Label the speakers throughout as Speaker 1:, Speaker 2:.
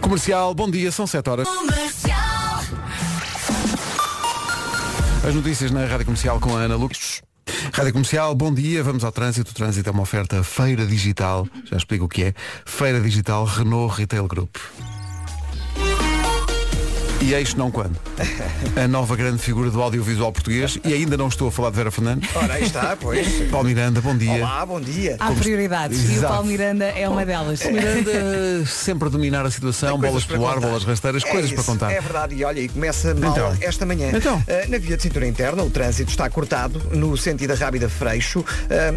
Speaker 1: Comercial, bom dia, são 7 horas. As notícias na Rádio Comercial com a Ana Lucas. Rádio Comercial, bom dia, vamos ao trânsito. O trânsito é uma oferta feira digital, já explico o que é. Feira digital Renault Retail Group. E eis não quando. A nova grande figura do audiovisual português, e ainda não estou a falar de Vera Fernandes.
Speaker 2: Ora, aí está, pois.
Speaker 1: Paulo Miranda, bom dia.
Speaker 2: Olá, bom dia.
Speaker 1: Ah,
Speaker 3: Há prioridades e o
Speaker 1: Exato.
Speaker 3: Paulo Miranda é uma delas.
Speaker 1: Miranda sempre a dominar a situação, é
Speaker 2: Tem
Speaker 1: um bolas
Speaker 2: coisas
Speaker 1: pelo
Speaker 2: para
Speaker 1: ar,
Speaker 2: contar.
Speaker 1: bolas rasteiras,
Speaker 2: É
Speaker 1: coisas
Speaker 2: isso,
Speaker 1: para contar.
Speaker 2: É verdade, e olha, e começa mal
Speaker 1: Então.
Speaker 2: esta manhã.
Speaker 1: Então.
Speaker 2: Ah, na via de cintura interna, o trânsito está cortado no sentido da Rábida Freixo, ah,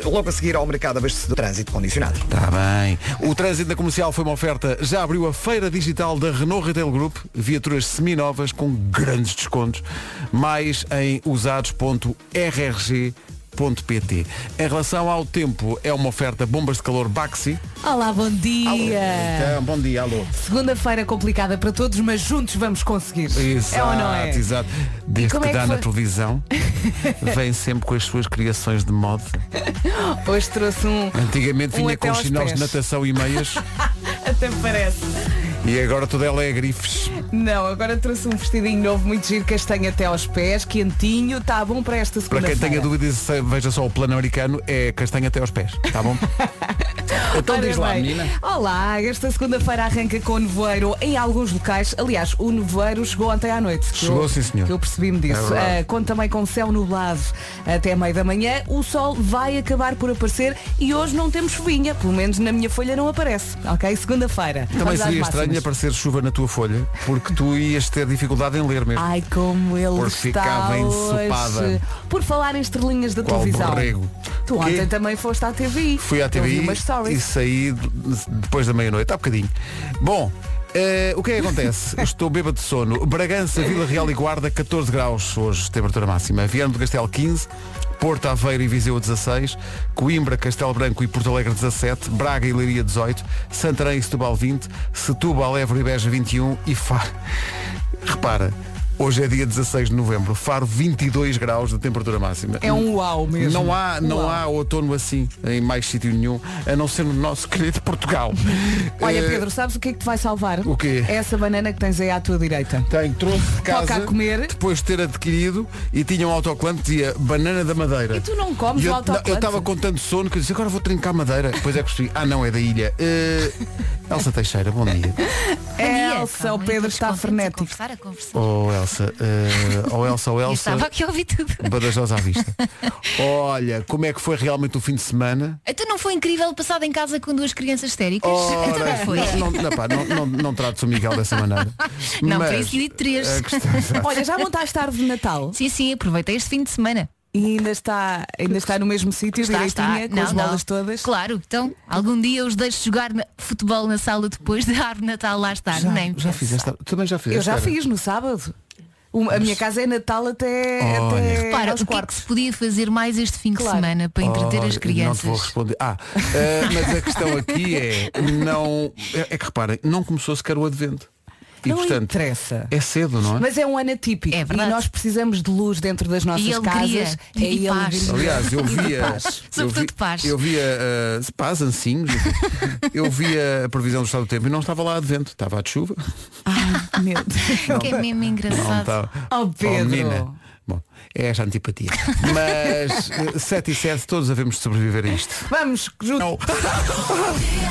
Speaker 2: de- logo a seguir ao mercado abastecido de trânsito condicionado.
Speaker 1: Está Tá bem. O trânsito da comercial foi uma oferta. Já abriu a feira digital da Renault Retail Group. Viaturas seminovas com grandes descontos. Mais em usados.rrg.pt. Em relação ao tempo, é uma oferta bombas de calor Baxi.
Speaker 3: Olá, bom dia.
Speaker 1: Então, bom dia, alô.
Speaker 3: Segunda-feira complicada para todos, mas juntos vamos conseguir. É ou não é?
Speaker 1: Exato. Desde
Speaker 3: como
Speaker 1: que
Speaker 3: é que
Speaker 1: dá na
Speaker 3: foi?
Speaker 1: televisão, vem sempre com as suas criações de moda.
Speaker 3: Hoje trouxe um.
Speaker 1: Antigamente
Speaker 3: Um
Speaker 1: vinha
Speaker 3: até
Speaker 1: com
Speaker 3: aos
Speaker 1: sinais de
Speaker 3: pés.
Speaker 1: natação e meias
Speaker 3: Até parece.
Speaker 1: e agora toda ela é grifes.
Speaker 3: Não, agora trouxe um vestidinho novo, muito giro, castanho até aos pés, quentinho, está bom para esta
Speaker 1: Para
Speaker 3: segunda-feira.
Speaker 1: quem tenha dúvidas, se- veja só o plano americano, é castanho até aos pés, tá bom? então
Speaker 3: Ora
Speaker 1: diz lá,
Speaker 3: bem.
Speaker 1: menina.
Speaker 3: Olá, esta segunda-feira arranca com nevoeiro em alguns locais. Aliás, o nevoeiro chegou ontem à noite. que
Speaker 1: Chegou,
Speaker 3: eu-
Speaker 1: sim, senhor.
Speaker 3: Que eu percebi-me disso.
Speaker 1: É verdade.
Speaker 3: Ah, conto também com céu nublado até meio da manhã. O sol vai acabar por aparecer e hoje não temos chuvinha. Pelo menos na minha folha não aparece. Ok? Segunda-feira.
Speaker 1: Também
Speaker 3: Vamos às
Speaker 1: seria estranho
Speaker 3: máximas.
Speaker 1: aparecer chuva na tua folha, porque tu ias ter dificuldade em ler mesmo.
Speaker 3: Ai, como ele
Speaker 1: Porque
Speaker 3: está
Speaker 1: ficava
Speaker 3: hoje.
Speaker 1: ensopada.
Speaker 3: Por falar em estrelinhas da
Speaker 1: Qual
Speaker 3: televisão.
Speaker 1: borrego.
Speaker 3: Tu
Speaker 1: Quê?
Speaker 3: ontem também foste à TVI.
Speaker 1: Fui à
Speaker 3: Eu vi
Speaker 1: TV
Speaker 3: umas stories.
Speaker 1: e saí de- depois da meia-noite, há bocadinho. Bom, eh, o que é que acontece? Estou bêbado de sono. Bragança, Vila Real e Guarda, 14 graus hoje, temperatura máxima. Viana do Castelo, 15. Porto Aveiro e Viseu 16, Coimbra, Castelo Branco e Porto Alegre 17, Braga e Leiria 18, Santarém e Setúbal 20, Setúbal, Évora e Beja 21 e Faro. Repara, hoje é dia 16 de novembro, Faro 22 graus de temperatura máxima.
Speaker 3: É um uau mesmo.
Speaker 1: Não há, não
Speaker 3: Uau.
Speaker 1: há outono assim em mais sítio nenhum, a não ser no nosso querido Portugal.
Speaker 3: Olha
Speaker 1: Eh,
Speaker 3: Pedro, sabes o que é que te vai salvar?
Speaker 1: O quê?
Speaker 3: É Essa banana que tens aí à tua direita.
Speaker 1: Eh, Tenho, trouxe de casa,
Speaker 3: Toca a comer.
Speaker 1: depois de ter adquirido, e tinha um autoclante que dizia banana da madeira.
Speaker 3: E tu não comes
Speaker 1: E eu,
Speaker 3: o
Speaker 1: não,
Speaker 3: autoclante?
Speaker 1: eu estava com tanto sono que eu disse, agora vou trincar madeira. Depois é que percebi, ah não, é da ilha. Eh, Elsa Teixeira, bom dia.
Speaker 3: Elsa, É, o Pedro está frenético.
Speaker 4: Conversar, a conversar.
Speaker 1: Oh Elsa, eh, oh Elsa, oh
Speaker 4: Eu
Speaker 1: Elsa,
Speaker 4: estava aqui a ouvir tudo.
Speaker 1: Badajoz à vista. Olha, como é que foi realmente o fim de semana?
Speaker 4: Então não foi incrível passado em casa com duas crianças histéricas? então
Speaker 1: Ora,
Speaker 4: não foi.
Speaker 1: Não, não, pá, não, não, não trates o Miguel dessa maneira.
Speaker 4: Não,
Speaker 1: Mas
Speaker 4: por isso lhe três.
Speaker 1: a questão-
Speaker 3: Olha, já montaste a árvore de Natal
Speaker 4: Sim, sim, aproveitei este fim de semana.
Speaker 3: e ainda está, ainda está no mesmo sítio,
Speaker 4: Está,
Speaker 3: direitinha,
Speaker 4: está.
Speaker 3: com
Speaker 4: Não,
Speaker 3: as
Speaker 4: não.
Speaker 3: bolas todas.
Speaker 4: Claro, então algum dia eu os deixo jogar na- futebol na sala depois da árvore de Natal lá estar.
Speaker 1: já,
Speaker 4: Nem
Speaker 1: já fizeste. Também já fizeste.
Speaker 3: Eu já
Speaker 1: era?
Speaker 3: fiz no sábado. Um- a minha casa é Natal até,
Speaker 1: Olha.
Speaker 3: até
Speaker 4: Para,
Speaker 3: aos
Speaker 4: o que é que
Speaker 3: quartos.
Speaker 4: se podia fazer mais este fim
Speaker 3: Claro.
Speaker 4: de semana para entreter
Speaker 1: Olha,
Speaker 4: as
Speaker 1: Não te vou
Speaker 4: crianças?
Speaker 1: responder. Ah, eh, mas a questão aqui é, não. É, é que reparem, não começou sequer o advento. E
Speaker 3: Não
Speaker 1: portanto.
Speaker 3: interessa.
Speaker 4: então-
Speaker 1: É cedo, não é?
Speaker 3: Mas é um ano atípico
Speaker 4: É
Speaker 3: e
Speaker 4: verdade.
Speaker 3: nós precisamos de luz dentro das nossas
Speaker 4: alegria.
Speaker 3: casas.
Speaker 4: E
Speaker 3: É
Speaker 4: paz.
Speaker 3: alegria.
Speaker 1: Aliás, eu
Speaker 3: E de
Speaker 1: via.
Speaker 3: paz.
Speaker 1: Eu
Speaker 4: Sobretudo
Speaker 1: vi-
Speaker 4: paz.
Speaker 1: Eu via. eh, paz, ancinhos. enfim. Eu via a previsão do estado do tempo e não estava lá advento. Estava a de chuva.
Speaker 3: Ai, meu Deus.
Speaker 4: Que é mesmo
Speaker 1: Não
Speaker 4: engraçado.
Speaker 1: tá.
Speaker 3: Oh, Pedro.
Speaker 1: menina. Bom, é esta antipatia. Mas eh, 7 e 7, todos havemos de sobreviver a isto.
Speaker 3: Vamos, juntos.
Speaker 1: Não.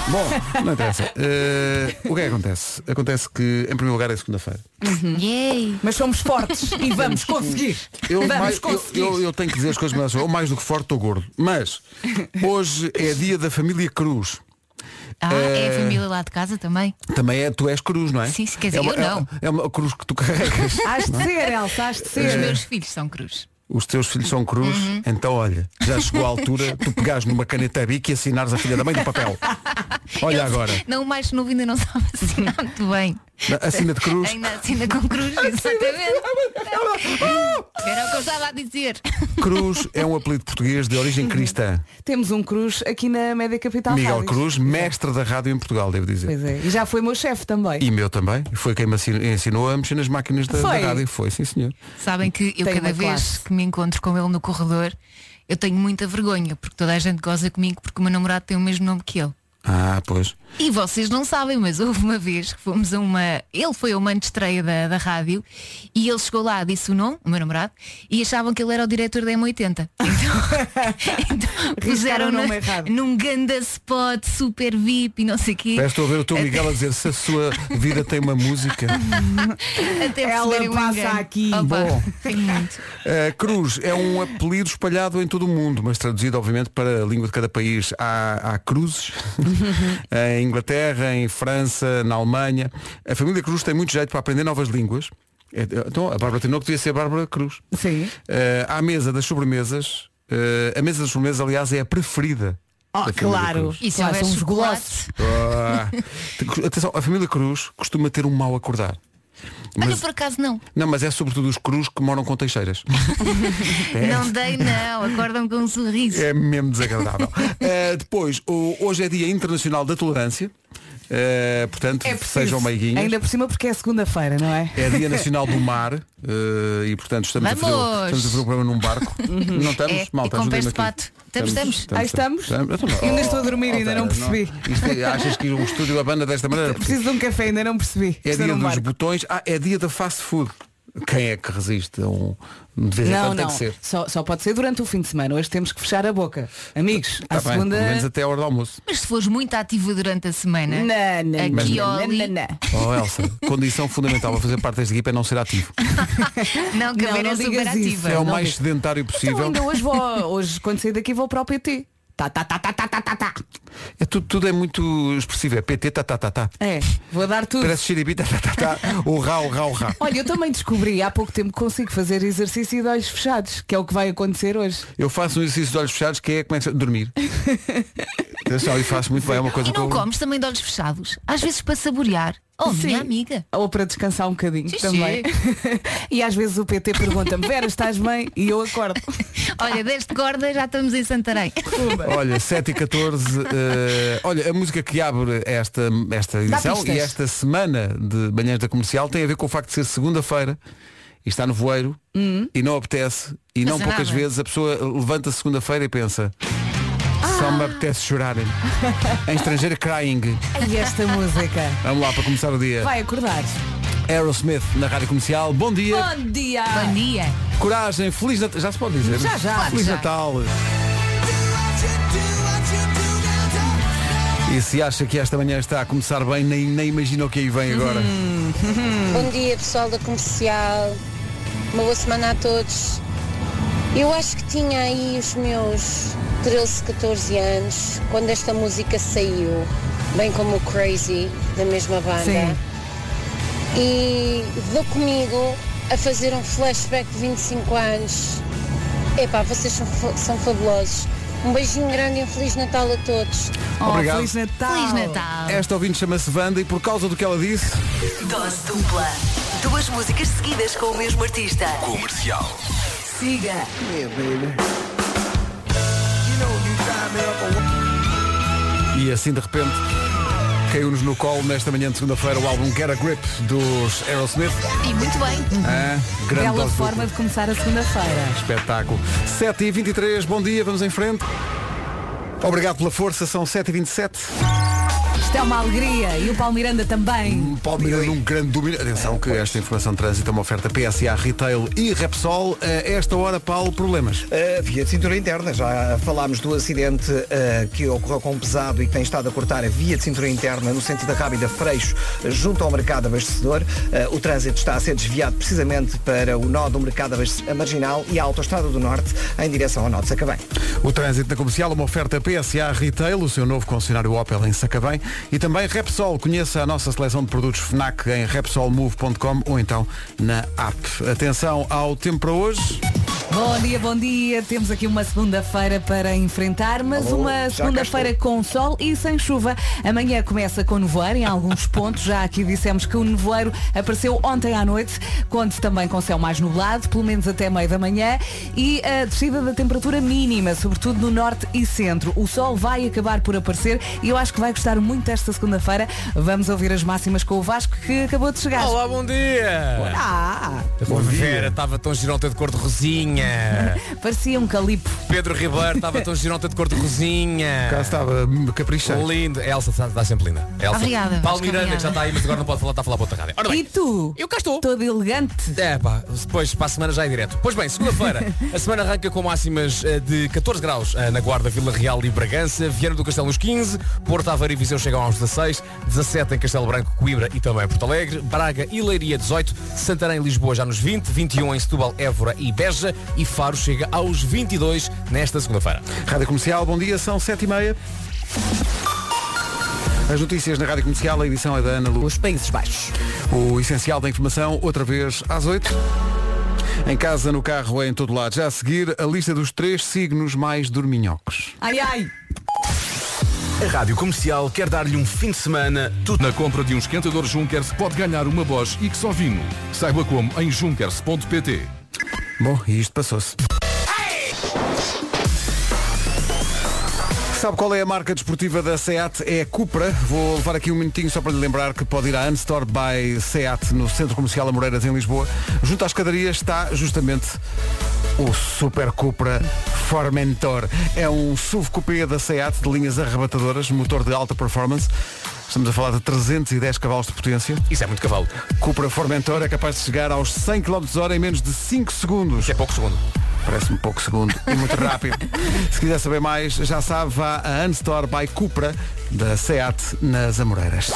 Speaker 1: Bom, não interessa. Eh, o que é que acontece? Acontece que, em primeiro lugar, é segunda-feira.
Speaker 4: Yay.
Speaker 3: Mas somos fortes e vamos conseguir.
Speaker 1: Eu,
Speaker 3: vamos
Speaker 1: mais- eu,
Speaker 3: conseguir.
Speaker 1: eu- eu tenho que dizer as coisas como elas são. Eu, mais do que forte, estou gordo. Mas hoje é dia da família Cruz.
Speaker 4: Ah, é...
Speaker 1: Eh,
Speaker 4: a família lá de casa também?
Speaker 1: Também é, tu és cruz, não é?
Speaker 4: Sim, sim, quer dizer,
Speaker 1: é uma,
Speaker 4: eu
Speaker 1: é-
Speaker 4: não.
Speaker 1: É uma cruz que tu carregas.
Speaker 3: Hás de ser, Elsa, hás de
Speaker 4: Os
Speaker 3: ser.
Speaker 4: meus filhos são cruz.
Speaker 1: Os teus filhos são cruz,
Speaker 3: Uhum.
Speaker 1: então olha, já chegou a altura, tu pegares numa caneta bic e assinares a filha da mãe no papel. Olha
Speaker 4: Eles-
Speaker 1: agora.
Speaker 4: Não, o mais novo ainda não sabe assinar muito bem.
Speaker 1: Na- Assina de cruz.
Speaker 4: Ainda assina com cruz, exatamente.
Speaker 3: Ah!
Speaker 4: Era o que eu estava a dizer.
Speaker 1: Cruz é um apelido português de origem cristã.
Speaker 3: Temos um cruz aqui na Média Capital
Speaker 1: Miguel
Speaker 3: Rádios.
Speaker 1: Cruz, mestre da rádio em Portugal, devo dizer.
Speaker 3: Pois é. E já foi meu chefe também.
Speaker 1: E meu também. Foi quem me ensinou- ensinou a mexer nas máquinas da, da
Speaker 3: Foi?
Speaker 1: rádio. Foi, sim senhor.
Speaker 4: Sabem que eu
Speaker 3: Tem uma
Speaker 4: cada vez
Speaker 3: classe.
Speaker 4: que me encontro com ele no corredor, eu tenho muita vergonha, porque toda a gente goza comigo porque o meu namorado tem o mesmo nome que ele.
Speaker 1: Ah, pois.
Speaker 4: E vocês não sabem, mas houve uma vez que fomos a uma. Ele foi a uma estreia da, da rádio e ele chegou lá, disse o nome, o meu namorado, e achavam que ele era o diretor da M80. Então, então puseram
Speaker 3: o nome
Speaker 4: na-
Speaker 3: errado.
Speaker 4: num ganda spot, super VIP e não sei o quê.
Speaker 1: Parece que estou a ver o teu Miguel a dizer se a sua vida tem uma música.
Speaker 4: Até
Speaker 3: Ela
Speaker 4: perceberem o
Speaker 3: passa
Speaker 4: engano.
Speaker 3: aqui.
Speaker 4: Opa,
Speaker 1: Bom.
Speaker 4: tem muito.
Speaker 1: Uh, Cruz é um apelido espalhado em todo o mundo, mas traduzido obviamente para a língua de cada país. Há, há cruzes em Inglaterra, em França, na Alemanha. A família Cruz tem muito jeito para aprender novas línguas. É, Então a Bárbara Tinoco devia ser Bárbara Cruz.
Speaker 3: Sim.
Speaker 1: Uh, à mesa das sobremesas, uh, a mesa das sobremesas, aliás, é a preferida. da família
Speaker 3: Ah, claro.
Speaker 1: Cruz.
Speaker 4: E se
Speaker 3: Claro,
Speaker 4: houver
Speaker 3: são uns
Speaker 4: chocolate,
Speaker 3: golosos.
Speaker 1: Ah. Atenção, a família Cruz costuma ter um mal acordar.
Speaker 4: Olha,
Speaker 1: Mas-
Speaker 4: por acaso não.
Speaker 1: não, mas é sobretudo os Cruz que moram com Teixeiras.
Speaker 4: Não dei não. Acordam com um sorriso.
Speaker 1: É mesmo desagradável. Uh, depois, o- hoje é Dia Internacional da Tolerância. Uh, portanto,
Speaker 3: É preciso.
Speaker 1: sejam meiguinhos.
Speaker 3: Ainda por cima porque é segunda-feira, não é?
Speaker 1: É Dia Nacional do Mar uh, e portanto estamos a, fazer, o-
Speaker 4: Vamos!
Speaker 1: estamos a fazer o programa num barco.
Speaker 3: Uhum.
Speaker 1: Não estamos,
Speaker 4: É,
Speaker 1: malta,
Speaker 4: e com
Speaker 1: ajudem-me
Speaker 4: pés de
Speaker 1: aqui.
Speaker 4: pato. Estamos, estamos.
Speaker 3: Ah, estamos? Eu ainda estou a dormir, ainda não percebi.
Speaker 1: então, isto é- achas que o estúdio abana desta maneira?
Speaker 3: Preciso de um café, ainda não percebi.
Speaker 1: É
Speaker 3: um Estou
Speaker 1: dia
Speaker 3: num
Speaker 1: dos
Speaker 3: barco.
Speaker 1: botões. Ah, é dia da fast food. Quem é que resiste a um. De vez em
Speaker 3: Não,
Speaker 1: quando tem
Speaker 3: não.
Speaker 1: que ser.
Speaker 3: Só, só pode ser durante o fim de semana. Hoje temos que fechar a boca. Amigos,
Speaker 1: Tá
Speaker 3: a
Speaker 1: bem,
Speaker 3: segunda.
Speaker 1: Pelo menos até a hora do almoço.
Speaker 4: Mas se fores muito ativa durante a semana,
Speaker 3: Não, não,
Speaker 4: aqui
Speaker 1: Mas-
Speaker 4: ao ali,
Speaker 1: Oh Elsa, condição fundamental para fazer parte desta equipa é não ser ativo.
Speaker 4: não, que
Speaker 3: Não,
Speaker 4: a Vera
Speaker 3: não
Speaker 4: é super
Speaker 3: digas isso.
Speaker 4: ativa.
Speaker 1: É o
Speaker 3: não
Speaker 1: mais
Speaker 3: digo.
Speaker 1: sedentário
Speaker 3: Então
Speaker 1: possível.
Speaker 3: ainda hoje vou, hoje quando sair daqui vou para o PT. Tá, tá, tá, tá, tá, tá, tá, tá.
Speaker 1: É tudo, tudo é muito expressivo. É PT, tá, tá, tá, tá.
Speaker 3: É, vou dar tudo.
Speaker 1: Parece xiribi, tá, tá, tá, tá. O rá, o rá, o rá.
Speaker 3: Olha, eu também descobri há pouco tempo que consigo fazer exercício de olhos fechados, que é o que vai acontecer hoje.
Speaker 1: Eu faço um exercício de olhos fechados que é começar a dormir. Atenção, e faço muito bem. É uma coisa
Speaker 4: E não
Speaker 1: que eu...
Speaker 4: comes também de olhos fechados? Às vezes para saborear. Oh, minha amiga.
Speaker 3: Ou para descansar um bocadinho
Speaker 4: Xixi.
Speaker 3: também. e às vezes o PT pergunta-me, Vera, estás bem? E eu acordo.
Speaker 4: Olha, deste corda já estamos em Santarém.
Speaker 1: Olha, 7 e 14 eh, Olha, a música que abre esta, esta edição
Speaker 3: pistas.
Speaker 1: E esta semana de Manhãs da Comercial Tem a ver com o facto de ser segunda-feira E está no voeiro E não apetece E não
Speaker 4: Fazer
Speaker 1: poucas
Speaker 4: nada.
Speaker 1: vezes a pessoa levanta segunda-feira e pensa Só me apetece chorar Em estrangeira crying
Speaker 3: E esta música
Speaker 1: Vamos lá para começar o dia
Speaker 3: vai acordar.
Speaker 1: Aerosmith na Rádio Comercial Bom dia,
Speaker 3: Bom dia!
Speaker 4: Bom dia.
Speaker 1: coragem, Feliz Natal Já se pode dizer?
Speaker 3: Já, já.
Speaker 1: Feliz
Speaker 4: Já.
Speaker 1: Natal E se acha que esta manhã está a começar bem Nem, nem imagina o que aí vem agora
Speaker 3: Uhum.
Speaker 5: Bom dia pessoal da comercial, uma boa semana a todos. Eu acho que tinha aí os meus 13, 14 anos quando esta música saiu, bem como o Crazy da mesma banda.
Speaker 3: Sim.
Speaker 5: E vou comigo a fazer um flashback de 25 anos. Epá, vocês são, fa- são fabulosos. Um beijinho grande e um Feliz Natal a todos.
Speaker 3: Oh,
Speaker 1: Obrigado.
Speaker 3: Feliz Natal!
Speaker 4: Feliz Natal.
Speaker 1: Esta ouvinte chama-se Wanda e por causa do que ela disse,
Speaker 6: Dose dupla. Duas músicas seguidas com o mesmo artista.
Speaker 7: Comercial.
Speaker 6: Siga.
Speaker 1: e assim de repente caiu-nos no colo nesta manhã de segunda-feira o álbum Get a Grip dos Aerosmith.
Speaker 4: E muito bem.
Speaker 1: Ah, grande
Speaker 3: Uhum. Bela
Speaker 1: dose
Speaker 3: forma de começar a segunda-feira.
Speaker 1: dupla. Espetáculo. 7h23, bom dia, vamos em frente. Obrigado pela força, são 7h27.
Speaker 3: Isto é uma alegria e o Paulo Miranda também.
Speaker 1: Paulo Miranda, um grande domínio. Atenção que esta informação de trânsito é uma oferta PSA Retail e Repsol. A esta hora, Paulo, problemas.
Speaker 2: Uh, via de cintura interna, já falámos do acidente uh, que ocorreu com um pesado e que tem estado a cortar a via de cintura interna no sentido da Rábida Freixo, uh, junto ao mercado abastecedor. Uh, o trânsito está a ser desviado precisamente para o nó do mercado abastecedor marginal e a autoestrada do Norte em direção ao Norte de Sacabém.
Speaker 1: O trânsito na comercial, uma oferta PSA Retail, o seu novo concessionário Opel em Sacavém. E também Repsol. Conheça a nossa seleção de produtos Fnac em RepsolMove.com ou então na app. Atenção ao tempo para hoje.
Speaker 3: Bom dia, bom dia. Temos aqui uma segunda-feira para enfrentar, mas
Speaker 2: Alô,
Speaker 3: uma
Speaker 2: já cá
Speaker 3: segunda-feira com sol e sem chuva. Amanhã começa com nevoeiro em alguns pontos. Já aqui dissemos que o nevoeiro apareceu ontem à noite. Conte também com céu mais nublado, pelo menos até meio da manhã. E a descida da temperatura mínima, sobretudo no norte e centro. O sol vai acabar por aparecer e eu acho que vai gostar muito desta segunda-feira. Vamos ouvir as máximas com o Vasco que acabou de chegar.
Speaker 8: Olá, bom dia!
Speaker 3: Ah!
Speaker 8: Vera estava tão girota de cor de rosinha.
Speaker 7: rosinha.
Speaker 3: Parecia um calipo.
Speaker 7: Pedro Ribeiro estava tão gironta de cor de rosinha.
Speaker 1: Cá estava hum, caprichado.
Speaker 7: Lindo. Elsa está, está sempre linda. Elsa.
Speaker 4: Obrigada, Vasco,
Speaker 7: Paulo Miranda, que
Speaker 4: obrigada.
Speaker 7: já está aí, mas agora não pode falar, está a falar para outra rádio. Ora bem,
Speaker 3: E tu?
Speaker 7: eu cá estou.
Speaker 3: Todo elegante.
Speaker 7: É pá, depois para a semana já é direto. Pois bem, segunda-feira, a semana arranca com máximas eh, de 14 graus eh, na Guarda, Vila Real e Bragança, Viana do Castelo nos 15, Porto Aveiro e Viseu chegam aos 16, 17 em Castelo Branco, Coimbra e também Porto Alegre, Braga e Leiria 18, Santarém e Lisboa já nos 20, 21 em Setúbal, Évora e Beja e Faro chega aos 22 nesta segunda-feira.
Speaker 1: Rádio Comercial, bom dia, são 7h30. As notícias na Rádio Comercial, a edição é da Ana Lu.
Speaker 8: Os Países Baixos.
Speaker 1: O essencial da informação, outra vez às 8 Em casa, no carro, em todo lado. Já a seguir, a lista dos três signos mais dorminhocos.
Speaker 3: Ai ai.
Speaker 9: A Rádio Comercial quer dar-lhe um fim de semana tudo.
Speaker 10: Na compra de um esquentador Junkers pode ganhar uma Bosch Ixovino. Saiba como em junkers.pt.
Speaker 1: Bom, e isto passou-se. Sabe qual é a marca desportiva da SEAT? É a Cupra. Vou levar aqui um minutinho só para lhe lembrar que pode ir à Unstore by SEAT no Centro Comercial Amoreiras em Lisboa. Junto à escadaria está justamente o Super Cupra Formentor. É um SUV coupé da SEAT de linhas arrebatadoras, motor de alta performance. Estamos a falar de 310 cavalos de potência.
Speaker 7: Isso é muito cavalo.
Speaker 1: Cupra Formentor é capaz de chegar aos 100 km h em menos de 5 segundos.
Speaker 7: Isso é pouco segundo.
Speaker 1: Parece-me pouco segundo e muito rápido. Se quiser saber mais, já sabe, vá a Unstore by Cupra da SEAT nas Amoreiras.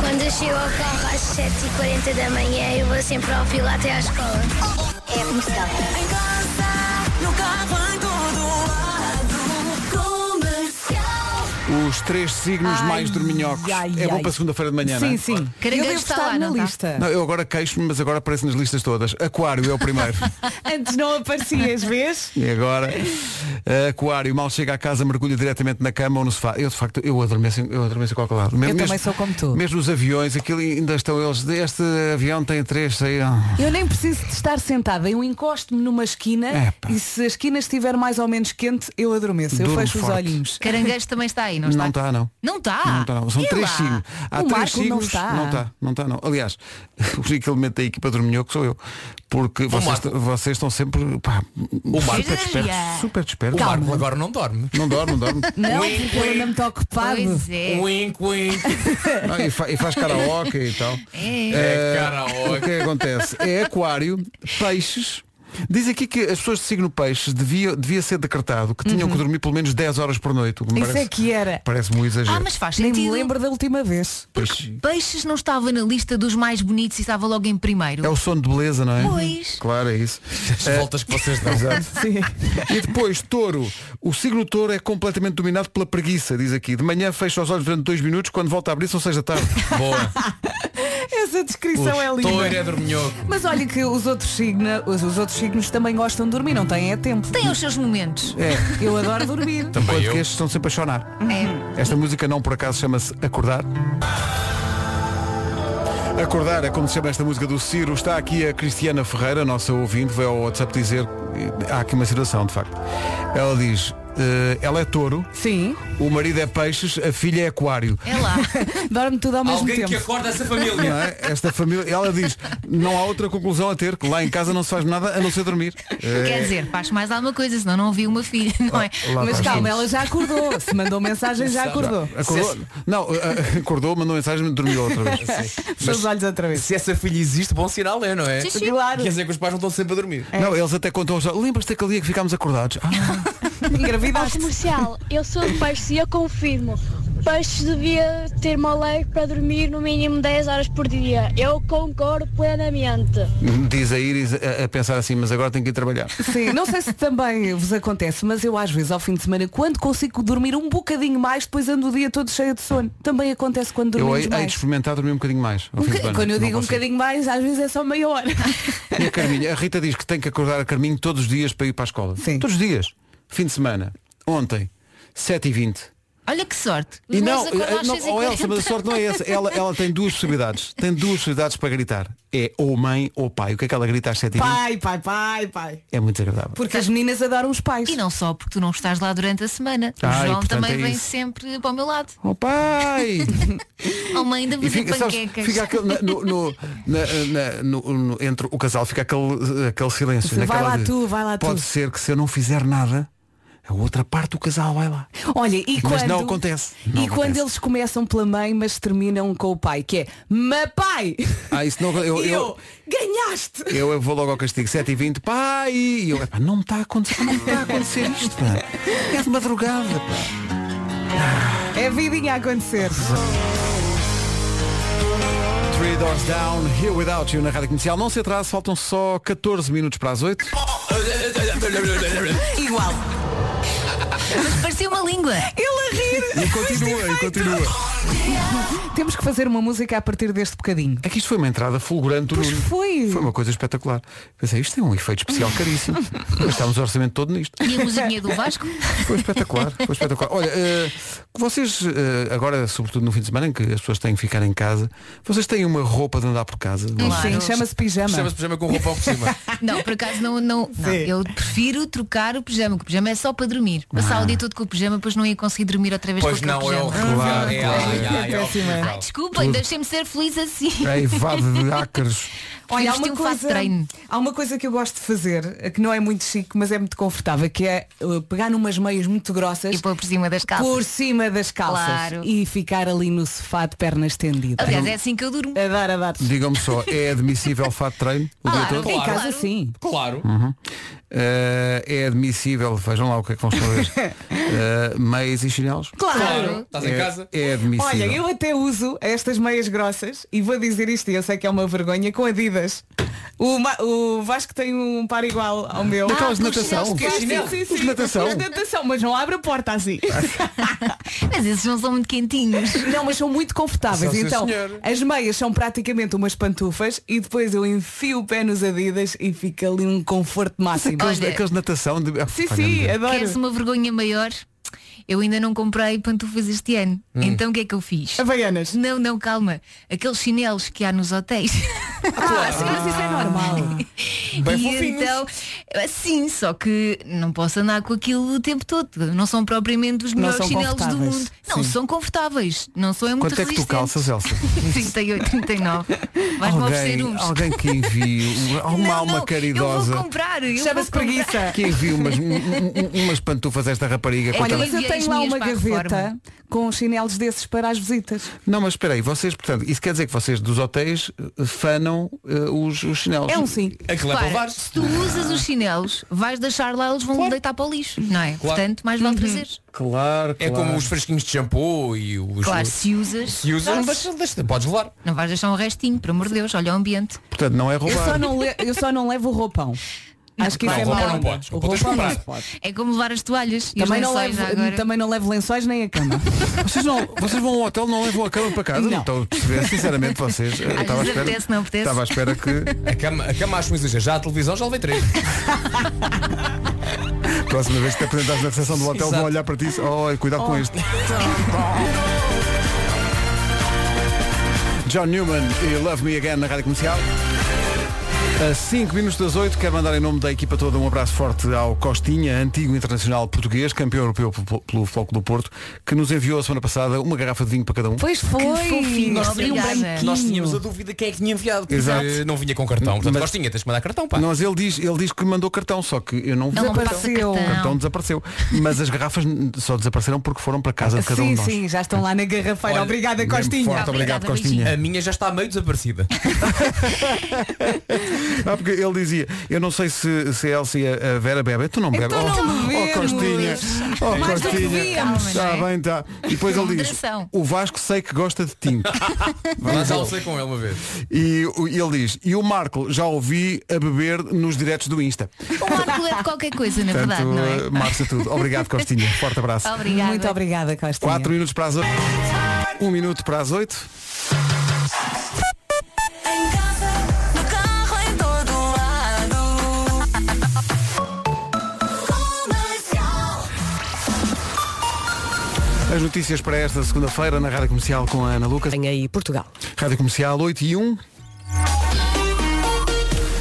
Speaker 11: Quando eu chego ao carro às 7h40 da manhã, eu vou sempre ao fila até à escola. É comercial.
Speaker 6: Em casa, no carro, em todo lado. Comercial.
Speaker 1: Os três signos
Speaker 3: Ai,
Speaker 1: mais dorminhocos.
Speaker 3: ai,
Speaker 1: é bom
Speaker 3: ai.
Speaker 1: para segunda-feira de manhã, não
Speaker 3: Sim,
Speaker 1: é?
Speaker 3: sim.
Speaker 4: Caranguejo
Speaker 3: eu devo
Speaker 4: está
Speaker 3: estar
Speaker 4: lá,
Speaker 3: na
Speaker 4: não está?
Speaker 3: lista.
Speaker 1: Não, eu agora queixo-me, mas agora aparece nas listas todas. Aquário é o primeiro.
Speaker 3: Antes não aparecias, vês?
Speaker 1: e agora, eh, Aquário, mal chega à casa, mergulha diretamente na cama ou no sofá. Eu, de facto, eu adormeço, em- eu adormeço em qualquer lado. Mesmo-
Speaker 3: também
Speaker 1: mesmo-
Speaker 3: sou como tu.
Speaker 1: Mesmo os aviões, aquilo ainda estão eles. Este avião tem três, ah, saíram.
Speaker 3: Eu nem preciso de estar sentada, eu encosto-me numa esquina
Speaker 1: Epá.
Speaker 3: e se a esquina estiver mais ou menos quente, eu adormeço, eu
Speaker 1: Durmo
Speaker 3: fecho
Speaker 1: forte.
Speaker 3: os olhinhos.
Speaker 4: Caranguejo também está aí, não está?
Speaker 1: Não está, não.
Speaker 4: Não está.
Speaker 1: Não está, não. São
Speaker 4: E
Speaker 1: três
Speaker 4: lá?
Speaker 1: signos. Há
Speaker 3: O
Speaker 1: três
Speaker 3: Marco não
Speaker 1: signos.
Speaker 3: está.
Speaker 1: Não está, não está, não. Aliás, o único elemento da equipa dormiu que sou eu. Porque vocês,
Speaker 7: Marco.
Speaker 1: vocês estão sempre pá,
Speaker 7: Marco.
Speaker 1: super despertos. Super despertos.
Speaker 7: O Marco agora não dorme.
Speaker 1: Não dorme, não dorme.
Speaker 3: Não, porque eu não me estou ocupado.
Speaker 4: Pois é.
Speaker 7: Wink, wink.
Speaker 1: Não, e, fa- e faz karaoke e tal.
Speaker 7: É
Speaker 1: Eh,
Speaker 7: karaoke.
Speaker 1: O que é que acontece? É aquário, peixes. Diz aqui que as pessoas de signo peixes devia, devia ser decretado que tinham que dormir pelo menos 10 horas por noite. O que me
Speaker 3: Uhum. Isso é
Speaker 1: parece,
Speaker 3: que era.
Speaker 1: parece muito exagero.
Speaker 4: Ah, mas faz
Speaker 3: Nem
Speaker 4: sentido.
Speaker 3: me lembro da última vez.
Speaker 1: Pois,
Speaker 4: Peixes não estava na lista dos mais bonitos e estava logo em primeiro.
Speaker 1: É o sono de beleza, não é?
Speaker 4: Pois.
Speaker 1: Claro, é isso.
Speaker 7: As voltas que vocês dão.
Speaker 3: Sim.
Speaker 1: E depois, touro. O signo touro é completamente dominado pela preguiça, diz aqui. De manhã fecha os olhos durante dois minutos, quando volta a abrir são seis da tarde.
Speaker 7: Boa.
Speaker 3: Essa descrição é linda.
Speaker 7: Toiro é dorminhoco.
Speaker 3: Mas olha que os outros, signa, os, os outros signos também gostam de dormir, não têm é tempo.
Speaker 4: Tem os seus momentos.
Speaker 3: Eu adoro dormir.
Speaker 7: Também
Speaker 1: Enquanto
Speaker 7: eu.
Speaker 1: que estes estão sempre a chorar.
Speaker 4: É.
Speaker 1: Esta música não por acaso chama-se Acordar. Acordar é como se chama esta música do Ciro. Está aqui a Cristiana Ferreira, nossa ouvinte, veio ao WhatsApp dizer há aqui uma situação, de facto. Ela diz, eh, ela é touro,
Speaker 3: Sim,
Speaker 1: o marido é peixes, a filha é aquário.
Speaker 4: É lá.
Speaker 3: dorme tudo ao mesmo
Speaker 7: Alguém
Speaker 3: tempo.
Speaker 7: que acorda essa família.
Speaker 1: Não é? Esta família, ela diz, não há outra conclusão a ter, que lá em casa não se faz nada a não ser dormir. Eh,
Speaker 4: Quer dizer, faz mais alguma coisa, senão não ouvi uma filha, não é?
Speaker 1: É. Lá
Speaker 3: Mas
Speaker 1: está.
Speaker 3: calma, ela já acordou. Se mandou mensagem, já acordou.
Speaker 1: Acordou? Não, eh, acordou, mandou mensagem, mas dormiu outra vez.
Speaker 3: Seus olhos outra vez.
Speaker 7: Se essa filha existe, bom sinal é, não é?
Speaker 4: Sim, sim.
Speaker 3: Claro,
Speaker 7: Quer dizer que os pais não estão sempre a dormir.
Speaker 1: Não, eles até contam, lembras-te daquele dia que ficámos acordados? Ah,
Speaker 3: engravidaste.
Speaker 11: comercial, eu sou de peixe e eu confirmo. Peixes devia ter uma lei para dormir no mínimo 10 horas por dia. Eu concordo plenamente.
Speaker 1: diz a Iris a, a pensar assim, mas agora tenho que ir trabalhar.
Speaker 3: Sim, não sei se também vos acontece, mas eu às vezes ao fim de semana, quando consigo dormir um bocadinho mais, depois ando o dia todo cheio de sono. Também acontece quando
Speaker 1: Eu
Speaker 3: dormimos
Speaker 1: hei, hei de
Speaker 3: mais.
Speaker 1: experimentar dormir um bocadinho mais. ao
Speaker 3: Um
Speaker 1: fim de
Speaker 3: boca-
Speaker 1: semana.
Speaker 3: Quando eu
Speaker 1: Não
Speaker 3: digo um
Speaker 1: consigo.
Speaker 3: bocadinho mais, às vezes é só meia hora.
Speaker 1: E a Carminha, a Rita diz que tem que acordar a Carminho todos os dias para ir para a escola.
Speaker 3: Sim.
Speaker 1: Todos os dias. Fim de semana. Ontem, 7h20.
Speaker 4: Olha que sorte. Os
Speaker 1: E
Speaker 4: meus
Speaker 1: não,
Speaker 4: acordam
Speaker 1: eh,
Speaker 4: às
Speaker 1: não,
Speaker 4: seis e
Speaker 1: oh Elsa,
Speaker 4: quarenta.
Speaker 1: mas a sorte não é essa. Ela, ela tem duas possibilidades. Tem duas possibilidades para gritar. É ou mãe ou pai. O que é que ela grita às 7h20?
Speaker 3: Pai, pai, pai, pai.
Speaker 1: É muito desagradável.
Speaker 3: Porque as meninas adoram os pais.
Speaker 4: E não só porque tu não estás lá durante a semana.
Speaker 1: Ah, e
Speaker 4: o João
Speaker 1: portanto
Speaker 4: também
Speaker 1: é
Speaker 4: vem
Speaker 1: isso.
Speaker 4: sempre para o meu lado.
Speaker 1: Oh pai!
Speaker 4: Oh mãe, ainda
Speaker 3: é
Speaker 4: vou
Speaker 1: E
Speaker 4: fazer
Speaker 1: fica, sabes,
Speaker 4: panquecas.
Speaker 1: fica aquele, na- no, no- na- na- no- no- entre o casal fica aquele, aquele silêncio.
Speaker 3: Vai
Speaker 1: naquela
Speaker 3: lá
Speaker 1: de,
Speaker 3: tu, vai lá tu.
Speaker 1: Pode ser que se eu não fizer nada, a outra parte do casal vai lá.
Speaker 3: Olha, e
Speaker 1: Mas
Speaker 3: quando.
Speaker 1: não acontece. Não
Speaker 3: e quando
Speaker 1: acontece.
Speaker 3: eles começam pela mãe, mas terminam com o pai, que é Mas pai!
Speaker 1: Ah, isso não, eu,
Speaker 3: e
Speaker 1: eu,
Speaker 3: eu, ganhaste!
Speaker 1: eu, vou logo ao castigo. 7 e 20 pai! E eu, "Epá, não me está a acontecer, não me está a acontecer isto, pá. É de madrugada, pá.
Speaker 3: É vidinha a acontecer.
Speaker 1: Three Doors Down, Here Without You na Rádio Comercial. Não se atrase, faltam só 14 minutos para as 8.
Speaker 6: Igual.
Speaker 4: Mas parecia uma língua.
Speaker 3: Ele a rir!
Speaker 1: E continua, e continua.
Speaker 3: Temos que fazer uma música a partir deste bocadinho.
Speaker 1: É que isto foi uma entrada fulgurante do
Speaker 3: Pois
Speaker 1: Nuno.
Speaker 3: foi.
Speaker 1: Hum. Foi uma coisa espetacular. Pensei, isto tem um efeito especial caríssimo. Gastámos o orçamento todo nisto.
Speaker 4: E a musiquinha do Vasco?
Speaker 1: Foi espetacular, foi espetacular. Olha, eh, vocês, eh, agora, sobretudo no fim de semana, em que as pessoas têm que ficar em casa, vocês têm uma roupa de andar por casa? Não é?
Speaker 3: Sim, chama-se pijama.
Speaker 7: Chama-se pijama com roupa por cima.
Speaker 4: Não, por acaso não, não, não. Eu prefiro trocar o pijama, que o pijama é só para dormir. Passar
Speaker 1: Ah.
Speaker 4: o dia todo com o pijama, depois não ia conseguir dormir outra vez
Speaker 7: Pois
Speaker 4: com aquele
Speaker 7: não, é
Speaker 4: pijama.
Speaker 7: horrível.
Speaker 1: Claro,
Speaker 7: É,
Speaker 1: claro.
Speaker 7: ai, ai, é horrível.
Speaker 4: Desculpem, deixem-me ser feliz assim.
Speaker 1: É evade de ácaros.
Speaker 3: Olha, há
Speaker 4: Vestir
Speaker 3: uma,
Speaker 4: um fato de
Speaker 3: coisa,
Speaker 4: treino.
Speaker 3: há uma coisa que eu gosto de fazer, eh, que não é muito chique, mas é muito confortável, que é eh, pegar numas meias muito grossas
Speaker 4: E pôr por cima das calças.
Speaker 3: por cima das calças
Speaker 4: Claro.
Speaker 3: e ficar ali no sofá de perna estendida.
Speaker 4: Aliás, é assim que eu durmo.
Speaker 3: A dar, a dar.
Speaker 1: Digam-me só, é admissível fato de treino
Speaker 7: Ah
Speaker 1: o dia todo?
Speaker 3: Em
Speaker 7: claro.
Speaker 3: casa sim.
Speaker 7: Claro.
Speaker 1: Eh, é admissível, vejam lá o que é que vão escolher. Eh, meias e chinelos?
Speaker 3: Claro.
Speaker 7: Claro. Estás em
Speaker 1: É-
Speaker 7: casa?
Speaker 1: É, admissível.
Speaker 3: Olha, eu até uso estas meias grossas e vou dizer isto, e eu sei que é uma vergonha, com Adidas. O, Ma- o Vasco tem um par igual ao meu.
Speaker 1: Daquelas de
Speaker 4: Ah, os
Speaker 1: natação.
Speaker 4: chinelos de
Speaker 3: Sim, sim, sim.
Speaker 1: Os de natação.
Speaker 3: Os de natação, mas não abre a porta assim.
Speaker 4: Mas esses não são muito quentinhos.
Speaker 3: Não, mas são muito confortáveis.
Speaker 7: São, sim,
Speaker 3: então,
Speaker 7: senhor.
Speaker 3: as meias são praticamente umas pantufas e depois eu enfio o pé nos Adidas e fica ali um conforto máximo.
Speaker 1: Aqueles,
Speaker 4: Olha.
Speaker 1: aqueles de natação. De... Ah,
Speaker 3: Sim,
Speaker 1: pá,
Speaker 3: sim,
Speaker 1: grande-
Speaker 3: adoro.
Speaker 4: Queres uma vergonha maior? Eu ainda não comprei pantufas este ano.
Speaker 1: Hum.
Speaker 4: Então o que é que eu fiz?
Speaker 3: Havaianas.
Speaker 4: Não, não, calma. Aqueles chinelos que há nos hotéis.
Speaker 3: Ah, sim, mas isso é normal.
Speaker 4: e então, assim, só que não posso andar com aquilo o tempo todo. Não são propriamente os
Speaker 3: Não
Speaker 4: melhores
Speaker 3: são
Speaker 4: chinelos do
Speaker 3: confortáveis,
Speaker 4: mundo. Não,
Speaker 3: sim.
Speaker 4: são confortáveis. Não são é muito
Speaker 1: Quanto é que tu calças, Elsa?
Speaker 4: 38, 39. Vais-me oferecer
Speaker 1: Alguém,
Speaker 4: uns.
Speaker 1: alguém que envie uma, uma
Speaker 4: Não,
Speaker 1: alma
Speaker 4: não, Eu vou
Speaker 1: caridosa
Speaker 4: comprar. eu
Speaker 3: Chama-se
Speaker 4: vou comprar.
Speaker 3: preguiça.
Speaker 1: que envie umas, um- um- umas pantufas a esta rapariga.
Speaker 4: É
Speaker 3: Olha,
Speaker 1: coitada.
Speaker 3: Então, mas eu
Speaker 4: que- enviei as
Speaker 3: tenho lá
Speaker 4: minhas
Speaker 3: uma
Speaker 4: para a
Speaker 3: gaveta
Speaker 4: reforma.
Speaker 3: com chinelos desses para as visitas.
Speaker 1: Não, mas espera aí, vocês, portanto, isso quer dizer que vocês dos hotéis eh, fanam eh, os, os chinelos.
Speaker 3: É um sim.
Speaker 7: Aquilo é para levar.
Speaker 4: Repara, se tu usas os chinelos, vais deixar lá, eles vão deitar para o lixo, não é? Portanto, mais vale trazer.
Speaker 1: Claro,
Speaker 7: É como os fresquinhos de shampoo e os.
Speaker 4: Claro, se usas,
Speaker 7: Se usas, não deixa, deixa, podes levar.
Speaker 4: não vais deixar um restinho, por amor de Deus, olha o ambiente.
Speaker 1: Portanto, não é
Speaker 3: Eu
Speaker 1: roubar.
Speaker 3: só não, le- eu só não levo o roupão. Acho que isso
Speaker 7: não,
Speaker 3: é
Speaker 7: roupa
Speaker 3: mau.
Speaker 7: não podes,
Speaker 3: O
Speaker 7: roupa tens de
Speaker 3: roupão não se
Speaker 7: comprar.
Speaker 3: pode.
Speaker 4: É como levar as toalhas e
Speaker 3: Também
Speaker 4: os
Speaker 3: não, levo,
Speaker 4: lençóis já agora.
Speaker 3: também não levo lençóis nem a cama.
Speaker 1: Vocês, não, vocês vão ao hotel, não levam a cama para casa?
Speaker 3: Não.
Speaker 1: Estou a perceber, sinceramente, vocês. eu
Speaker 4: Às
Speaker 1: estava à
Speaker 4: vezes
Speaker 1: espera-
Speaker 4: apetece, não apetece.
Speaker 1: Estava à espera que
Speaker 7: A cama, a cama acho um exagero. Já a televisão já levei três.
Speaker 1: próxima vez que te apresentares na recepção do hotel
Speaker 7: Exato.
Speaker 1: vão olhar para ti e dizer, oh, cuidado com este. John Newman e Love Me Again na Rádio Comercial. A 5 minutos das 8, quero mandar em nome da equipa toda um abraço forte ao Costinha, antigo internacional português, campeão europeu p- pelo Floco do Porto, que nos enviou a semana passada uma garrafa de vinho para cada um.
Speaker 3: Pois foi. Abri
Speaker 4: fofinho.
Speaker 3: um
Speaker 4: Obrigada.
Speaker 3: branquinho.
Speaker 7: Nós tínhamos a dúvida quem é que tinha enviado.
Speaker 1: Exato.
Speaker 7: Porque, eh, Não vinha com cartão. Portanto,
Speaker 1: Mas-
Speaker 7: nós tinha, tens que mandar cartão, pá.
Speaker 1: Não, mas ele diz, ele diz que mandou cartão, só que eu não vi.
Speaker 4: Ele não passa
Speaker 3: Desapareceu.
Speaker 1: O cartão
Speaker 4: cartão.
Speaker 1: desapareceu. Mas as garrafas n- só desapareceram porque foram para casa de cada um
Speaker 3: Sim,
Speaker 1: de nós.
Speaker 3: sim, já estão lá na garrafeira.
Speaker 7: Olha,
Speaker 3: Obrigada,
Speaker 1: Mesmo
Speaker 3: Costinha.
Speaker 1: Forte, obrigado,
Speaker 4: Obrigada,
Speaker 1: Costinha.
Speaker 7: A minha já está meio desaparecida.
Speaker 1: Ah, porque ele dizia, eu não sei se, se a Elsa e a a Vera bebem. Tu não bebes.
Speaker 3: Então não
Speaker 1: oh,
Speaker 3: bebemos.
Speaker 1: Costinha. Oh,
Speaker 3: Mas não
Speaker 1: Costinha.
Speaker 3: devíamos.
Speaker 1: Está
Speaker 4: Calma, não é?
Speaker 1: bem, está. E depois ele diz,
Speaker 4: Moderação.
Speaker 1: o Vasco sei que gosta de tinto.
Speaker 7: Mas já almocei com ele uma vez.
Speaker 1: E o- e ele diz, e o Marco já ouvi a beber nos diretos do Insta.
Speaker 4: O Marco é de qualquer coisa, na verdade,
Speaker 1: Portanto,
Speaker 4: não
Speaker 1: eh,
Speaker 4: é?
Speaker 1: Marcia tudo. Obrigado, Costinha. Forte abraço.
Speaker 4: Obrigada.
Speaker 3: Muito obrigada, Costinha.
Speaker 1: 4 minutos para as 8. 1 minuto para as 8.
Speaker 6: Em casa, no carro, em todo lado. Comercial.
Speaker 1: As notícias para esta segunda-feira na Rádio Comercial com a Ana Lucas.
Speaker 8: Espanha e Portugal.
Speaker 1: Rádio Comercial 8 e 1.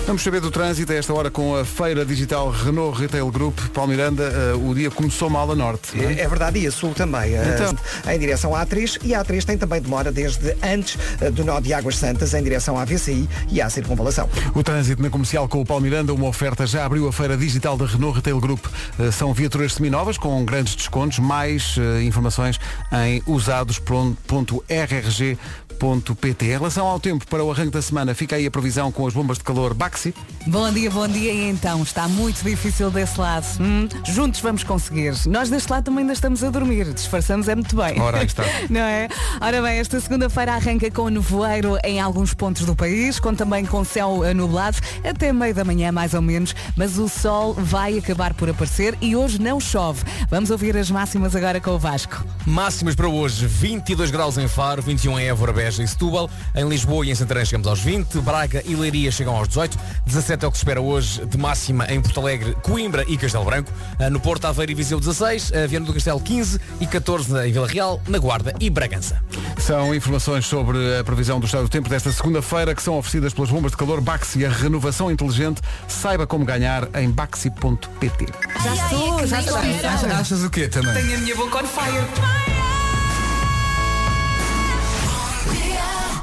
Speaker 1: Vamos saber do trânsito a esta hora com a feira digital Renault Retail Group. Paulo Miranda, eh, o dia começou mal a norte. não é?
Speaker 2: É é verdade, e a Sul também. eh, Em direção à A3 e a A3 tem também demora desde antes eh, do nó de Águas Santas em direção à VCI e à Circunvalação.
Speaker 1: O trânsito na comercial com o Palmiranda, uma oferta já abriu a feira digital da Renault Retail Group. Eh, São viaturas seminovas com grandes descontos, mais eh, informações em usados.rrg.pt. Em relação ao tempo para o arranque da semana, fica aí a previsão com as bombas de calor Baxi.
Speaker 3: Bom dia, bom dia. E então, está muito difícil desse lado. Hum, juntos vamos conseguir. Nós deste lado também ainda estamos a dormir. Disfarçamos é muito bem.
Speaker 1: Ora, aí está.
Speaker 3: Não é? Ora bem, esta segunda-feira arranca com nevoeiro em alguns pontos do país, com também com céu eh, nublado até meio da manhã, mais ou menos, mas o sol vai acabar por aparecer e hoje não chove. Vamos ouvir as máximas agora com o Vasco.
Speaker 7: Máximas para hoje, 22 graus em Faro, 21 em Évora, Beja e Setúbal. Em Lisboa e em Santarém chegamos aos 20. Braga e Leiria chegam aos 18. 17 é o que se espera hoje de máxima em Porto Alegre, Coimbra e Castelo Branco. Ah, No Porto, Aveiro e Viseu 16. ah, Viana do Castelo 15 e 14 em Vila Real, na Guarda e Bragança.
Speaker 1: São informações sobre a previsão do estado do tempo desta segunda-feira que são oferecidas pelas bombas de calor Baxi, a renovação inteligente. Saiba como ganhar em baxi.pt.
Speaker 3: Já estou, já estou.
Speaker 1: Achas o quê também?
Speaker 3: a minha boca on fire.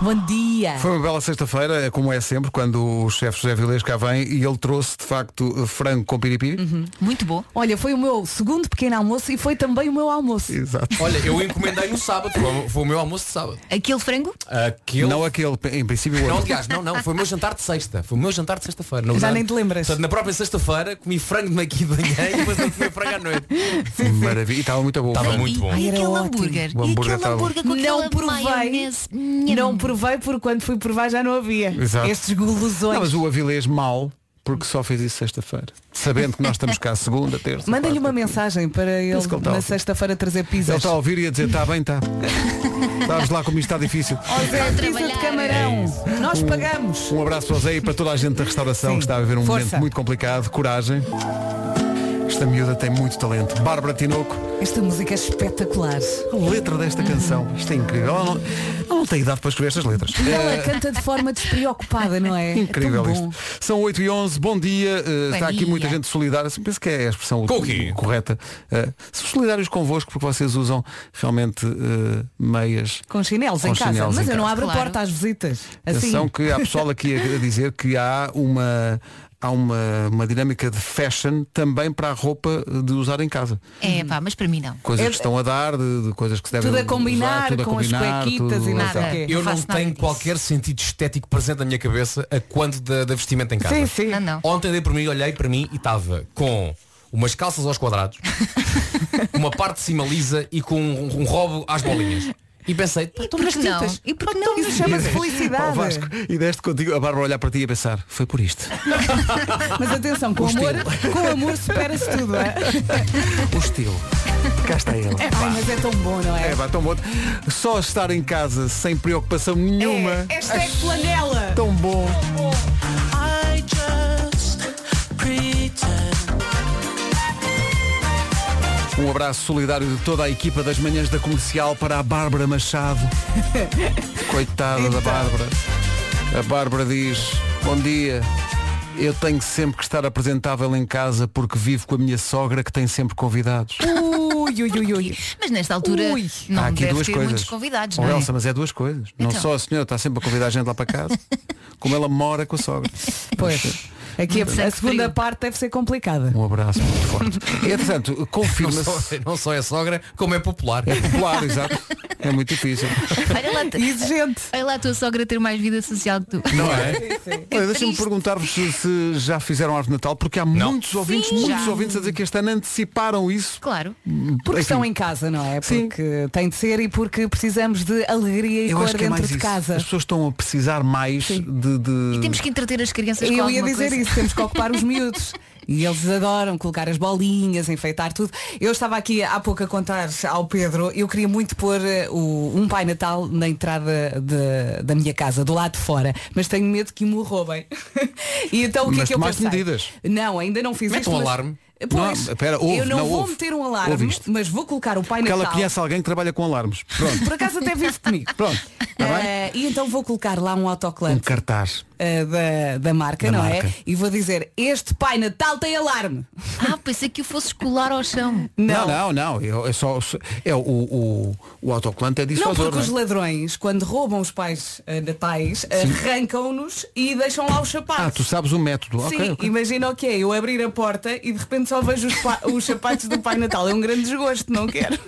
Speaker 3: Bom dia.
Speaker 1: Foi uma bela sexta-feira, como é sempre, quando o chefe José Vilês cá vem e ele trouxe, de facto, frango com piripiri.
Speaker 7: Uhum.
Speaker 4: Muito bom.
Speaker 3: Olha, foi o meu segundo pequeno almoço e foi também o meu almoço.
Speaker 1: Exato.
Speaker 7: Olha, eu encomendei no sábado, foi- foi o meu almoço de sábado.
Speaker 4: Aquele frango?
Speaker 7: Aquele...
Speaker 1: Não aquele, em princípio o
Speaker 7: Não,
Speaker 1: outro.
Speaker 7: aliás, não, não, foi o meu jantar de sexta. Foi o meu jantar de sexta-feira.
Speaker 3: Já
Speaker 7: Portanto,
Speaker 3: nem te lembras.
Speaker 7: Portanto, na própria sexta-feira comi frango de maqui de manhã e depois não comi frango à noite.
Speaker 1: Maravilha. E estava muito bom.
Speaker 7: Estava
Speaker 1: Frango.
Speaker 7: muito
Speaker 4: e,
Speaker 7: bom.
Speaker 4: ai,
Speaker 3: Era
Speaker 4: aquele
Speaker 3: ótimo.
Speaker 4: hambúrguer.
Speaker 1: O hambúrguer
Speaker 4: e
Speaker 1: estava
Speaker 4: aquele hambúrguer com
Speaker 3: Não
Speaker 4: aquela
Speaker 3: provei.
Speaker 4: maionese.
Speaker 3: Não provei porque quando fui provar já não havia.
Speaker 1: Exato.
Speaker 3: Estes golosões.
Speaker 1: Não, mas o Avilés mal, porque só fez isso sexta-feira. Sabendo que nós estamos cá segunda, terça.
Speaker 3: Mandem-lhe
Speaker 1: quarta.
Speaker 3: uma mensagem para ele
Speaker 1: é Penso que ele está a
Speaker 3: na
Speaker 1: ouvir.
Speaker 3: sexta-feira trazer
Speaker 1: Ele tá
Speaker 3: pizzas.
Speaker 1: está a ouvir e a dizer, está bem, está. Sabes lá como isto está difícil.
Speaker 3: Zé, pizza de
Speaker 4: é, trabalhar.
Speaker 1: É
Speaker 3: camarão. Nós pagamos.
Speaker 1: Um abraço para o Zé e para toda a gente da restauração
Speaker 3: Sim.
Speaker 1: que está a viver um
Speaker 3: Força.
Speaker 1: momento muito complicado. Coragem. Esta miúda tem muito talento. Bárbara Tinoco,
Speaker 3: Esta música é espetacular.
Speaker 1: a letra desta canção. Isto é incrível. Ela não, ela não tem idade para escrever estas letras.
Speaker 3: Ela canta de forma despreocupada, não é? é
Speaker 1: É. Incrível
Speaker 3: tão bom.
Speaker 1: isto. São 8 e 11 bom dia. Uh, está aqui
Speaker 4: dia.
Speaker 1: muita gente solidária. Penso que é a expressão
Speaker 7: Com o quê?
Speaker 1: correta. Uh, são solidários convosco porque vocês usam realmente uh, meias.
Speaker 3: Com chinelos
Speaker 1: Com
Speaker 3: em casa.
Speaker 1: chinelos
Speaker 3: mas
Speaker 1: em
Speaker 3: eu não
Speaker 1: casa.
Speaker 3: abro
Speaker 4: Claro.
Speaker 3: a porta às visitas. Assim.
Speaker 1: Atenção que há pessoal aqui a dizer que há uma. Há uma, uma dinâmica de fashion também para a roupa de usar em casa.
Speaker 4: É pá, mas para mim não.
Speaker 1: Coisas
Speaker 3: É-
Speaker 1: que estão a dar, de, de coisas que se devem
Speaker 3: Tudo a
Speaker 1: usar,
Speaker 3: combinar
Speaker 1: tudo a
Speaker 3: com as
Speaker 1: combinar,
Speaker 3: cuequitas
Speaker 1: tudo-
Speaker 3: e não
Speaker 4: Nada.
Speaker 3: sei o quê.
Speaker 4: Não
Speaker 7: Eu não
Speaker 4: faço nada
Speaker 7: tenho
Speaker 4: disso.
Speaker 7: qualquer sentido estético presente na minha cabeça a quanto da, da vestimenta em casa.
Speaker 3: Sim, sim.
Speaker 4: Não, não.
Speaker 7: Ontem dei por mim, olhei para mim e estava com umas calças aos quadrados, uma parte de cima lisa e com um, um robo às bolinhas. E pensei, pá,
Speaker 4: E
Speaker 3: Então
Speaker 4: por que não? E por que não?
Speaker 3: Isso Então, chama-se
Speaker 1: Ó,
Speaker 3: felicidade.
Speaker 1: Vasco, e deste contigo, a Bárbara olhar para ti e pensar, foi por isto.
Speaker 3: Mas atenção, com amor, com amor supera-se tudo, é?
Speaker 1: O estilo. Cá está ele.
Speaker 3: Ai, mas é tão bom, não é?
Speaker 1: É, pá, tão bom. Só estar em casa sem preocupação nenhuma.
Speaker 3: É, hashtag flanela.
Speaker 1: Tão bom. Um abraço solidário de toda a equipa das manhãs da comercial para a Bárbara Machado. Coitada da Bárbara. A Bárbara diz, bom dia. Eu tenho sempre que estar apresentável em casa porque vivo com a minha sogra que tem sempre convidados.
Speaker 3: Ui, ui, ui, ui.
Speaker 4: Mas nesta altura
Speaker 3: Ui.
Speaker 4: não
Speaker 1: Há aqui
Speaker 4: deve
Speaker 1: duas
Speaker 4: ter
Speaker 1: coisas.
Speaker 4: muitos convidados,
Speaker 1: Oh,
Speaker 4: não é?
Speaker 1: Elsa, mas é duas coisas. Não
Speaker 4: Então.
Speaker 1: só a senhora está sempre a convidar a gente lá para casa, como ela mora com a sogra.
Speaker 3: Pois. Aqui
Speaker 4: Mas é
Speaker 3: a, a
Speaker 4: que
Speaker 3: segunda
Speaker 4: frio.
Speaker 3: parte deve ser complicada.
Speaker 1: Um abraço muito forte. E, entretanto,
Speaker 7: não
Speaker 1: É, confirma-se.
Speaker 7: só, não só é sogra, como é popular.
Speaker 1: É popular, exato. É muito difícil.
Speaker 4: Olha lá,
Speaker 3: E exigente.
Speaker 4: olha lá a tua sogra ter mais vida social que tu.
Speaker 1: Não é? Olha, Deixa-me
Speaker 4: triste.
Speaker 1: perguntar-vos se, se já fizeram árvore de Natal, porque há muitos ouvintes,
Speaker 4: Sim,
Speaker 1: muitos
Speaker 4: já.
Speaker 1: ouvintes a dizer que este ano anteciparam isso.
Speaker 4: Claro.
Speaker 1: Enfim,
Speaker 3: Porque estão em casa, não é?
Speaker 1: Sim.
Speaker 3: Porque tem de ser e porque precisamos de alegria e
Speaker 1: eu
Speaker 3: cor
Speaker 1: acho que é
Speaker 3: dentro
Speaker 1: mais
Speaker 3: de
Speaker 1: isso.
Speaker 3: casa.
Speaker 1: As pessoas estão a precisar mais de, de-
Speaker 4: Temos que entreter as crianças com
Speaker 3: Eu ia
Speaker 4: alguma
Speaker 3: dizer
Speaker 4: coisa.
Speaker 3: isso, temos que ocupar os miúdos. E eles adoram colocar as bolinhas, enfeitar tudo. Eu estava aqui há pouco a contar ao Pedro, eu queria muito pôr eh, o- um Pai Natal na entrada de- da minha casa, do lado de fora, mas tenho medo que me o roubem. e então o que
Speaker 1: Mas
Speaker 3: é que eu
Speaker 1: tomaste
Speaker 3: pensei?
Speaker 1: medidas.
Speaker 3: Não, ainda não fiz
Speaker 7: Mete
Speaker 3: isto.
Speaker 7: um
Speaker 3: mas- Eh,
Speaker 7: alarme.
Speaker 3: Pois,
Speaker 1: Não, espera, ouve,
Speaker 3: eu não,
Speaker 1: não,
Speaker 3: vou
Speaker 1: ouve.
Speaker 3: meter um
Speaker 1: Ouve
Speaker 3: alarme,
Speaker 1: isto.
Speaker 3: mas vou colocar o Pai
Speaker 1: Porque
Speaker 3: Natal. é
Speaker 1: ela conhece alguém que trabalha com alarmes. Pronto,
Speaker 3: Por acaso até vive comigo.
Speaker 1: pronto. Está Tá bem?
Speaker 3: Eh, e então vou colocar lá um
Speaker 1: Um
Speaker 3: autocolante.
Speaker 1: cartaz.
Speaker 3: eh, da, da marca,
Speaker 4: Da
Speaker 3: não é?
Speaker 4: marca.
Speaker 3: E vou dizer, este Pai Natal tem alarme.
Speaker 4: Ah, pensei que o fosse colar ao chão.
Speaker 1: Não, não, não. Eu- é só, é o, o, o autocolante é
Speaker 3: não
Speaker 1: dissuasor.
Speaker 3: porque os
Speaker 1: não é?
Speaker 3: ladrões, quando roubam os pais eh, natais, arrancam-nos e deixam lá os sapatos.
Speaker 1: Ah, tu sabes o método.
Speaker 3: Sim,
Speaker 1: Ok, ok.
Speaker 3: imagina o que é, eu abrir a porta e de repente só vejo os, pa- os sapatos do Pai Natal. É um grande desgosto, não quero.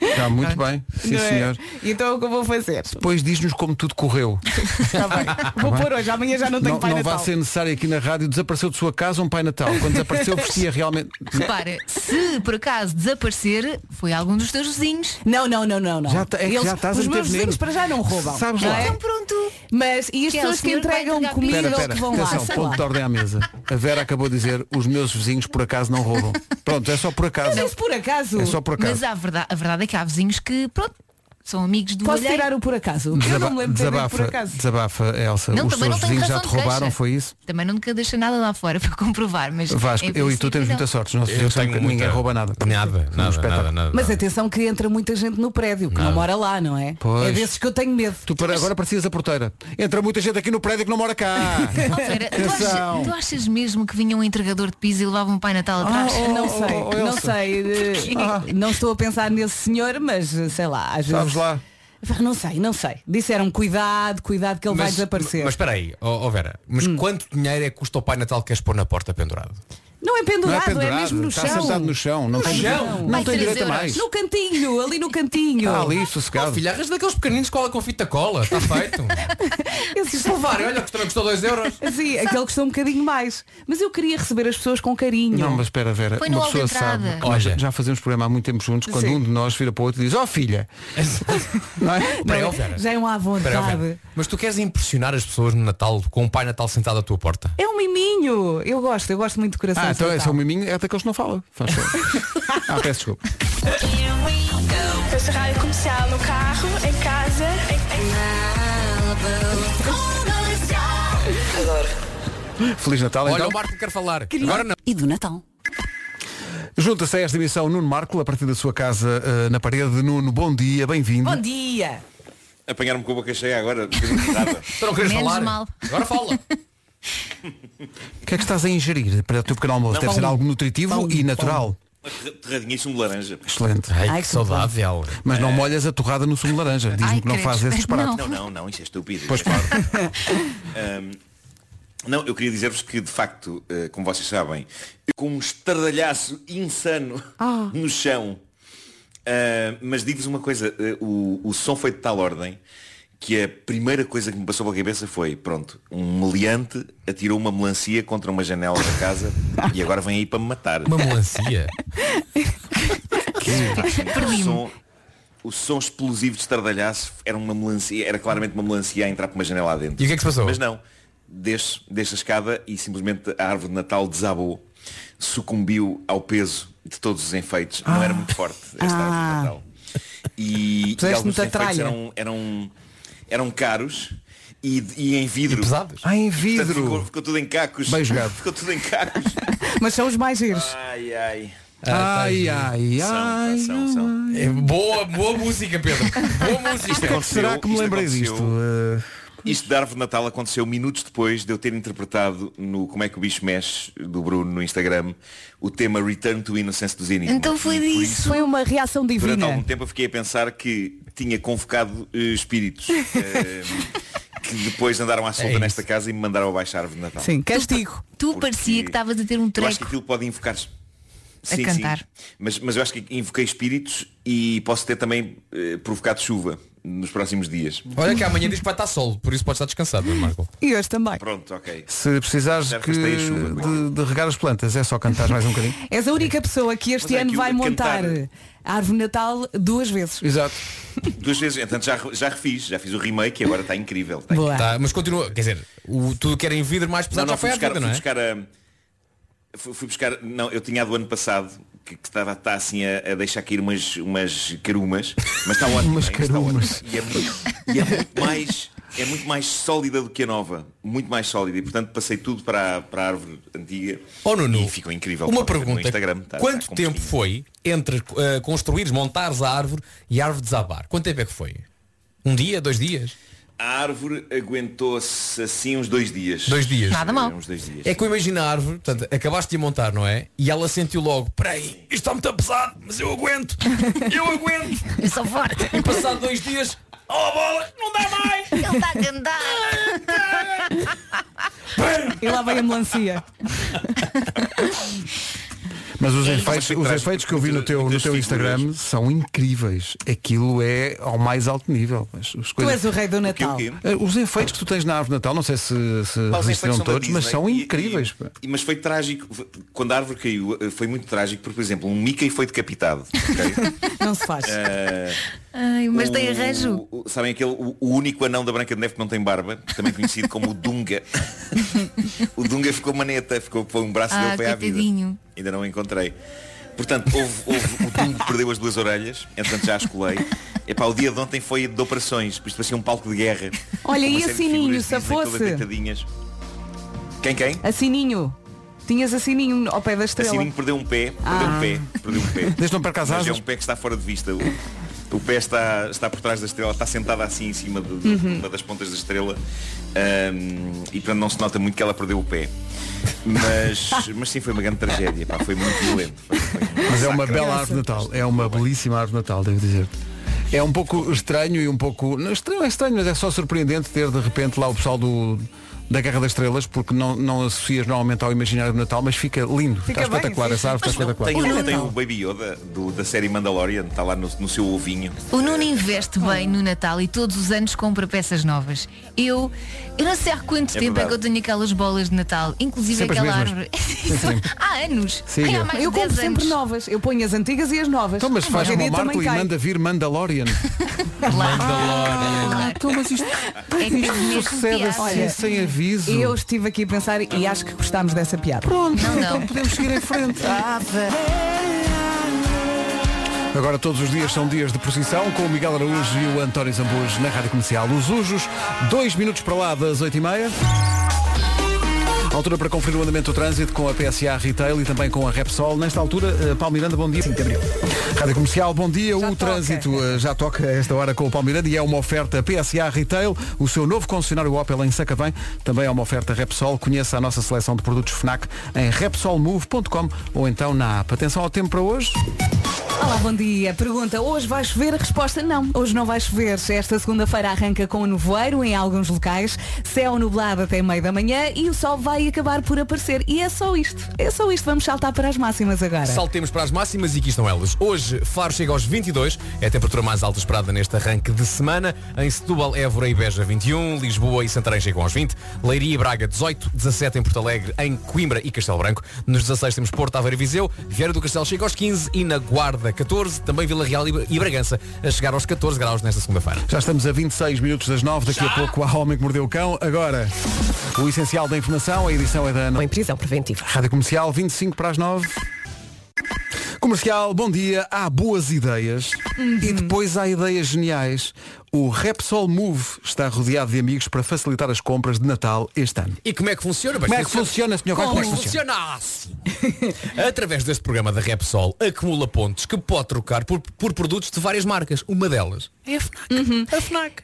Speaker 1: Está muito bem. Sim,
Speaker 3: Não é?
Speaker 1: senhor.
Speaker 3: Então o que eu vou fazer?
Speaker 1: Depois diz-nos como tudo correu.
Speaker 3: Vou
Speaker 1: bem.
Speaker 3: pôr hoje, amanhã já não tenho
Speaker 1: não
Speaker 3: Pai
Speaker 1: não
Speaker 3: Natal.
Speaker 1: vai ser necessário aqui na rádio desapareceu de sua casa um Pai Natal. Quando desapareceu vestia realmente.
Speaker 4: Repara, se por acaso desaparecer, foi algum dos teus vizinhos.
Speaker 3: Não, não, não, não, não.
Speaker 1: Já tá- é que
Speaker 3: Eles-
Speaker 1: já estás a
Speaker 3: os
Speaker 1: meter
Speaker 3: meus vizinhos
Speaker 1: veneno.
Speaker 3: para já não roubam.
Speaker 1: Sabes
Speaker 3: não
Speaker 1: lá.
Speaker 3: é?
Speaker 1: Então
Speaker 4: pronto.
Speaker 3: Mas e as
Speaker 4: Que é, o
Speaker 3: pessoas que
Speaker 4: senhor vai
Speaker 3: entregam
Speaker 4: entregar
Speaker 3: comida
Speaker 1: Espera,
Speaker 3: ou
Speaker 1: espera,
Speaker 3: que vão lá?
Speaker 1: atenção,
Speaker 3: sei
Speaker 1: ponto
Speaker 3: lá.
Speaker 1: de ordem à mesa. A Vera acabou de dizer, os meus vizinhos por acaso não roubam. Pronto, é só por
Speaker 4: Eu
Speaker 1: acaso.
Speaker 4: disse
Speaker 3: por acaso.
Speaker 1: É só por acaso.
Speaker 4: Mas há verdade, a verdade é que há vizinhos que, pronto, são amigos do
Speaker 3: Posso
Speaker 4: olheiro.
Speaker 3: tirar o por acaso?
Speaker 1: Desaba-
Speaker 3: eu não me lembro de ter dito
Speaker 1: desabafa,
Speaker 3: por acaso.
Speaker 1: desabafa, Elsa.
Speaker 4: Não,
Speaker 1: os teus
Speaker 4: também não tenho
Speaker 1: vizinhos já
Speaker 4: razão
Speaker 1: te
Speaker 4: de queixa.
Speaker 1: roubaram, foi isso?
Speaker 4: Também não nunca deixa nada lá fora para comprovar, mas
Speaker 1: Vasco,
Speaker 4: em
Speaker 1: eu e tu
Speaker 4: princípio,
Speaker 1: temos
Speaker 4: não.
Speaker 1: muita sorte. Os nossos vizinhos
Speaker 7: tenho
Speaker 1: nunca- ninguém
Speaker 7: muita-
Speaker 1: rouba nada. um
Speaker 7: Nada, nada,
Speaker 1: espetáculo.
Speaker 7: nada, nada.
Speaker 3: Mas atenção que entra muita gente no prédio, que não,
Speaker 1: Não.
Speaker 3: mora lá, não é?
Speaker 1: Pois.
Speaker 3: É desses que eu tenho medo.
Speaker 1: Tu para, agora parecias a porteira. Entra muita gente aqui no prédio que não mora cá.
Speaker 4: Oh, Vera, tu, achas, tu achas mesmo que vinha um entregador de piso e levava um Pai Natal atrás?
Speaker 3: Ah,
Speaker 1: oh,
Speaker 3: não sei, não sei. eh,
Speaker 4: Ah.
Speaker 3: Não estou a pensar nesse senhor, mas eh, sei lá, às vezes. Ah,
Speaker 7: Sabes lá.
Speaker 3: Não sei, não sei. Disseram cuidado, cuidado que ele vai desaparecer. Hum.
Speaker 7: Mas espera aí, ó ó Vera, mas quanto dinheiro é que custa o Pai Natal que queres pôr na porta pendurado?
Speaker 8: Um
Speaker 3: Não é pendurado, é, mesmo no
Speaker 1: está
Speaker 3: chão.
Speaker 1: sentado no chão. Não
Speaker 3: No
Speaker 1: tem,
Speaker 3: chão?
Speaker 1: Não tem direito a mais.
Speaker 3: No cantinho, ali no cantinho.
Speaker 1: Está ali, sossegado.
Speaker 7: Oh, Filha, arranja daqueles pequeninos cola com fita cola, está feito.
Speaker 3: Esses
Speaker 7: levarem, olha, custou- custou dois euros.
Speaker 3: Sim, aquele custou um bocadinho mais. Mas eu queria receber as pessoas com carinho.
Speaker 1: Não, mas espera, Vera,
Speaker 3: Põe
Speaker 1: uma
Speaker 3: no
Speaker 1: pessoa
Speaker 3: alvitrada.
Speaker 1: sabe. que nós
Speaker 7: Olha.
Speaker 1: Já fazemos programa há muito tempo juntos, quando
Speaker 3: Sim.
Speaker 1: um de nós vira para o outro e diz, ó filha, não é?
Speaker 7: Espera aí, ó, Vera.
Speaker 3: Já é uma à
Speaker 7: Espera aí, ó,
Speaker 3: vontade.
Speaker 7: Vera. Mas tu queres impressionar as pessoas no Natal com um Pai Natal sentado à tua porta?
Speaker 3: É um miminho. Eu gosto, eu gosto muito de coração.
Speaker 1: Ah, então esse é o miminho, é daqueles que não fala. Faz favor. ah, peço desculpa.
Speaker 6: Essa rádio comercial no carro, em casa, em... Adoro.
Speaker 1: Feliz Natal,
Speaker 7: Olha,
Speaker 1: então.
Speaker 7: o Marco quer falar. Agora não.
Speaker 3: E do Natal.
Speaker 1: Junta-se a esta emissão Nuno Marco, a partir da sua casa eh, na parede. Nuno, bom dia, bem-vindo.
Speaker 3: Bom dia.
Speaker 8: Apanharam-me com a boca cheia agora. um tu
Speaker 7: não
Speaker 1: queres Menos falar? mal.
Speaker 7: Agora fala.
Speaker 1: O que é que estás a ingerir para o teu pequeno almoço?
Speaker 8: Não,
Speaker 1: Deve ser
Speaker 8: pão.
Speaker 1: algo nutritivo
Speaker 8: Pão,
Speaker 1: e
Speaker 8: pão.
Speaker 1: natural.
Speaker 8: Uma terra- terradinha e sumo de laranja.
Speaker 1: Excelente.
Speaker 8: Ai, Ai, que que saudável. É. saudável.
Speaker 1: Mas não molhas a torrada no sumo de laranja. Diz-me que não fazes esse disparate.
Speaker 8: Não, não, não, isso é estúpido. Pois não, eu queria dizer-vos que, de facto, eh, como vocês sabem, eu com um estardalhaço insano
Speaker 12: Ah.
Speaker 8: no chão. Ah, mas digo-vos uma coisa, eh, o, o som foi de tal ordem que a primeira coisa que me passou pela cabeça foi, pronto, um meliante atirou uma melancia contra uma janela da casa e agora vem aí para me matar.
Speaker 7: Uma melancia?
Speaker 8: O som, o som explosivo de estardalhaço era uma melancia, era claramente uma melancia a entrar por uma janela lá dentro.
Speaker 7: E o que é que se passou?
Speaker 8: Mas não, desce, desce a escada e simplesmente a árvore de Natal desabou, sucumbiu ao peso de todos os enfeites. Não era muito forte esta árvore de
Speaker 3: Ah.
Speaker 8: Natal. E, e
Speaker 3: Puseste
Speaker 8: alguns
Speaker 3: muita
Speaker 8: enfeites
Speaker 3: tralha.
Speaker 8: eram, eram, eram caros. E, e em vidro. pesados?
Speaker 1: Ah, em vidro.
Speaker 8: ficou, ficou tudo em cacos.
Speaker 1: Bem jogado.
Speaker 8: Ficou tudo em cacos.
Speaker 3: Mas são os mais giros.
Speaker 8: Ai, ai. tá
Speaker 1: Ai, ai, ai.
Speaker 7: É boa, boa música, Pedro. Boa música.
Speaker 8: Isto aconteceu, isto aconteceu. Isto da árvore de Natal aconteceu minutos depois de eu ter interpretado no Como é que o bicho mexe do Bruno no Instagram o tema Return to Innocence dos Enigmas.
Speaker 3: Então foi disso. Foi uma reação
Speaker 8: Durante algum
Speaker 3: divina.
Speaker 8: tempo eu fiquei a pensar que tinha convocado eh, espíritos eh, que depois andaram à solta nesta casa e me mandaram abaixo a árvore de Natal.
Speaker 3: castigo.
Speaker 4: É Tu
Speaker 8: Porque-
Speaker 4: parecia que estavas a ter um
Speaker 8: Eu acho que
Speaker 4: treco.
Speaker 8: aquilo pode invocar sim, sim.
Speaker 4: cantar.
Speaker 8: Mas, mas eu acho que invoquei espíritos e posso ter também eh, provocado chuva nos próximos dias.
Speaker 7: Olha que amanhã diz que vai estar sol, por isso pode estar descansado, é, Marco.
Speaker 3: E hoje também.
Speaker 8: Pronto, ok.
Speaker 1: Se precisares
Speaker 8: Já
Speaker 1: que
Speaker 8: gastei a chuva,
Speaker 1: de, de regar as plantas, é só cantar mais um bocadinho.
Speaker 3: És a única pessoa que este
Speaker 8: Mas é
Speaker 3: ano
Speaker 8: que o
Speaker 3: vai montar
Speaker 8: cantar-
Speaker 3: a árvore de natal duas vezes.
Speaker 1: Exato.
Speaker 8: Duas vezes, entanto já, re- já refiz, já fiz o remake e agora está incrível. Está
Speaker 3: Boa.
Speaker 7: Tá, mas continua, quer dizer, o, tudo que era em vidro mais
Speaker 8: Não,
Speaker 7: pesado
Speaker 8: não,
Speaker 7: já foi
Speaker 8: fui
Speaker 7: à
Speaker 8: buscar,
Speaker 7: vida, não
Speaker 8: fui
Speaker 7: é?
Speaker 8: buscar a- fui- fui buscar- não, eu tinha a do ano passado, que, que estava está assim a, a deixar cair umas, umas carumas, mas está ótimo.
Speaker 1: Umas
Speaker 8: hein? Está ótimo.
Speaker 1: carumas.
Speaker 8: E é, muito, e é muito mais, é muito mais sólida do que a nova. Muito mais sólida. E portanto passei tudo para, a- para a árvore antiga.
Speaker 7: Oh, Nuno,
Speaker 8: e ficou incrível.
Speaker 7: Uma
Speaker 8: Pode ver no
Speaker 7: pergunta,
Speaker 8: Instagram, tá, está-
Speaker 7: quanto
Speaker 8: está com
Speaker 7: tempo foi entre eh, construíres, montares a árvore e a árvore desabar? Quanto tempo é que foi? Um dia, dois dias?
Speaker 8: A árvore aguentou-se assim uns dois dias.
Speaker 7: Dois dias.
Speaker 8: Eh, Uns dois dias.
Speaker 7: É que eu imagino a árvore, portanto, acabaste de a montar, não é? E ela sentiu logo, peraí, isto está muito pesado, mas eu aguento. Eu aguento.
Speaker 4: Eu sou forte.
Speaker 7: E passado dois dias, oh bola, não dá mais.
Speaker 4: Ele está a cantar.
Speaker 3: E lá vem a melancia.
Speaker 1: Mas os
Speaker 3: É isso.
Speaker 1: efeitos, os efeitos que eu vi no teu, no teu Instagram são incríveis. Aquilo é ao mais alto nível. As, as
Speaker 3: Tu
Speaker 1: coisas-
Speaker 3: és o rei do Natal.
Speaker 1: Eh, Os efeitos que tu tens na árvore de Natal, não sei se, se
Speaker 8: Pá, os efeitos
Speaker 1: resistiram
Speaker 8: são da
Speaker 1: todos, mas
Speaker 8: Disney
Speaker 1: são
Speaker 8: e- e-
Speaker 1: incríveis. pá.
Speaker 8: E- Mas foi trágico. Quando a árvore caiu, eh, foi muito trágico, porque, por exemplo, um Mickey foi decapitado.
Speaker 3: Não se faz.
Speaker 8: Eh,
Speaker 4: Ai, mas tem arranjo.
Speaker 8: o- o- sabem aquele, o, o único anão da Branca de Neve que não tem barba, também é conhecido como o Dunga. o Dunga ficou maneta, ficou com um braço
Speaker 4: Ah,
Speaker 8: dele foi à vida.
Speaker 4: coitadinho.
Speaker 8: Ainda não o encontrei. Portanto, houve, houve- o Dunga perdeu as duas orelhas, entretanto já as colei. Epá, o dia de ontem foi de operações, por isto parecia um palco de guerra.
Speaker 3: Olha, e
Speaker 8: Com uma
Speaker 3: a
Speaker 8: série de
Speaker 3: Sininho,
Speaker 8: figuras
Speaker 3: se a
Speaker 8: Disney todas
Speaker 3: fosse?
Speaker 8: deitadinhas. Quem, quem?
Speaker 3: A Sininho. Tinhas a Sininho ao pé da
Speaker 8: A
Speaker 3: estrela.
Speaker 8: Sininho perdeu um pé, perdeu
Speaker 3: Ah.
Speaker 8: um pé, perdeu um pé.
Speaker 1: Desde não perca as
Speaker 8: Mas é
Speaker 1: asas.
Speaker 8: um pé que está fora de vista. O, o pé está, está por trás da estrela, está sentada assim em cima de, de-
Speaker 12: Uhum.
Speaker 8: uma das pontas da estrela. Ahm, e portanto não se nota muito que ela perdeu o pé. Mas, mas sim, foi uma grande tragédia, pá, foi muito violento.
Speaker 1: Mas é uma bela árvore de Natal. É uma belíssima árvore de Natal, devo dizer. É um pouco estranho e um pouco. Não, estranho é estranho, mas é só surpreendente ter de repente lá o pessoal do, da Guerra das Estrelas, porque não, não associas normalmente ao imaginário do Natal, mas fica lindo.
Speaker 8: Fica
Speaker 1: está
Speaker 8: bem,
Speaker 1: espetacular,
Speaker 8: sim,
Speaker 1: essa árvore
Speaker 8: Mas
Speaker 1: está
Speaker 8: não,
Speaker 1: espetacular.
Speaker 8: tem, o- tem o Baby Yoda do- da série Mandalorian, está lá no, no seu ovinho.
Speaker 4: O Nuno investe bem no Natal e todos os anos compra peças novas. Eu, eu não sei há quanto
Speaker 8: É
Speaker 4: tempo é
Speaker 8: verdade.
Speaker 4: que eu tenho aquelas bolas de Natal, inclusive
Speaker 3: Sempre as
Speaker 4: aquela
Speaker 3: mesmas.
Speaker 4: árvore. Isso
Speaker 1: Sim.
Speaker 4: há anos.
Speaker 1: Sim,
Speaker 4: Ai,
Speaker 1: eu-
Speaker 4: há mais
Speaker 3: Eu
Speaker 4: de 10
Speaker 3: compro sempre
Speaker 4: anos.
Speaker 3: novas. Eu ponho as antigas e as novas.
Speaker 1: Então, mas faz como o Marco e manda vir Mandalorian. Mandalorian.
Speaker 3: Ah, então,
Speaker 1: mas isto
Speaker 4: é que mesmo
Speaker 1: sucede
Speaker 4: piada.
Speaker 1: assim, sem aviso.
Speaker 3: Eu estive aqui a pensar e acho que gostámos dessa piada.
Speaker 1: Pronto,
Speaker 4: Não,
Speaker 1: então
Speaker 4: não.
Speaker 1: podemos seguir em frente. Agora todos os dias são dias de procissão com o Miguel Araújo e o António Zambujo na Rádio Comercial. Os Ujos, dois minutos para lá das oito e meia. Altura para conferir o andamento do trânsito com a PSA Retail e também com a Repsol. Nesta altura, eh, Paulo Miranda, bom dia. 5 de Abril. Rádio Comercial, bom dia. o trânsito eh, já toca a esta hora com o Paulo Miranda e é uma oferta PSA Retail, o seu novo concessionário Opel em Sacavém. Também é uma oferta Repsol. Conheça a nossa seleção de produtos FNAC em repsolmove.com ou então na app. Atenção ao tempo para hoje.
Speaker 3: Olá, bom dia. Pergunta, hoje vai chover? Resposta, não. Hoje não vai chover. Esta segunda-feira arranca com o nevoeiro em alguns locais, céu nublado até meio da manhã e o sol vai acabar por aparecer. E é só isto. É só isto. Vamos saltar para as máximas agora.
Speaker 7: Saltemos para as máximas e aqui estão elas. Hoje, Faro chega aos 22, é a temperatura mais alta esperada neste arranque de semana. Em Setúbal, Évora e Beja, 21. Lisboa e Santarém chegam aos 20. Leiria e Braga, 18. 17 em Porto Alegre, em Coimbra e Castelo Branco. Nos 16 temos Porto, Aveiro e Viseu. Vieira do Castelo chega aos 15 e na Guarda, 14. Também Vila Real e e Bragança a chegar aos 14 graus nesta segunda-feira.
Speaker 1: Já estamos a 26 minutos das 9, daqui a pouco há Homem que Mordeu o Cão. Agora, o essencial da informação, a edição é da Ana. Em prisão preventiva. Rádio Comercial, 25 para as 9. Comercial, bom dia. Há boas ideias e depois há ideias geniais. O Repsol Move está rodeado de amigos para facilitar as compras de Natal este ano.
Speaker 7: E como é que funciona?
Speaker 1: Como é que funciona, Sr. Costa?
Speaker 7: Como é que funciona? Através deste programa da Repsol, acumula pontos que pode trocar por, por produtos de várias marcas. Uma delas
Speaker 3: Uhum.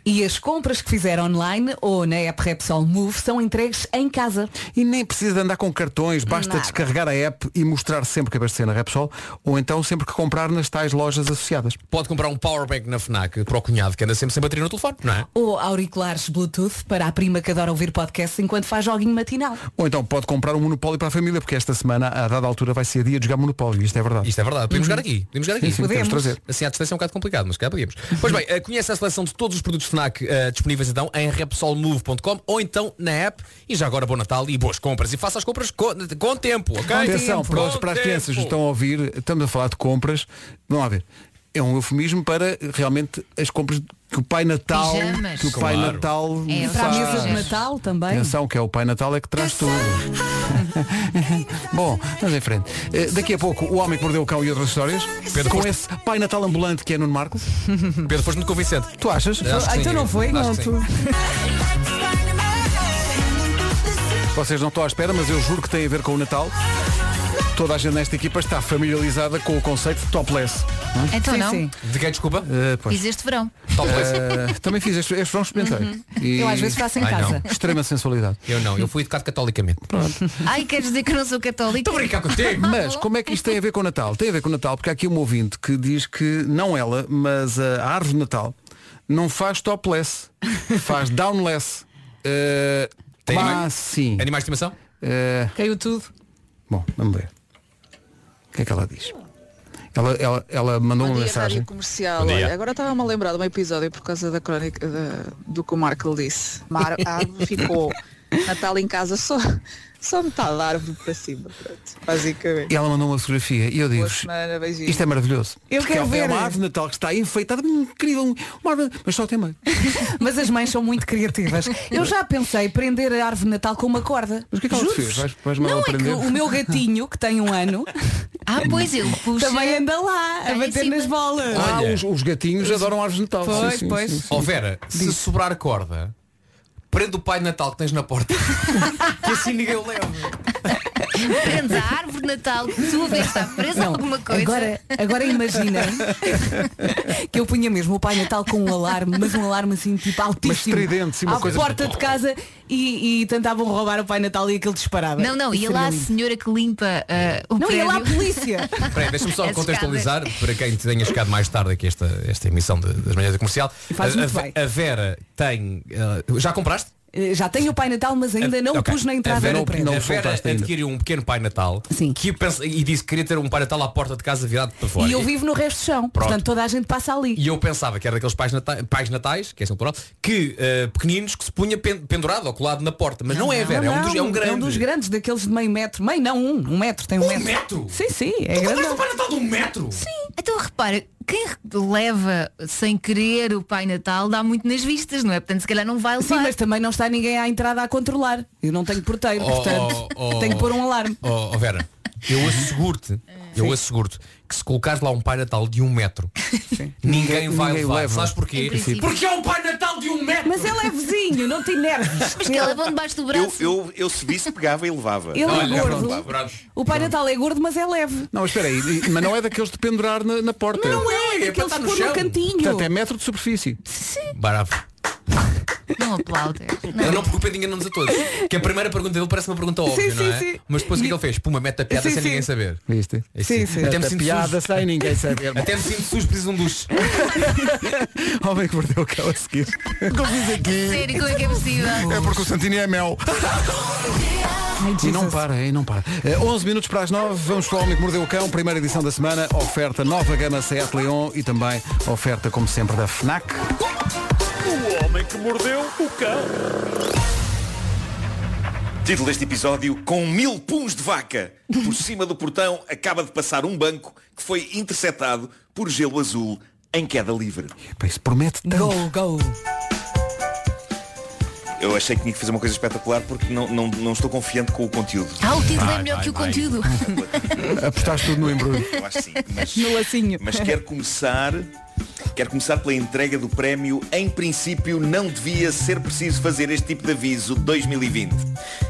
Speaker 3: E as compras que fizer online ou na app Repsol Move são entregues em casa.
Speaker 1: E nem precisa de andar com cartões, basta
Speaker 3: Nada.
Speaker 1: descarregar a app e mostrar sempre que abastecer na Repsol ou então sempre que comprar nas tais lojas associadas.
Speaker 7: Pode comprar um powerbank na FNAC para o cunhado que anda sempre sem bateria no telefone, não é?
Speaker 3: Ou auriculares Bluetooth para a prima que adora ouvir podcast enquanto faz joguinho matinal.
Speaker 1: Ou então pode comprar um monopólio para a família, porque esta semana, a dada altura, vai ser dia de jogar monopólio. Isto é verdade.
Speaker 7: Isto é verdade. Podemos jogar aqui. Podemos jogar aqui.
Speaker 1: Sim, sim, podemos trazer.
Speaker 7: Assim à distância é um bocado complicado, mas cá podíamos. Pois bem, eh, conhece a seleção de todos os produtos FNAC eh, disponíveis então em repsolmove.com ou então na app. E já agora bom Natal e boas compras. E faça as compras co- com, tempo,
Speaker 3: é
Speaker 7: ok?
Speaker 1: Atenção,
Speaker 7: Com
Speaker 1: para, os- para as
Speaker 7: tempo.
Speaker 1: crianças que estão a ouvir, estamos a falar de compras. Vamos lá ver. É um eufemismo para realmente as compras que o Pai Natal.
Speaker 3: Pijamas.
Speaker 1: Que o Pai
Speaker 3: Claro.
Speaker 1: Natal.
Speaker 3: E para a
Speaker 1: faz.
Speaker 3: mesa de Natal também.
Speaker 1: Atenção, que é o Pai Natal é que traz tudo. Bom, vamos em frente. Eh, Daqui a pouco, o homem que mordeu o cão e outras histórias.
Speaker 7: Pedro,
Speaker 1: com
Speaker 7: foste-
Speaker 1: esse Pai Natal ambulante que é Nuno Marco.
Speaker 7: Pedro, foste muito convincente.
Speaker 1: Tu achas?
Speaker 3: Ah,
Speaker 7: Acho que sim.
Speaker 3: então
Speaker 7: Acho que sim.
Speaker 1: Vocês não estão à espera, mas eu juro que tem a ver com o Natal. Toda a gente nesta equipa está familiarizada com o conceito de topless. Hã?
Speaker 4: Então Sim, não. sim.
Speaker 7: De quem, desculpa?
Speaker 1: Eh, pois.
Speaker 4: Fiz este verão.
Speaker 1: Eh, também fiz este, este verão experimentei.
Speaker 4: Uhum. Eu às vezes faço em Ai, casa. não.
Speaker 1: Extrema sensualidade.
Speaker 7: Eu não, eu fui educado catolicamente.
Speaker 4: Ai, queres dizer que eu não sou católica? Estou a brincar
Speaker 7: contigo.
Speaker 1: Mas como é que isto tem a ver com o Natal? Tem a ver com o Natal porque há aqui um ouvinte que diz que não ela, mas a árvore de Natal não faz topless, faz downless. Eh,
Speaker 7: Tem
Speaker 1: mas
Speaker 7: anima-
Speaker 1: sim.
Speaker 7: Animais de estimação?
Speaker 1: Caiu tudo. Eh, Bom, vamos ver. O que é que ela diz? Ela, ela, ela mandou
Speaker 12: Bom
Speaker 1: uma
Speaker 12: dia,
Speaker 1: mensagem.
Speaker 12: Rádio Comercial.
Speaker 1: Bom dia.
Speaker 12: Olha, agora estava-me a lembrar de um episódio por causa da crónica da- do que o Marco disse. Mar, a árvore ficou Natal em casa só, só metade da árvore para cima, pronto, basicamente.
Speaker 1: E ela mandou uma fotografia e eu digo
Speaker 12: Boa semana, beijinhos.
Speaker 1: isto é maravilhoso.
Speaker 12: Eu
Speaker 1: Porque
Speaker 12: quero
Speaker 1: é
Speaker 12: ver.
Speaker 1: uma árvore de Natal que está enfeitada, um incrível, uma árvore, mas só tem meio.
Speaker 3: Mas as mães são muito criativas. Eu já pensei prender a árvore de Natal com uma corda.
Speaker 1: Mas o que é que ela te fez? Vais- vais mandar
Speaker 3: Não é que
Speaker 1: prender?
Speaker 3: o meu gatinho, que tem um ano,
Speaker 4: ah, pois ele
Speaker 3: também anda lá a bater nas bolas.
Speaker 1: Ah, os, os gatinhos adoram árvores de Natal.
Speaker 3: Pois,
Speaker 1: Sim, sim,
Speaker 3: pois.
Speaker 1: sim, sim.
Speaker 7: Ó Oh, Vera, se sobrar corda, prende o pai de Natal que tens na porta. que assim ninguém o leva.
Speaker 4: Prendes a árvore de Natal, que sua vez está presa a
Speaker 3: Não,
Speaker 4: alguma coisa.
Speaker 3: Agora, agora imaginem que eu punha mesmo o Pai Natal com um alarme, mas um alarme assim tipo altíssimo.
Speaker 1: estridente, sim, uma
Speaker 3: à
Speaker 1: coisa-
Speaker 3: porta de casa e, e tentavam roubar o Pai Natal e aquele disparava.
Speaker 4: Não, não, ia
Speaker 3: Seria
Speaker 4: lá a
Speaker 3: lindo.
Speaker 4: senhora que limpa
Speaker 8: É.
Speaker 4: ah, o
Speaker 3: Não, ia
Speaker 4: prédio.
Speaker 3: lá a polícia.
Speaker 7: Espera aí, deixa-me
Speaker 3: É
Speaker 7: só
Speaker 4: As
Speaker 7: contextualizar para quem tenha chegado mais tarde aqui a esta, esta emissão de- das manhãs da comercial.
Speaker 3: E faz
Speaker 7: a,
Speaker 3: muito
Speaker 7: a-
Speaker 3: bem.
Speaker 7: a Vera tem. eh, já compraste?
Speaker 3: Eh, Já tenho o Pai Natal, mas ainda não
Speaker 7: Ok.
Speaker 3: pus na entrada
Speaker 7: a Vera,
Speaker 3: do prédio.
Speaker 7: a Vera adquiriu um pequeno pai Natal que pensa, e disse que queria ter um pai Natal à porta de casa virado para fora.
Speaker 3: E eu vivo no resto do chão, portanto toda a gente passa ali.
Speaker 7: E eu pensava que era daqueles pais, nata- pais natais, que é assim o plural, que eh, pequeninos que se punha pen- pendurado ou colado na porta. Mas não, é, Vera, é, um dos, é um grande.
Speaker 3: É um dos grandes, daqueles de meio metro. Meio não, um. Um metro, tem um, metro. Sim, sim, é grande.
Speaker 7: de um metro?
Speaker 4: Sim. Então repara, quem leva sem querer o Pai Natal dá muito nas vistas, não é? Portanto, se calhar não vai levar.
Speaker 3: Sim, mas também não está ninguém à entrada a controlar. Eu não tenho porteiro,
Speaker 7: Oh,
Speaker 3: portanto,
Speaker 7: oh, oh.
Speaker 3: tenho que pôr um alarme.
Speaker 7: Oh, oh, Vera, eu asseguro-te, eu asseguro-te que se colocares lá um pai natal de um metro, ninguém, vai
Speaker 1: ninguém
Speaker 7: levar.
Speaker 1: leva.
Speaker 7: Sabes porquê?
Speaker 6: Porque
Speaker 7: é um Pai Natal de um metro.
Speaker 3: Mas ele é vizinho, não te enerves.
Speaker 4: Mas que ele levou debaixo do
Speaker 8: Eu, eu, eu se visse, pegava e levava.
Speaker 3: Ele é
Speaker 8: Olha,
Speaker 3: gordo.
Speaker 8: pronto, pronto.
Speaker 3: O Pai Natal é gordo, mas é leve.
Speaker 1: Não, mas espera aí, e- mas não é daqueles de pendurar na, na porta.
Speaker 3: Não é, é daqueles
Speaker 1: para estar
Speaker 3: de pôr no
Speaker 1: chão.
Speaker 3: cantinho.
Speaker 1: Portanto, é metro de superfície.
Speaker 7: Bravo.
Speaker 4: Não aplaudes.
Speaker 7: Eu não preocupo ninguém não nos a todos. Que a primeira pergunta dele parece uma pergunta óbvia,
Speaker 4: Sim,
Speaker 7: não é?
Speaker 4: sim, sim.
Speaker 7: Mas depois o que é que ele fez? Puma, mete a piada
Speaker 1: Sim,
Speaker 7: sem
Speaker 1: sim.
Speaker 7: ninguém saber.
Speaker 1: Viste?
Speaker 7: É assim. Até me
Speaker 1: Esta
Speaker 7: sinto
Speaker 1: piada
Speaker 7: sujo.
Speaker 1: sem ninguém saber.
Speaker 7: Até me sinto sujo, preciso de um duche.
Speaker 1: Homem que perdeu o cão a seguir. O que eu fiz aqui?
Speaker 4: Sério, como é que é possível?
Speaker 1: É porque o Santini é mel. E não para, e não para. Eh, 11 minutos para as 9, vamos para o Homem que Mordeu o Cão, primeira edição da semana, oferta nova gama Seat Leon e também oferta, como sempre, da FNAC.
Speaker 6: O homem que mordeu o cão.
Speaker 8: Título deste episódio, com mil puns de vaca. Por cima do portão acaba de passar um banco que foi interceptado por gelo azul em queda livre.
Speaker 1: Pá, isso promete tanto.
Speaker 3: Go, go.
Speaker 8: Eu achei que tinha que fazer uma coisa espetacular porque não, não, não estou confiante com o conteúdo.
Speaker 4: Ah, o título
Speaker 8: Vai,
Speaker 4: é melhor
Speaker 8: vai,
Speaker 4: que o
Speaker 8: vai.
Speaker 4: conteúdo.
Speaker 1: Apostaste tudo no embrulho.
Speaker 8: Eu acho que sim, mas...
Speaker 3: No lacinho.
Speaker 8: Mas quero começar, quero começar pela entrega do prémio. Em princípio, não devia ser preciso fazer este tipo de aviso 2020.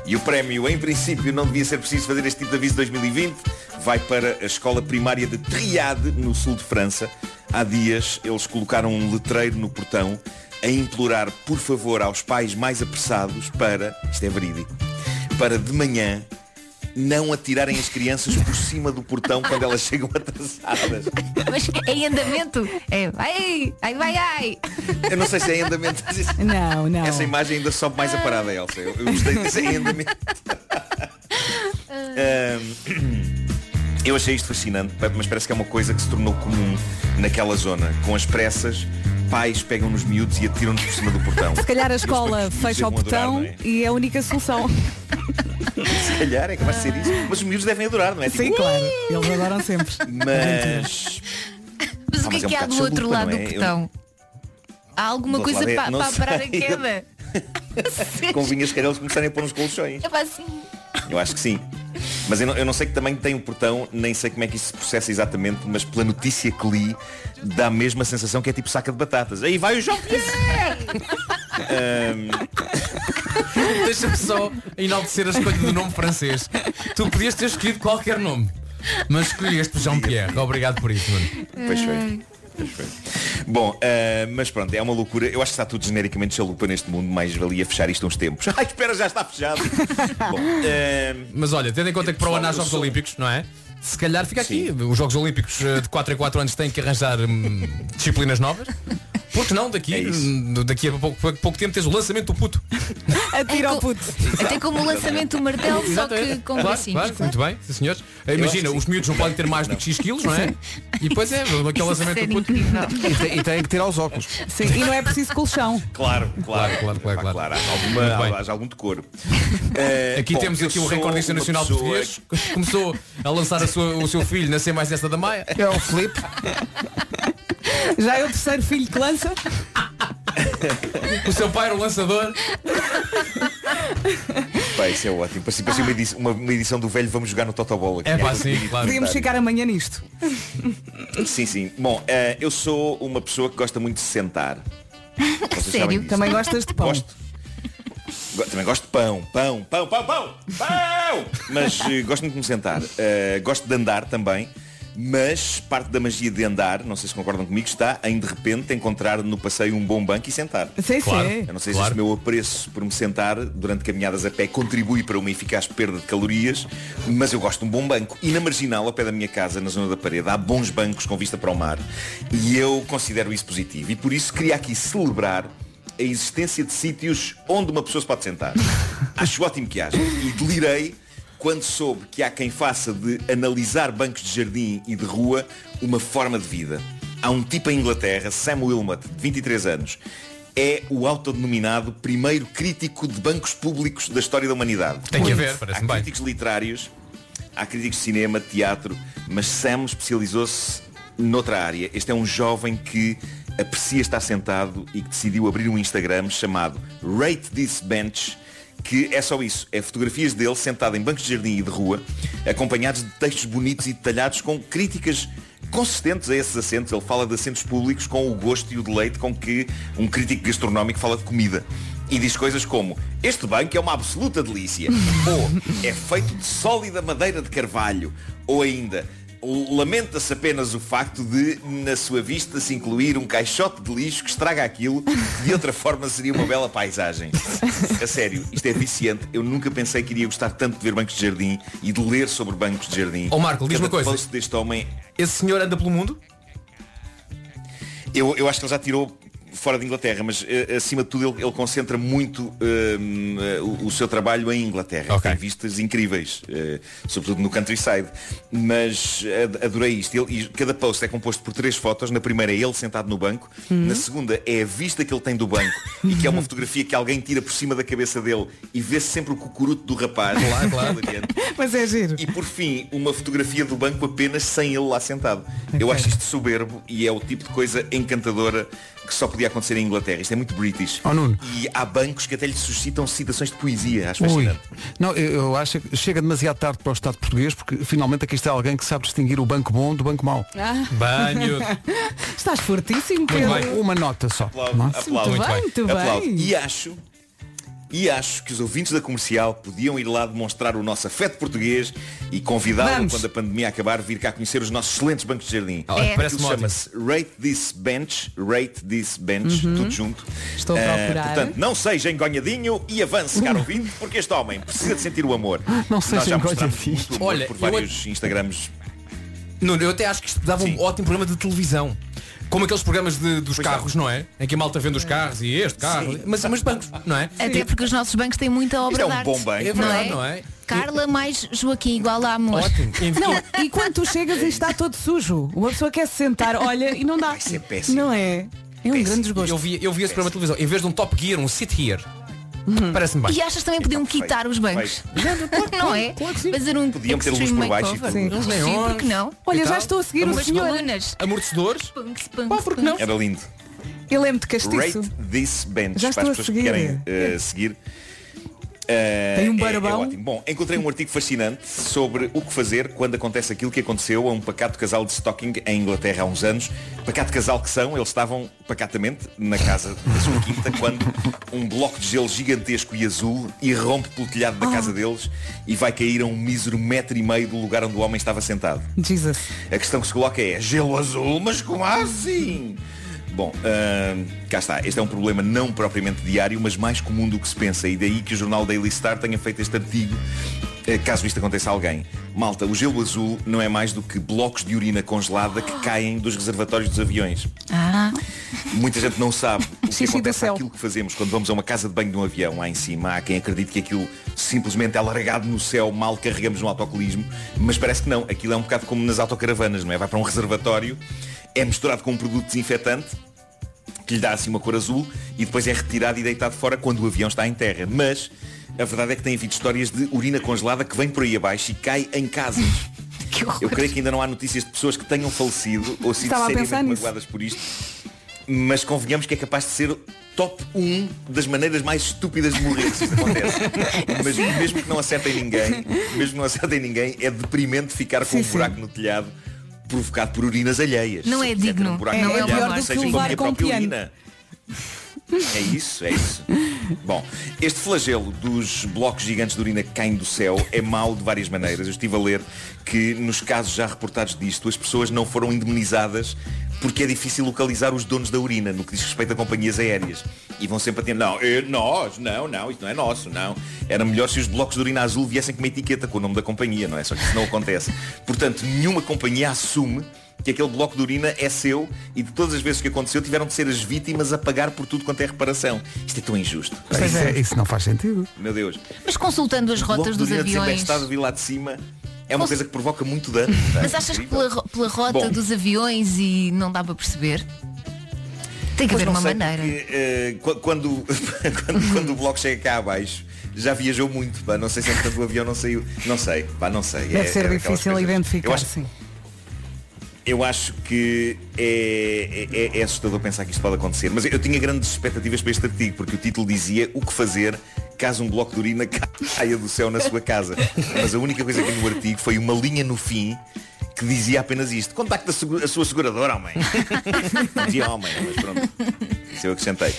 Speaker 8: E o prémio, em princípio, não devia ser preciso fazer este tipo de aviso 2020. Vai para a escola primária de Triade, no sul de França. Há dias, eles colocaram um letreiro no portão a implorar, por favor, aos pais mais apressados para, isto é verídico, para de manhã não atirarem as crianças por cima do portão quando elas chegam atrasadas.
Speaker 4: Mas é em andamento. É vai, ai, vai, ai.
Speaker 8: Eu não sei se é em andamento.
Speaker 3: Não, não.
Speaker 8: Essa imagem ainda sobe mais a parada, Elsa. Eu, eu gostei desse em andamento. Ahm, eu achei isto fascinante, pa- mas parece que é uma coisa que se tornou comum naquela zona. Com as pressas, pais pegam nos miúdos e atiram-nos por cima do portão.
Speaker 3: Se calhar a
Speaker 8: Eu espero que
Speaker 3: escola
Speaker 8: os miúdos
Speaker 3: fecha o
Speaker 8: devam adorar,
Speaker 3: botão
Speaker 8: não é?
Speaker 3: e é a única solução.
Speaker 8: Se calhar é capaz de ser isso. Mas os miúdos devem adorar, não é?
Speaker 3: Sim, claro. Eles adoram sempre.
Speaker 8: Mas.
Speaker 4: Mas
Speaker 8: Ah,
Speaker 4: o que é
Speaker 8: mas é um
Speaker 4: que há
Speaker 8: bocado
Speaker 4: do outro
Speaker 8: chalupa,
Speaker 4: lado
Speaker 8: não
Speaker 4: do
Speaker 8: é? Eu-
Speaker 4: portão? Há alguma
Speaker 8: Do outro
Speaker 4: coisa
Speaker 8: lado é-
Speaker 4: para
Speaker 8: não
Speaker 4: para parar a
Speaker 8: sei.
Speaker 4: queda?
Speaker 8: Convinha se calhar eles começarem a pôr uns colchões.
Speaker 4: É pá, assim.
Speaker 8: Eu acho que sim. Mas eu não, eu não sei que também tem um portão, nem sei como é que isso se processa exatamente, mas pela notícia que li, dá mesmo a sensação que é tipo saca de batatas. Aí vai o João Pierre! Ahm,
Speaker 7: Deixa-me só enaltecer a escolha do nome francês. Tu podias ter escolhido qualquer nome, mas escolheste Jean-Pierre. Obrigado por isso, mano.
Speaker 8: Pois foi. Pois foi. Bom, ah, mas pronto, é uma loucura. Eu acho que está tudo genericamente chalupa neste mundo, mais valia fechar isto uns tempos. Ai, espera, já está fechado. Bom, ah,
Speaker 7: Mas olha, tendo em conta que para o ano há
Speaker 8: Pessoal, eu
Speaker 7: Jogos
Speaker 8: sou-
Speaker 7: Olímpicos, não é? Se calhar fica aqui. Os Jogos Olímpicos eh, de 4 em 4 anos têm que arranjar hum, disciplinas novas. Porque não, daqui, hum, daqui a pouco, pouco- pouco tempo tens o lançamento do puto.
Speaker 4: Atira ao puto. Até como o lançamento do martelo, só que com
Speaker 7: é. claro,
Speaker 4: bracinhos.
Speaker 7: claro, muito bem, sim, senhores.
Speaker 1: Eu
Speaker 7: Imagina,
Speaker 1: acho que
Speaker 7: os miúdos não podem ter mais do que X quilos, não é? E depois é, aquele lançamento do puto.
Speaker 1: E, tem, e têm que tirar os óculos.
Speaker 3: Sim, e não é preciso colchão.
Speaker 8: Claro, claro,
Speaker 7: claro, claro, claro.
Speaker 8: há,
Speaker 7: Muito
Speaker 8: alguma,
Speaker 7: bem.
Speaker 8: há, há algum decoro. Eh,
Speaker 7: Aqui
Speaker 8: bom,
Speaker 7: temos
Speaker 8: eu
Speaker 7: aqui o
Speaker 8: sou
Speaker 7: recordista
Speaker 8: uma
Speaker 7: nacional
Speaker 8: pessoa-
Speaker 7: português que começou a lançar a sua- o seu filho na C mais essa da Maia.
Speaker 1: É o Felipe.
Speaker 3: Já é o terceiro filho que lança.
Speaker 7: O seu pai era o lançador.
Speaker 8: Pá, isso é ótimo. Parecia, parecia uma, edição, uma- uma edição do velho Vamos Jogar no Totobola.
Speaker 7: É pá, sim, claro.
Speaker 3: Podíamos ficar amanhã nisto.
Speaker 8: Sim, sim. Bom, eh, eu sou uma pessoa que gosta muito de se sentar. Vocês sabem disso.
Speaker 3: Também gostas de pão.
Speaker 8: Gosto. Go- Também gosto de pão, pão, pão, pão, pão, pão! Mas eh, gosto muito de me sentar. Eh, gosto de andar também, mas parte da magia de andar, não sei se concordam comigo, está em de repente encontrar no passeio um bom banco e sentar.
Speaker 3: Sim, Claro, sim.
Speaker 8: Eu não sei se
Speaker 3: claro.
Speaker 8: este meu apreço por me sentar durante caminhadas a pé contribui para uma eficaz perda de calorias, mas eu gosto de um bom banco. E na marginal, ao pé da minha casa, na zona da parede, há bons bancos com vista para o mar. E eu considero isso positivo. E por isso queria aqui celebrar a existência de sítios onde uma pessoa se pode sentar. Acho ótimo que haja. E delirei quando soube que há quem faça de analisar bancos de jardim e de rua uma forma de vida. Há um tipo em Inglaterra, Sam Wilmot, de 23 anos, é o autodenominado primeiro crítico de bancos públicos da história da humanidade.
Speaker 7: Tem que haver, parece-me
Speaker 8: Há críticos literários, há críticos de cinema, de teatro, mas Sam especializou-se noutra área. Este é um jovem que aprecia estar sentado e que decidiu abrir um Instagram chamado Rate This Bench, que é só isso, é fotografias dele sentado em bancos de jardim e de rua, acompanhados de textos bonitos e detalhados com críticas consistentes a esses assentos. Ele fala de assentos públicos com o gosto e o deleite com que um crítico gastronómico fala de comida. E diz coisas como Este banco é uma absoluta delícia Ou é feito de sólida madeira de carvalho Ou ainda Lamenta-se apenas o facto de Na sua vista se incluir um caixote de lixo Que estraga aquilo que De outra forma seria uma bela paisagem A sério, isto é viciante Eu nunca pensei que iria gostar tanto de ver bancos de jardim E de ler sobre bancos de jardim
Speaker 7: Ó, Marco, diz-me
Speaker 8: Cada
Speaker 7: uma coisa.
Speaker 8: post deste homem
Speaker 7: Esse senhor anda pelo mundo?
Speaker 8: eu, eu acho que ele já tirou fora de Inglaterra, mas eh, acima de tudo ele, ele concentra muito ehm, eh, o, o seu trabalho em Inglaterra. Tem vistas incríveis, eh, sobretudo no countryside. Mas ad- adorei isto. Ele- e cada post é composto por três fotos. Na primeira é ele sentado no banco,
Speaker 7: Uhum.
Speaker 13: Hum.
Speaker 8: na segunda é a vista que ele tem do banco e que é uma fotografia que alguém tira por cima da cabeça dele e vê-se sempre o cucuruto do rapaz. Lá,
Speaker 7: claro.
Speaker 3: Mas é giro.
Speaker 8: E por fim, uma fotografia do banco apenas sem ele lá sentado. Eu acho isto soberbo e é o tipo de coisa encantadora que só podia acontecer em Inglaterra. Isto é muito british.
Speaker 1: Oh, Nuno.
Speaker 8: E há bancos que até lhe suscitam citações de poesia. Acho
Speaker 1: Ui.
Speaker 8: fascinante.
Speaker 1: Não, eu, eu acho que chega demasiado tarde para o Estado português porque finalmente aqui está alguém que sabe distinguir o banco bom do banco mau.
Speaker 3: Ah.
Speaker 1: Banho.
Speaker 3: Estás fortíssimo, Pedro.
Speaker 1: Uma nota só.
Speaker 8: Aplaudo,
Speaker 1: não é?
Speaker 8: aplaudo.
Speaker 3: Muito bem, muito bem.
Speaker 8: Aplaudo. E acho, e acho que os ouvintes da comercial podiam ir lá demonstrar o nosso afeto português e convidá-lo,
Speaker 13: Vamos.
Speaker 8: quando a pandemia acabar, vir cá conhecer os nossos excelentes bancos de jardim.
Speaker 13: Ah, É. parece-me
Speaker 8: Aquilo chama-se Rate This Bench, Rate This Bench,
Speaker 13: Uhum.
Speaker 8: tudo junto.
Speaker 13: Estou a
Speaker 8: Ah,
Speaker 13: procurar.
Speaker 8: portanto, não seja engonhadinho e avance, caro ouvinte, porque este homem precisa de sentir o amor.
Speaker 1: Não
Speaker 8: Nós
Speaker 1: seja
Speaker 8: já mostramos
Speaker 1: engonhadinho.
Speaker 8: muito amor
Speaker 7: Olha,
Speaker 8: por
Speaker 7: eu
Speaker 8: vários Instagrams.
Speaker 7: Nuno, eu até acho que isto dava um ótimo programa de televisão. Como aqueles programas de- dos carros, não é? Em que a malta vende os carros e este carro. Mas, mas bancos, não é?
Speaker 4: Até porque os nossos bancos têm muita obra
Speaker 7: Isto é um
Speaker 4: de arte.
Speaker 7: bom banco,
Speaker 4: não
Speaker 7: verdade,
Speaker 4: é?
Speaker 7: não é?
Speaker 4: Carla mais Joaquim igual a amor.
Speaker 7: Ótimo.
Speaker 3: Não, é e quando tu chegas e está todo sujo, uma pessoa quer se sentar, olha, e não dá.
Speaker 7: ser péssimo.
Speaker 3: Não é? É um grande desgosto.
Speaker 7: Eu vi, eu vi esse programa de televisão. Em vez de um Top Gear, um Sit Here. Parece-me bem.
Speaker 4: E achas também que podiam quitar os bancos? Não é? Fazer um
Speaker 7: Podiam meter
Speaker 4: extreme
Speaker 7: luz por baixo e
Speaker 4: makeover.
Speaker 7: tudo. Sim.
Speaker 4: Sim, porque não?
Speaker 3: Olha,
Speaker 7: E
Speaker 3: já
Speaker 7: tal?
Speaker 3: estou a seguir o
Speaker 4: Umas
Speaker 3: senhor.
Speaker 4: colunas.
Speaker 7: Amortecedores?
Speaker 4: Pá, porque
Speaker 3: não?
Speaker 8: Era lindo.
Speaker 3: Ele é muito castiço.
Speaker 8: Rate this bench
Speaker 3: Já
Speaker 8: para as
Speaker 3: estou a
Speaker 8: pessoas que querem
Speaker 3: seguir.
Speaker 8: eh, seguir. Eh,
Speaker 3: Tem um
Speaker 8: é-
Speaker 3: barbão?
Speaker 8: É, ótimo. Bom, encontrei um artigo fascinante sobre o que fazer quando acontece aquilo que aconteceu a um pacato casal de stocking em Inglaterra há uns anos. Pacato casal que são, eles estavam pacatamente na casa da sua quinta quando um bloco de gelo gigantesco e azul irrompe pelo telhado
Speaker 3: Ah.
Speaker 8: da casa deles e vai cair a um mísero metro e meio do lugar onde o homem estava sentado.
Speaker 3: Jesus.
Speaker 8: A questão que se coloca é gelo azul, mas como assim? Bom, ahm, cá está. Este é um problema não propriamente diário, mas mais comum do que se pensa. E daí que o jornal Daily Star tenha feito este artigo, eh, caso isto aconteça a alguém. Malta, o gelo azul não é mais do que blocos de urina congelada que caem dos reservatórios dos aviões.
Speaker 4: Ah,
Speaker 8: Muita gente não sabe o que acontece aquilo que fazemos quando vamos a uma casa de banho de um avião lá em cima. Há quem acredite que aquilo simplesmente é largado no céu, mal carregamos no autocolismo, mas parece que não. Aquilo é um bocado como nas autocaravanas, não é? Vai para um reservatório, é misturado com um produto desinfetante que lhe dá assim uma cor azul e depois é retirado e deitado fora quando o avião está em terra. Mas a verdade é que tem havido histórias de urina congelada que vem por aí abaixo e cai em casas. Eu creio que ainda não há notícias de pessoas que tenham falecido ou sido
Speaker 3: Estava a
Speaker 8: seriamente
Speaker 3: pensar nisso.
Speaker 8: magoadas por isto. Mas convenhamos que é capaz de ser top 1 das maneiras mais estúpidas de morrer se isto acontece. Mas mesmo que não acertem ninguém, mesmo que não acertem ninguém, é deprimente ficar com um buraco no telhado provocado por urinas alheias.
Speaker 4: não é digno.
Speaker 8: um buraco
Speaker 4: não
Speaker 8: no
Speaker 4: é o
Speaker 8: telhado,
Speaker 4: pior do
Speaker 8: seja
Speaker 4: que
Speaker 8: com a minha
Speaker 4: levar com o
Speaker 8: própria
Speaker 4: piano.
Speaker 8: urina. É isso, é isso. Bom, este flagelo dos blocos gigantes de urina que caem do céu é mau de várias maneiras. Eu estive a ler que nos casos já reportados disto, as pessoas não foram indemnizadas porque é difícil localizar os donos da urina no que diz respeito a companhias aéreas. E vão sempre a ter, não, é nós, não, não, isto não é nosso, não. Era melhor se os blocos de urina azul viessem com uma etiqueta com o nome da companhia, não é? Só que isso não acontece. Portanto, nenhuma companhia assume que aquele bloco de urina é seu e de todas as vezes que aconteceu tiveram de ser as vítimas a pagar por tudo quanto é reparação. Isto é tão injusto.
Speaker 1: Isso, é- isso não faz sentido.
Speaker 8: Meu Deus.
Speaker 4: Mas consultando as
Speaker 8: bloco
Speaker 4: rotas
Speaker 8: de
Speaker 4: dos
Speaker 8: urina
Speaker 4: aviões.
Speaker 8: desinfectado vir lá de cima é uma
Speaker 4: Cons-
Speaker 8: coisa que provoca muito dano. tá?
Speaker 4: Mas achas que pela, ro- pela rota
Speaker 8: Bom.
Speaker 4: dos aviões e não dá para perceber? Tem que
Speaker 8: Pois
Speaker 4: haver
Speaker 8: não
Speaker 4: uma
Speaker 8: sei,
Speaker 4: maneira.
Speaker 8: porque, eh, qu- quando, quando, quando o bloco chega cá abaixo, já viajou muito. Pá. Não sei se entretanto o avião não saiu. Não sei, pá, não sei.
Speaker 3: Deve
Speaker 8: É- é
Speaker 3: ser
Speaker 8: daquelas
Speaker 3: difícil
Speaker 8: coisas. Eu
Speaker 3: identificar,
Speaker 8: acho-
Speaker 3: sim.
Speaker 8: Eu acho que é, é- é assustador pensar que isto pode acontecer. Mas eu, eu tinha grandes expectativas para este artigo, porque o título dizia o que fazer caso um bloco de urina caia do céu na sua casa. Mas a única coisa que vi no artigo foi uma linha no fim que dizia apenas isto. Contacte a, segu- a sua seguradora, homem. Dizia homem, mas pronto. Isso eu acrescentei.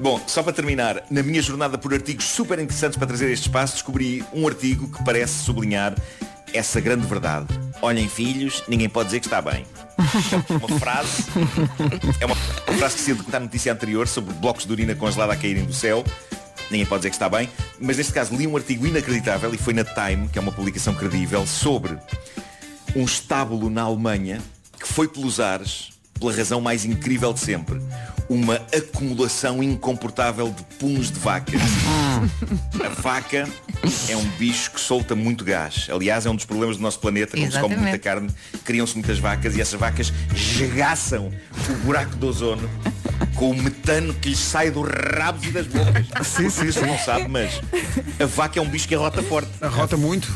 Speaker 8: Bom, só para terminar, na minha jornada por artigos super interessantes para trazer este espaço, descobri um artigo que parece sublinhar essa grande verdade. Olhem filhos, ninguém pode dizer que está bem. Uma frase, é uma frase que se está na notícia anterior sobre blocos de urina congelada a caírem do céu. Ninguém pode dizer que está bem, mas neste caso li um artigo inacreditável e foi na Time, que é uma publicação credível, sobre um estábulo na Alemanha que foi pelos ares pela razão mais incrível de sempre. Uma acumulação incomportável de punhos de vacas. A vaca é um bicho que solta muito gás. Aliás, é um dos problemas do nosso planeta. Como se come
Speaker 4: Exatamente.
Speaker 8: muita carne, criam-se muitas vacas e essas vacas esgaçam o buraco do ozono com o metano que lhes sai dos rabos e das bocas. Sim, sim, sim. não sabe, mas a vaca é um bicho que arrota forte.
Speaker 1: Arrota muito.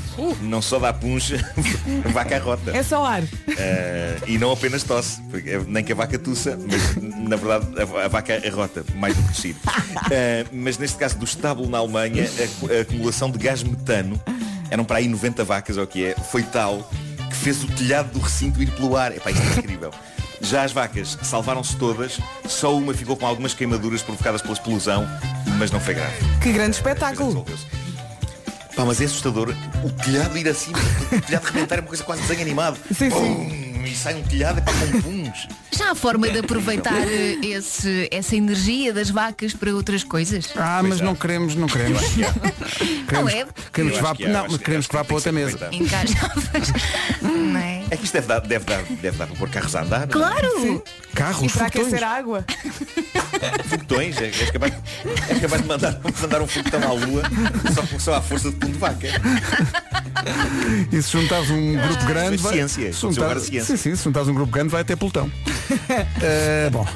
Speaker 8: Não só dá punja, a vaca arrota.
Speaker 3: É só ar.
Speaker 8: Eh, e não apenas tosse, porque, eh, nem que a vaca tussa, mas na verdade a, a vaca arrota, mais do que tossir. Eh, mas neste caso do estábulo na Alemanha, a, cu- a acumulação de gás metano, eram para aí 90 vacas, ou o que é, foi tal que fez o telhado do recinto ir pelo ar. Epá, isto é incrível. Já as vacas salvaram-se todas, só uma ficou com algumas queimaduras provocadas pela explosão, mas não foi grave.
Speaker 13: Que grande espetáculo.
Speaker 8: Pá, mas é assustador o telhado ir assim, o telhado rebentar é uma coisa quase desenho animado. Pum, e sai um telhado é para com puns.
Speaker 4: Já há forma de aproveitar
Speaker 7: É
Speaker 4: eh, esse- essa energia das vacas para outras coisas?
Speaker 7: É.
Speaker 1: Ah, mas não queremos, não queremos. Queremos,
Speaker 4: Não é?
Speaker 1: queremos que
Speaker 8: Eu
Speaker 1: vá,
Speaker 8: acho que há,
Speaker 1: não,
Speaker 8: acho que-
Speaker 1: queremos que vá para outra mesa.
Speaker 4: Encaixavas. Não é?
Speaker 8: É que isto deve dar, deve dar, deve dar para pôr carros a andar. é?
Speaker 4: Claro!
Speaker 1: Carros,
Speaker 13: E para aquecer a água.
Speaker 8: Foguetões, é- és capaz, és capaz de mandar, mandar um foguetão à lua só, com- só à força de pum de vaca.
Speaker 1: E se juntares um grupo grande.
Speaker 8: Isso é
Speaker 1: vai-
Speaker 8: ciência,
Speaker 1: se
Speaker 8: isso é
Speaker 1: juntar-
Speaker 8: agora ciência.
Speaker 1: Sim, sim, se juntares um grupo grande vai até pelotão. Eh, bom,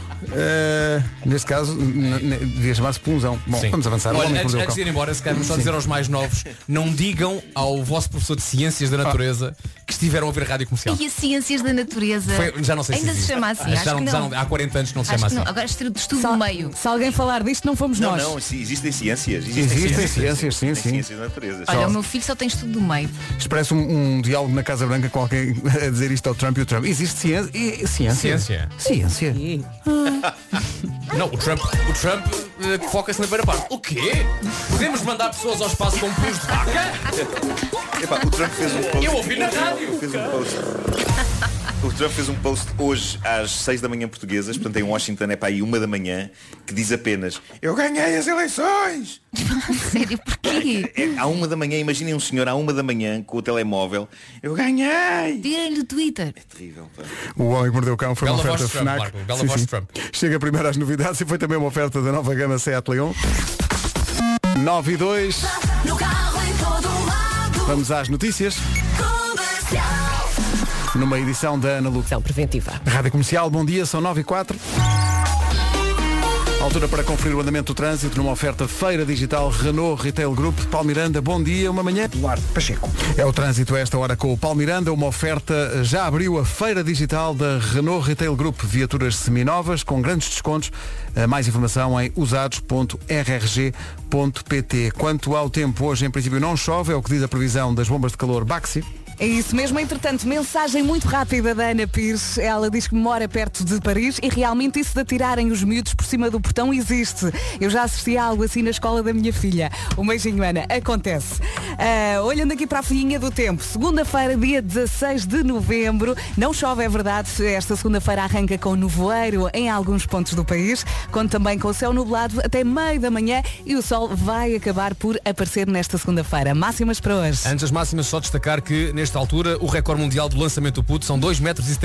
Speaker 1: neste caso, n- n- devia chamar-se Punzão. Bom,
Speaker 7: Sim.
Speaker 1: vamos avançar. O
Speaker 7: Olha,
Speaker 1: homem que
Speaker 7: antes,
Speaker 1: mordeu o
Speaker 7: antes de ir
Speaker 1: cão.
Speaker 7: embora, se calhar vamos só
Speaker 1: Sim.
Speaker 7: dizer aos mais novos, não digam ao vosso professor de Ciências da Natureza que estiveram a ouvir rádio comercial.
Speaker 4: E as ciências da natureza?
Speaker 7: Foi- já não sei
Speaker 4: Ainda
Speaker 7: se,
Speaker 4: se,
Speaker 7: existe.
Speaker 4: chama assim,
Speaker 7: Ah,
Speaker 4: acho
Speaker 7: já
Speaker 4: que
Speaker 7: já
Speaker 4: não.
Speaker 7: há 40 anos não se
Speaker 4: Acho
Speaker 7: chama
Speaker 4: que
Speaker 7: assim.
Speaker 4: não. Agora estudo, estudo no Um meio.
Speaker 3: Se alguém falar disto, não fomos
Speaker 8: Não,
Speaker 3: nós.
Speaker 8: não, sim, existem ciências.
Speaker 1: Existem ciências, sim, sim.
Speaker 8: Ciências da natureza.
Speaker 4: Olha, o meu filho só tem estudo do meio.
Speaker 1: Isto parece um, um diálogo na Casa Branca com alguém a dizer isto ao Trump e o Trump. Existe ciência? e- Ciência.
Speaker 7: Ciência.
Speaker 1: Ciência.
Speaker 7: assim. Não, o Trump, o Trump eh, foca-se na primeira parte. O quê? Podemos mandar pessoas ao espaço com pulos de vaca?
Speaker 8: Epá, o Trump fez um post.
Speaker 7: Eu ouvi na rádio.
Speaker 8: Fez um post. O Trump fez um post hoje às 6 da manhã portuguesas, portanto em Washington é para aí uma da manhã, que diz apenas Eu ganhei as eleições!
Speaker 4: Sério, porquê?
Speaker 8: É, à uma da manhã, imaginem um senhor à uma da manhã com o telemóvel, eu ganhei!
Speaker 4: Tirem-lhe do Twitter.
Speaker 8: Terrível, pá.
Speaker 1: O Homem que Mordeu o Cão foi uma
Speaker 8: Bela
Speaker 1: oferta
Speaker 8: voz de Trump,
Speaker 1: FNAC.
Speaker 8: Marco, bela voz de Trump.
Speaker 1: Chega primeiro às novidades e foi também uma oferta da nova gama Seat Leon. 9 e 2. Vamos às notícias. Numa edição da Ana Lucas.
Speaker 14: preventiva.
Speaker 1: Rádio Comercial, bom dia, são 9 e 4. Altura para conferir o andamento do trânsito numa oferta Feira Digital Renault Retail Group. Paulo Miranda, bom dia, uma manhã.
Speaker 2: Eduardo Pacheco.
Speaker 1: É o trânsito a esta hora com o Paulo Miranda. Uma oferta já abriu a Feira Digital da Renault Retail Group. Viaturas seminovas com grandes descontos. Eh, Mais informação em usados.rrg.pt. Quanto ao tempo, hoje em princípio não chove, é o que diz a previsão das bombas de calor Baxi.
Speaker 3: É isso mesmo, entretanto, mensagem muito rápida da Ana Pires. Ela diz que mora perto de Paris e realmente isso de atirarem os miúdos por cima do portão existe. Eu já assisti a algo assim na escola da minha filha. Um beijinho, Ana. Acontece. Ah, olhando aqui para a folhinha do tempo, segunda-feira, dia 16 de novembro, não chove, é verdade. Esta segunda-feira arranca com nevoeiro em alguns pontos do país, conto também com o céu nublado até meio da manhã e o sol vai acabar por aparecer nesta segunda-feira. Máximas para hoje.
Speaker 7: Antes das máximas, só destacar que, nesta altura, o recorde mundial do lançamento do puto são 2,75 metros.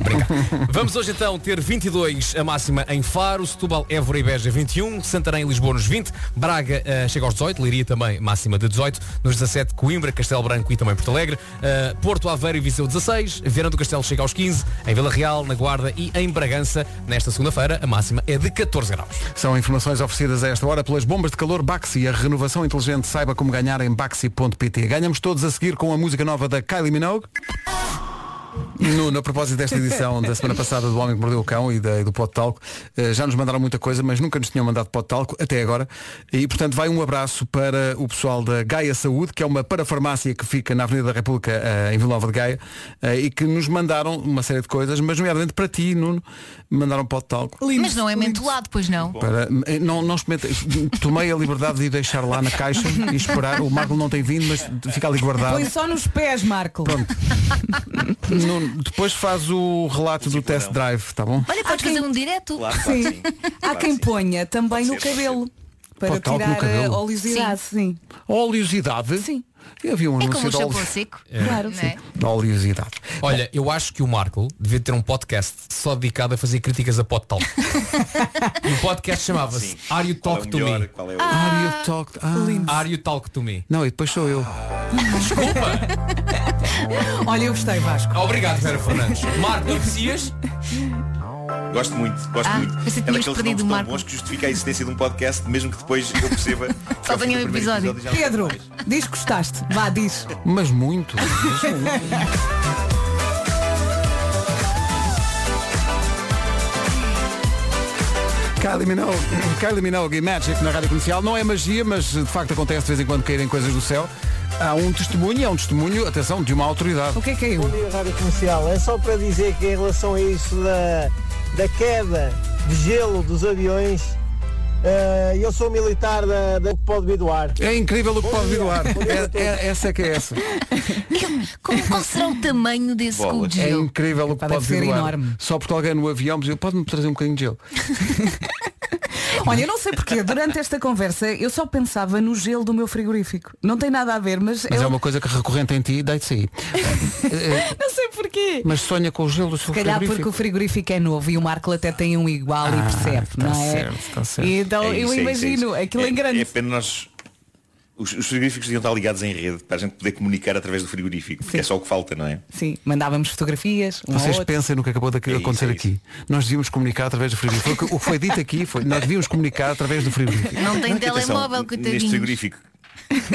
Speaker 7: Brincar. Vamos hoje então ter 22 a máxima em Faro, Setúbal, Évora e Beja 21, Santarém e Lisboa nos 20, Braga eh, chega aos 18, Leiria também máxima de 18, nos 17 Coimbra, Castelo Branco e também Porto Alegre, eh, Porto Aveiro e Viseu 16, Viana do Castelo chega aos 15, em Vila Real, na Guarda e em Bragança, nesta segunda-feira, a máxima é de 14 graus.
Speaker 1: São informações oferecidas a esta hora pelas bombas de calor Baxi. A renovação inteligente saiba como ganhar em baxi.pt. Ganhamos todos a seguir com a música nova da Kylie Minogue. Nuno, a propósito desta edição da semana passada do Homem que Mordeu o Cão e, da- e do Pó de Talco, eh, já nos mandaram muita coisa, mas nunca nos tinham mandado Pó de Talco até agora. E, portanto, vai um abraço para o pessoal da Gaia Saúde, que é uma parafarmácia que fica na Avenida da República, eh, em Vila Nova de Gaia, eh, e que nos mandaram uma série de coisas, mas nomeadamente para ti, Nuno, mandaram Pó de Talco.
Speaker 4: Mas não é mentolado, pois não.
Speaker 1: Para- eh, não, não experimentei. Tomei a liberdade de o deixar lá na caixa e esperar. O Marco não tem vindo, mas fica ali guardado.
Speaker 3: Põe só nos pés, Marco.
Speaker 1: Nuno, depois faz o relato do test drive, tá bom?
Speaker 4: Olha, podes fazer um direto.
Speaker 1: Claro, claro, sim.
Speaker 3: Há
Speaker 1: Claro,
Speaker 3: quem ponha também no cabelo. Para
Speaker 1: Pode talco no
Speaker 3: tirar
Speaker 1: cabelo?
Speaker 3: a oleosidade, sim.
Speaker 1: Oleosidade? Sim. Eu havia um
Speaker 3: É
Speaker 1: anúncio
Speaker 3: como o
Speaker 1: da
Speaker 3: shampoo
Speaker 1: ole-
Speaker 4: assim.
Speaker 3: seco,
Speaker 7: É.
Speaker 3: claro.
Speaker 7: Sim.
Speaker 1: da oleosidade.
Speaker 7: Olha, eu acho que o Marco devia ter um podcast só dedicado a fazer críticas a pot talk. e o podcast chamava-se Are You
Speaker 8: é
Speaker 7: Talk to Me?
Speaker 8: Ah,
Speaker 1: Are you talk to... ah.
Speaker 7: Are You Talk to Me?
Speaker 1: Não, e depois sou eu.
Speaker 3: Olha, eu gostei, Vasco.
Speaker 7: Ah, Obrigado, Vera Fernandes. Marco, aprecias?
Speaker 8: Gosto muito, gosto
Speaker 4: Ah,
Speaker 8: muito.
Speaker 4: pensei que
Speaker 8: É
Speaker 4: tínhamos
Speaker 8: daqueles nomes
Speaker 4: perdido o
Speaker 8: tão
Speaker 4: Marco.
Speaker 8: bons que justifica a existência de um podcast, mesmo que depois eu perceba. que
Speaker 4: Só
Speaker 8: ao fim
Speaker 4: tenho
Speaker 8: do
Speaker 4: um
Speaker 8: primeiro
Speaker 4: episódio.
Speaker 8: já não
Speaker 3: Pedro, diz que gostaste. Vá, diz.
Speaker 1: Mas muito. Kylie Minogue, Kylie Minogue e Magic na rádio comercial não é magia, mas de facto acontece de vez em quando caírem coisas do céu. Há um testemunho, é um testemunho, atenção, de uma autoridade.
Speaker 3: O que é que é eu? Bom
Speaker 15: dia, Rádio Comercial. É só para dizer que em relação a isso da, da queda de gelo dos aviões, eh, eu sou militar da, da que pode vir do ar.
Speaker 1: É incrível o que pode vir do ar.
Speaker 15: Bom dia a todos.
Speaker 1: É- é- essa é que é essa.
Speaker 4: Como, qual será o tamanho desse cubo de
Speaker 1: É
Speaker 4: gelo?
Speaker 1: incrível o que
Speaker 4: Epá, deve
Speaker 1: pode vir
Speaker 4: ser
Speaker 1: do ar.
Speaker 4: enorme.
Speaker 1: Só porque alguém no avião me dizia, pode-me trazer um bocadinho de gelo.
Speaker 3: Olha, eu não sei porquê, durante esta conversa eu só pensava no gelo do meu frigorífico. Não tem nada a ver, mas,
Speaker 1: Mas é
Speaker 3: eu
Speaker 1: uma coisa que recorrente em ti, deite-se aí. Eh, eh,
Speaker 3: não sei porquê.
Speaker 1: Mas sonha com o gelo do seu
Speaker 3: Se calhar porque
Speaker 1: frigorífico.
Speaker 3: o frigorífico é novo e o Marco até tem um igual e
Speaker 1: Ah,
Speaker 3: percebe,
Speaker 1: tá
Speaker 3: não é?
Speaker 1: certo, tá certo.
Speaker 3: Então
Speaker 8: É
Speaker 3: eu
Speaker 8: isso, é isso, é
Speaker 3: imagino
Speaker 8: isso.
Speaker 3: aquilo
Speaker 8: É-
Speaker 3: em grande.
Speaker 8: É apenas nós Os, os frigoríficos deviam estar ligados em rede para a gente poder comunicar através do frigorífico, porque é só o que falta, não é?
Speaker 3: Sim, mandávamos fotografias. Um ao
Speaker 1: Vocês
Speaker 3: outro.
Speaker 1: pensem no que acabou de acontecer aqui. Nós devíamos comunicar através do frigorífico. Foi O que o que foi dito aqui foi nós devíamos comunicar através do frigorífico.
Speaker 4: Não
Speaker 7: é
Speaker 4: tem
Speaker 8: é Atenção,
Speaker 4: telemóvel,
Speaker 8: Neste
Speaker 4: coitadinhos.
Speaker 8: frigorífico.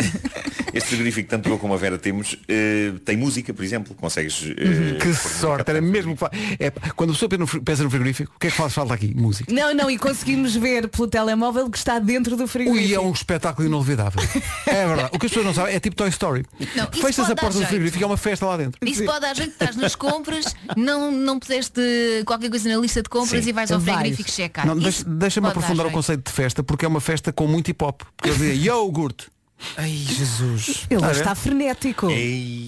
Speaker 8: este frigorífico, tanto eu como a Vera temos, eh, tem música, por exemplo. Consegues. eh,
Speaker 1: Uhum. Que sorte, era mesmo que fa- é, pá, Quando a pessoa pensa no- pensa no frigorífico, o que é que faz falta aqui? Música.
Speaker 3: Não, não, e conseguimos ver pelo telemóvel que está dentro do
Speaker 1: Ui,
Speaker 3: frigorífico.
Speaker 1: é um espetáculo inolvidável. É verdade. O que as pessoas não sabem é tipo Toy Story.
Speaker 4: Não, isso
Speaker 1: Fechas
Speaker 4: pode
Speaker 1: a porta
Speaker 4: dar
Speaker 1: do
Speaker 4: jeito.
Speaker 1: frigorífico, é uma festa lá dentro.
Speaker 4: Isso pode dar jeito, estás nas compras, não, não puseste qualquer coisa na lista de compras
Speaker 1: Sim.
Speaker 4: e vais ao frigorífico checar.
Speaker 1: Não,
Speaker 4: Isso
Speaker 1: deixa- Deixa-me
Speaker 4: pode dar
Speaker 1: aprofundar o
Speaker 4: jeito.
Speaker 1: conceito de festa, porque é uma festa com muito hip hop. Porque eles dizem iogurte. Ai, Jesus.
Speaker 3: Ele está frenético.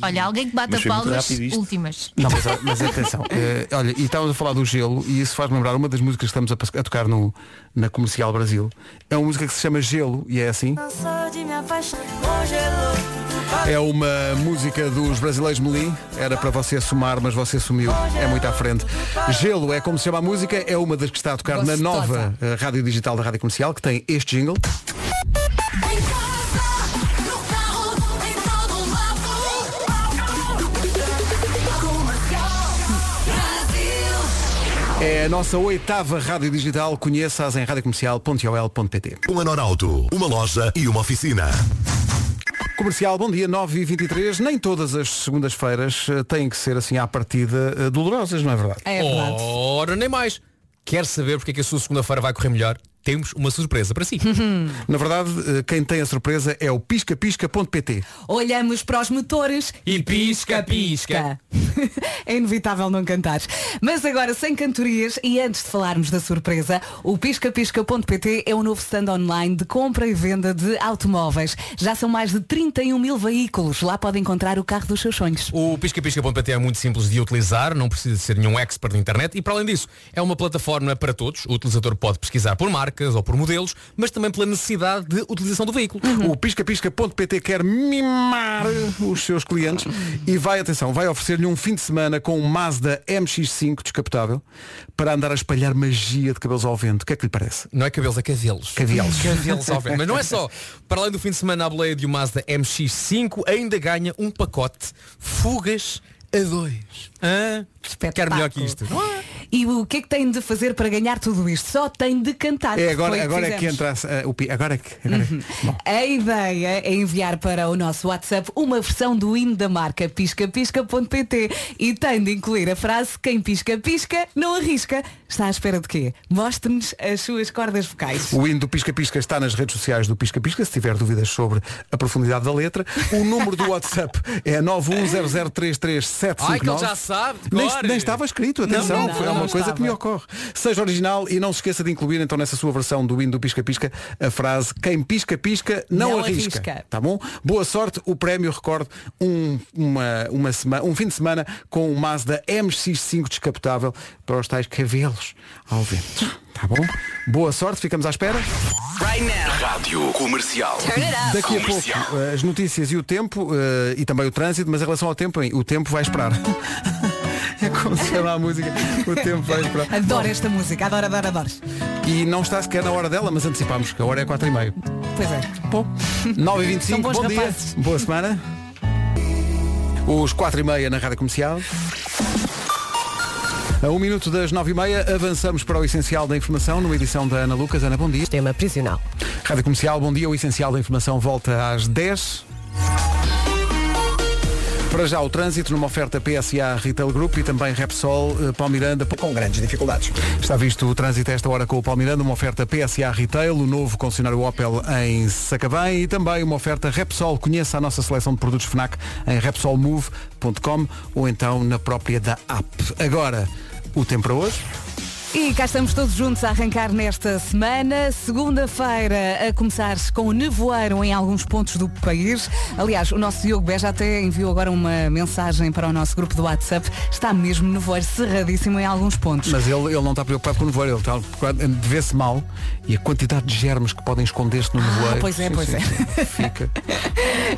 Speaker 4: Olha, alguém que bata
Speaker 1: Mas foi muito
Speaker 4: palmas
Speaker 1: rápido isto.
Speaker 4: últimas.
Speaker 1: Não, mas, ah, mas atenção, eh, olha, e estávamos a falar do gelo e isso faz lembrar uma das músicas que estamos a, pas- a tocar no, na Comercial Brasil. É uma música que se chama Gelo e é assim.
Speaker 6: Cansou de me apaixonar, congelou
Speaker 1: É uma música dos brasileiros Melim. Era para você somar, mas você sumiu. É muito à frente. Gelo é como se chama a música. É uma das que está a tocar na
Speaker 6: Gostosa.
Speaker 1: nova eh, rádio digital da Rádio Comercial, que tem este jingle. É a nossa oitava rádio digital. Conheça-as em radiocomercial.ol.pt
Speaker 14: Uma Norauto, uma loja e uma oficina.
Speaker 1: Comercial, bom dia, 9 e 23 Nem todas as segundas-feiras eh, têm que ser assim à partida eh, dolorosas, não é verdade?
Speaker 7: Ora, nem mais. Quer saber porque é que a sua segunda-feira vai correr melhor? Temos uma surpresa para si.
Speaker 1: Na verdade, eh, quem tem a surpresa é o piscapisca.pt.
Speaker 3: Olhamos para os motores
Speaker 7: E pisca, pisca.
Speaker 3: É inevitável não cantar. Mas agora, sem cantorias e antes de falarmos da surpresa, o piscapisca.pt é um novo stand online de compra e venda de automóveis. Já são mais de 31 mil veículos. Lá pode encontrar o carro dos seus sonhos.
Speaker 7: O piscapisca.pt é muito simples de utilizar, não precisa de ser nenhum expert na internet e para além disso, é uma plataforma para todos. O utilizador pode pesquisar por marcas ou por modelos, mas também pela necessidade de utilização do veículo.
Speaker 3: Hum.
Speaker 1: O piscapisca.pt quer mimar os seus clientes e vai, atenção, vai oferecer-lhe um fim de semana com um Mazda MX-5 descapotável para andar a espalhar magia de cabelos ao vento. O que é que lhe parece?
Speaker 7: Não é cabelos, é cavelos.
Speaker 1: Cavelos.
Speaker 7: Cavelos ao vento. Mas não é só. Para além do fim de semana à boleia de um Mazda MX-5, ainda ganha um pacote Fugas a dois. Hã? Quero melhor que isto. não é?
Speaker 3: E o que é que tem de fazer para ganhar tudo isto? Só tem de cantar.
Speaker 1: É
Speaker 3: Foi o
Speaker 1: agora, agora é que
Speaker 3: fizemos. Uhum.
Speaker 1: entra a- o pi- agora é que agora é que-
Speaker 3: A ideia é enviar para o nosso WhatsApp uma versão do hino da marca piscapisca.pt e tem de incluir a frase quem pisca pisca não arrisca. Está à espera de quê? Mostre-nos as suas cordas vocais.
Speaker 1: O hino do Pisca Pisca está nas redes sociais do Pisca Pisca, se tiver dúvidas sobre a profundidade da letra. O número do WhatsApp é 910033759.
Speaker 7: Ai, que ele já sabe, de
Speaker 1: nem,
Speaker 7: cor.
Speaker 1: nem estava escrito,
Speaker 7: Não,
Speaker 1: atenção,
Speaker 7: não, não,
Speaker 1: foi
Speaker 7: não
Speaker 1: uma coisa
Speaker 7: estava.
Speaker 1: que me ocorre. Seja original e não se esqueça de incluir então nessa sua versão do hino do Pisca Pisca a frase quem pisca pisca não,
Speaker 3: Não
Speaker 1: arrisca.
Speaker 3: arrisca.
Speaker 1: Tá bom? Boa sorte, o prémio recordo um, uma, uma semana, um fim de semana com um Mazda MX5 descapotável para os tais cabelos ao vento. Tá bom? Boa sorte, ficamos à espera.
Speaker 14: Rádio Comercial.
Speaker 8: É
Speaker 1: Daqui a pouco
Speaker 14: Comercial.
Speaker 1: eh, as notícias e o tempo eh, e também o trânsito, mas em relação ao tempo, hein, o tempo vai esperar. é como se chama a música. O tempo vai esperar.
Speaker 3: Adoro esta música, adoro, adoro, adoro.
Speaker 1: E não está sequer na hora dela, mas antecipamos que a hora é 4 e meio.
Speaker 3: Pois é.
Speaker 1: Bom, 9h25,
Speaker 3: São bons
Speaker 1: bom
Speaker 3: rapazes.
Speaker 1: dia, boa semana. Os 4 e meia na Rádio Comercial. A um minuto das 9 e meia, avançamos para o essencial da informação, numa edição da Ana Lucas. Ana, bom dia.
Speaker 16: Tema prisional.
Speaker 1: Rádio Comercial, bom dia. O essencial da informação volta às 10. Para já o trânsito numa oferta PSA Retail Group e também Repsol eh, Palmiranda com grandes dificuldades. Está visto o trânsito a esta hora com o Palmiranda, uma oferta PSA Retail, o novo concessionário Opel em Sacavém e também uma oferta Repsol. Conheça a nossa seleção de produtos FNAC em repsolmove.com ou então na própria da app. Agora, o tempo para hoje.
Speaker 3: E cá estamos todos juntos a arrancar nesta semana, segunda-feira, a começar com o nevoeiro em alguns pontos do país. Aliás, o nosso Diogo Beja até enviou agora uma mensagem para o nosso grupo do WhatsApp. Está mesmo nevoeiro cerradíssimo em alguns pontos.
Speaker 1: Mas ele, ele não está preocupado com o nevoeiro, ele está preocupado vê-se mal e a quantidade de germes que podem esconder-se no nevoeiro.
Speaker 3: Ah, pois é,
Speaker 1: Sim,
Speaker 3: pois
Speaker 1: sim,
Speaker 3: é.
Speaker 1: sim. Fica.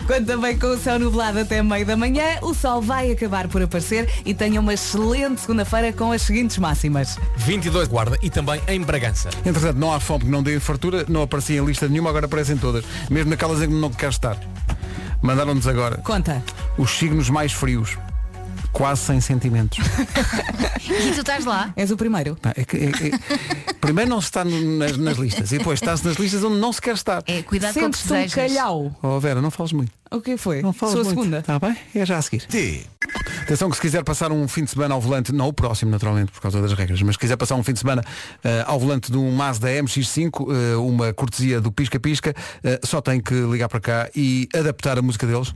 Speaker 3: Quando também com o céu nublado até meio da manhã, o sol vai acabar por aparecer e tenha uma excelente segunda-feira com as seguintes máximas.
Speaker 7: 22 Guarda e também em Bragança.
Speaker 1: Entretanto, não há fome que não dê fartura, não aparecia em lista nenhuma, agora aparecem todas. Mesmo naquelas em que não quer estar. Mandaram-nos agora.
Speaker 3: Conta.
Speaker 1: Os signos mais frios. Quase sem sentimentos.
Speaker 4: E tu estás lá?
Speaker 3: És o primeiro.
Speaker 1: Pá, é que- é- é- Primeiro não se está no- nas, nas listas e depois está-se nas listas onde não se quer estar.
Speaker 4: É, cuidado com o que
Speaker 3: Sentes-te um
Speaker 4: desejas.
Speaker 3: calhau.
Speaker 1: Oh Vera, não fales muito.
Speaker 3: O que foi?
Speaker 1: Não falas
Speaker 3: Sou a
Speaker 1: muito.
Speaker 3: segunda.
Speaker 1: Está bem? É já a seguir. Atenção que se quiser passar um fim de semana ao volante, não o próximo naturalmente por causa das regras, mas se quiser passar um fim de semana eh, ao volante de um Mazda MX-5, eh, uma cortesia do Pisca Pisca, eh, só tem que ligar para cá e adaptar a música deles.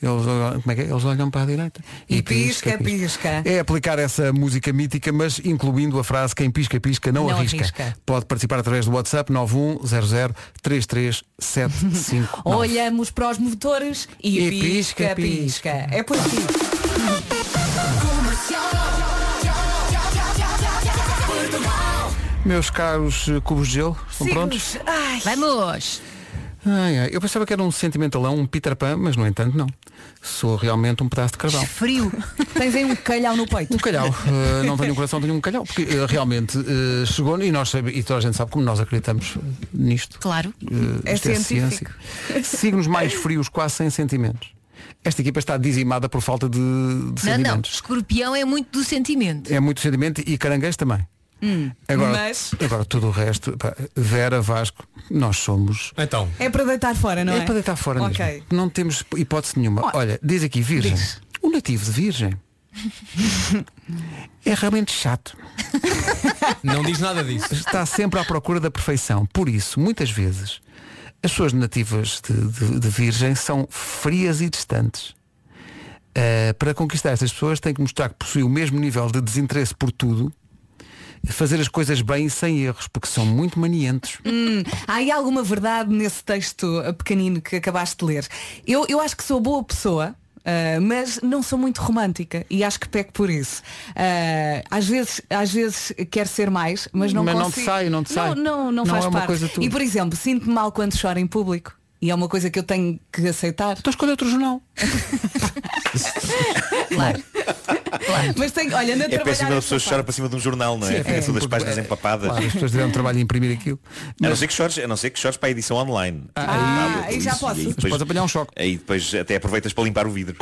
Speaker 1: Eles, olham- como é que é? Eles olham para a direita
Speaker 3: E pisca, pisca.
Speaker 1: É aplicar essa música mítica, mas incluindo a frase quem pisca, pisca, não,
Speaker 3: Não
Speaker 1: arrisca.
Speaker 3: arrisca.
Speaker 1: Pode participar através do WhatsApp 910033759.
Speaker 3: Olhamos para os motores e,
Speaker 1: E pisca,
Speaker 3: pisca, pisca, É por aqui.
Speaker 1: Meus caros eh, cubos de gelo, estão prontos?
Speaker 4: Vamos!
Speaker 1: Ai, ai, eu pensava que era um sentimentalão, um Peter Pan, mas no entanto não. Sou realmente um pedaço de carvão.
Speaker 4: Frio.
Speaker 3: Tens aí um calhau no peito.
Speaker 1: Um calhau. Eh, não tenho um coração, tenho um calhau. Porque eh, realmente eh, chegou e nós sabe- e toda a gente sabe como nós acreditamos nisto.
Speaker 4: Claro.
Speaker 1: Eh,
Speaker 4: É
Speaker 1: isto
Speaker 4: científico.
Speaker 1: ciência. Signos mais frios, quase sem sentimentos. Esta equipa está dizimada por falta de, de
Speaker 4: Não, não.
Speaker 1: sentimentos.
Speaker 4: Escorpião é muito do sentimento.
Speaker 1: É muito sentimento e caranguejo também.
Speaker 4: Hum,
Speaker 1: Agora, agora tudo o resto, pá, Vera, Vasco, nós somos.
Speaker 7: Então.
Speaker 3: É para deitar fora, não é?
Speaker 1: É para deitar fora
Speaker 3: Ok.
Speaker 1: mesmo. Não temos hipótese nenhuma. Olha, diz aqui, virgem. O nativo de virgem é realmente chato.
Speaker 7: Não diz nada disso.
Speaker 1: Está sempre à procura da perfeição. Por isso, muitas vezes, as pessoas nativas de, de- de virgem são frias e distantes. Eh, para conquistar estas pessoas tem que mostrar que possui o mesmo nível de desinteresse por tudo, fazer as coisas bem e sem erros, porque são muito manientes.
Speaker 3: Hum, há aí alguma verdade nesse texto eh, pequenino que acabaste de ler? Eu, eu acho que sou boa pessoa. eh, mas não sou muito romântica e acho que peco por isso. Eh, às vezes, às vezes quero ser mais, mas não
Speaker 1: Mas não te
Speaker 3: consigo.
Speaker 1: sai, não te sai.
Speaker 3: Não, não, não
Speaker 1: Não
Speaker 3: faz
Speaker 1: é uma
Speaker 3: parte.
Speaker 1: coisa tua.
Speaker 3: E por exemplo, sinto-me mal quando choro em público e é uma coisa que eu tenho que aceitar. Então
Speaker 1: escolhe outro jornal.
Speaker 3: claro. Mas tenho, olha, na
Speaker 8: É péssimo
Speaker 3: trabalhar
Speaker 8: a pessoa chorar para cima de um jornal, não é?
Speaker 1: Sim, é
Speaker 8: Fica
Speaker 1: péssimo,
Speaker 8: todas as
Speaker 1: porque,
Speaker 8: páginas
Speaker 1: é,
Speaker 8: empapadas.
Speaker 1: Claro, as pessoas deram trabalho de imprimir aquilo.
Speaker 8: A não ser que chores, a não ser que chores para a edição online.
Speaker 1: Ah,
Speaker 8: Ah,
Speaker 1: aí já
Speaker 8: isso,
Speaker 1: posso.
Speaker 8: e aí
Speaker 1: Mas
Speaker 8: depois-
Speaker 1: podes apanhar um choque.
Speaker 8: Aí depois até aproveitas para limpar o vidro.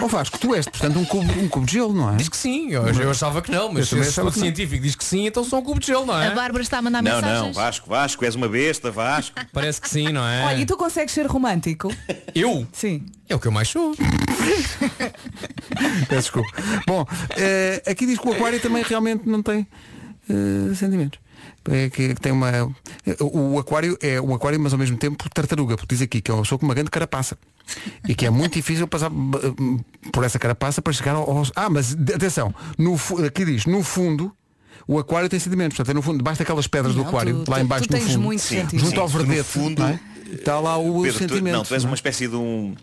Speaker 1: Ó oh, Vasco, tu és, portanto, um cubo, um cubo de gelo, não é? Diz
Speaker 7: que sim, Eu, eu achava que não, mas se o estudo científico diz que sim, então são um cubo de gelo, não
Speaker 4: A
Speaker 7: é?
Speaker 4: Bárbara está a mandar
Speaker 8: Não, não,
Speaker 4: mensagens.
Speaker 8: Vasco, Vasco, és uma besta, Vasco.
Speaker 7: Parece que sim, não é?
Speaker 3: Olha, e tu consegues ser romântico?
Speaker 7: Eu?
Speaker 3: Sim.
Speaker 7: É o que eu mais sou.
Speaker 1: Peço desculpa. Bom, eh, aqui diz que o aquário também realmente não tem eh, sentimentos. É que tem uma. O aquário é um aquário, mas ao mesmo tempo tartaruga, porque diz aqui que é uma pessoa com uma grande carapaça. E que é muito difícil passar eh, por essa carapaça para chegar ao- aos. Ah, mas de- atenção, no, fu- aqui diz, no fundo. O aquário tem sentimentos, portanto é no fundo, debaixo daquelas pedras
Speaker 8: Não,
Speaker 1: do aquário,
Speaker 8: tu-
Speaker 1: lá
Speaker 8: tu-
Speaker 1: embaixo
Speaker 8: tu
Speaker 1: no
Speaker 8: tens
Speaker 1: fundo,
Speaker 8: muitos Sim, sentimentos.
Speaker 1: junto ao
Speaker 8: sim, tu no
Speaker 1: verdete,
Speaker 8: fundo, tá
Speaker 1: não é? está lá o
Speaker 8: Pedro, tu,
Speaker 1: sentimento. é?
Speaker 8: não, tu és uma espécie de um.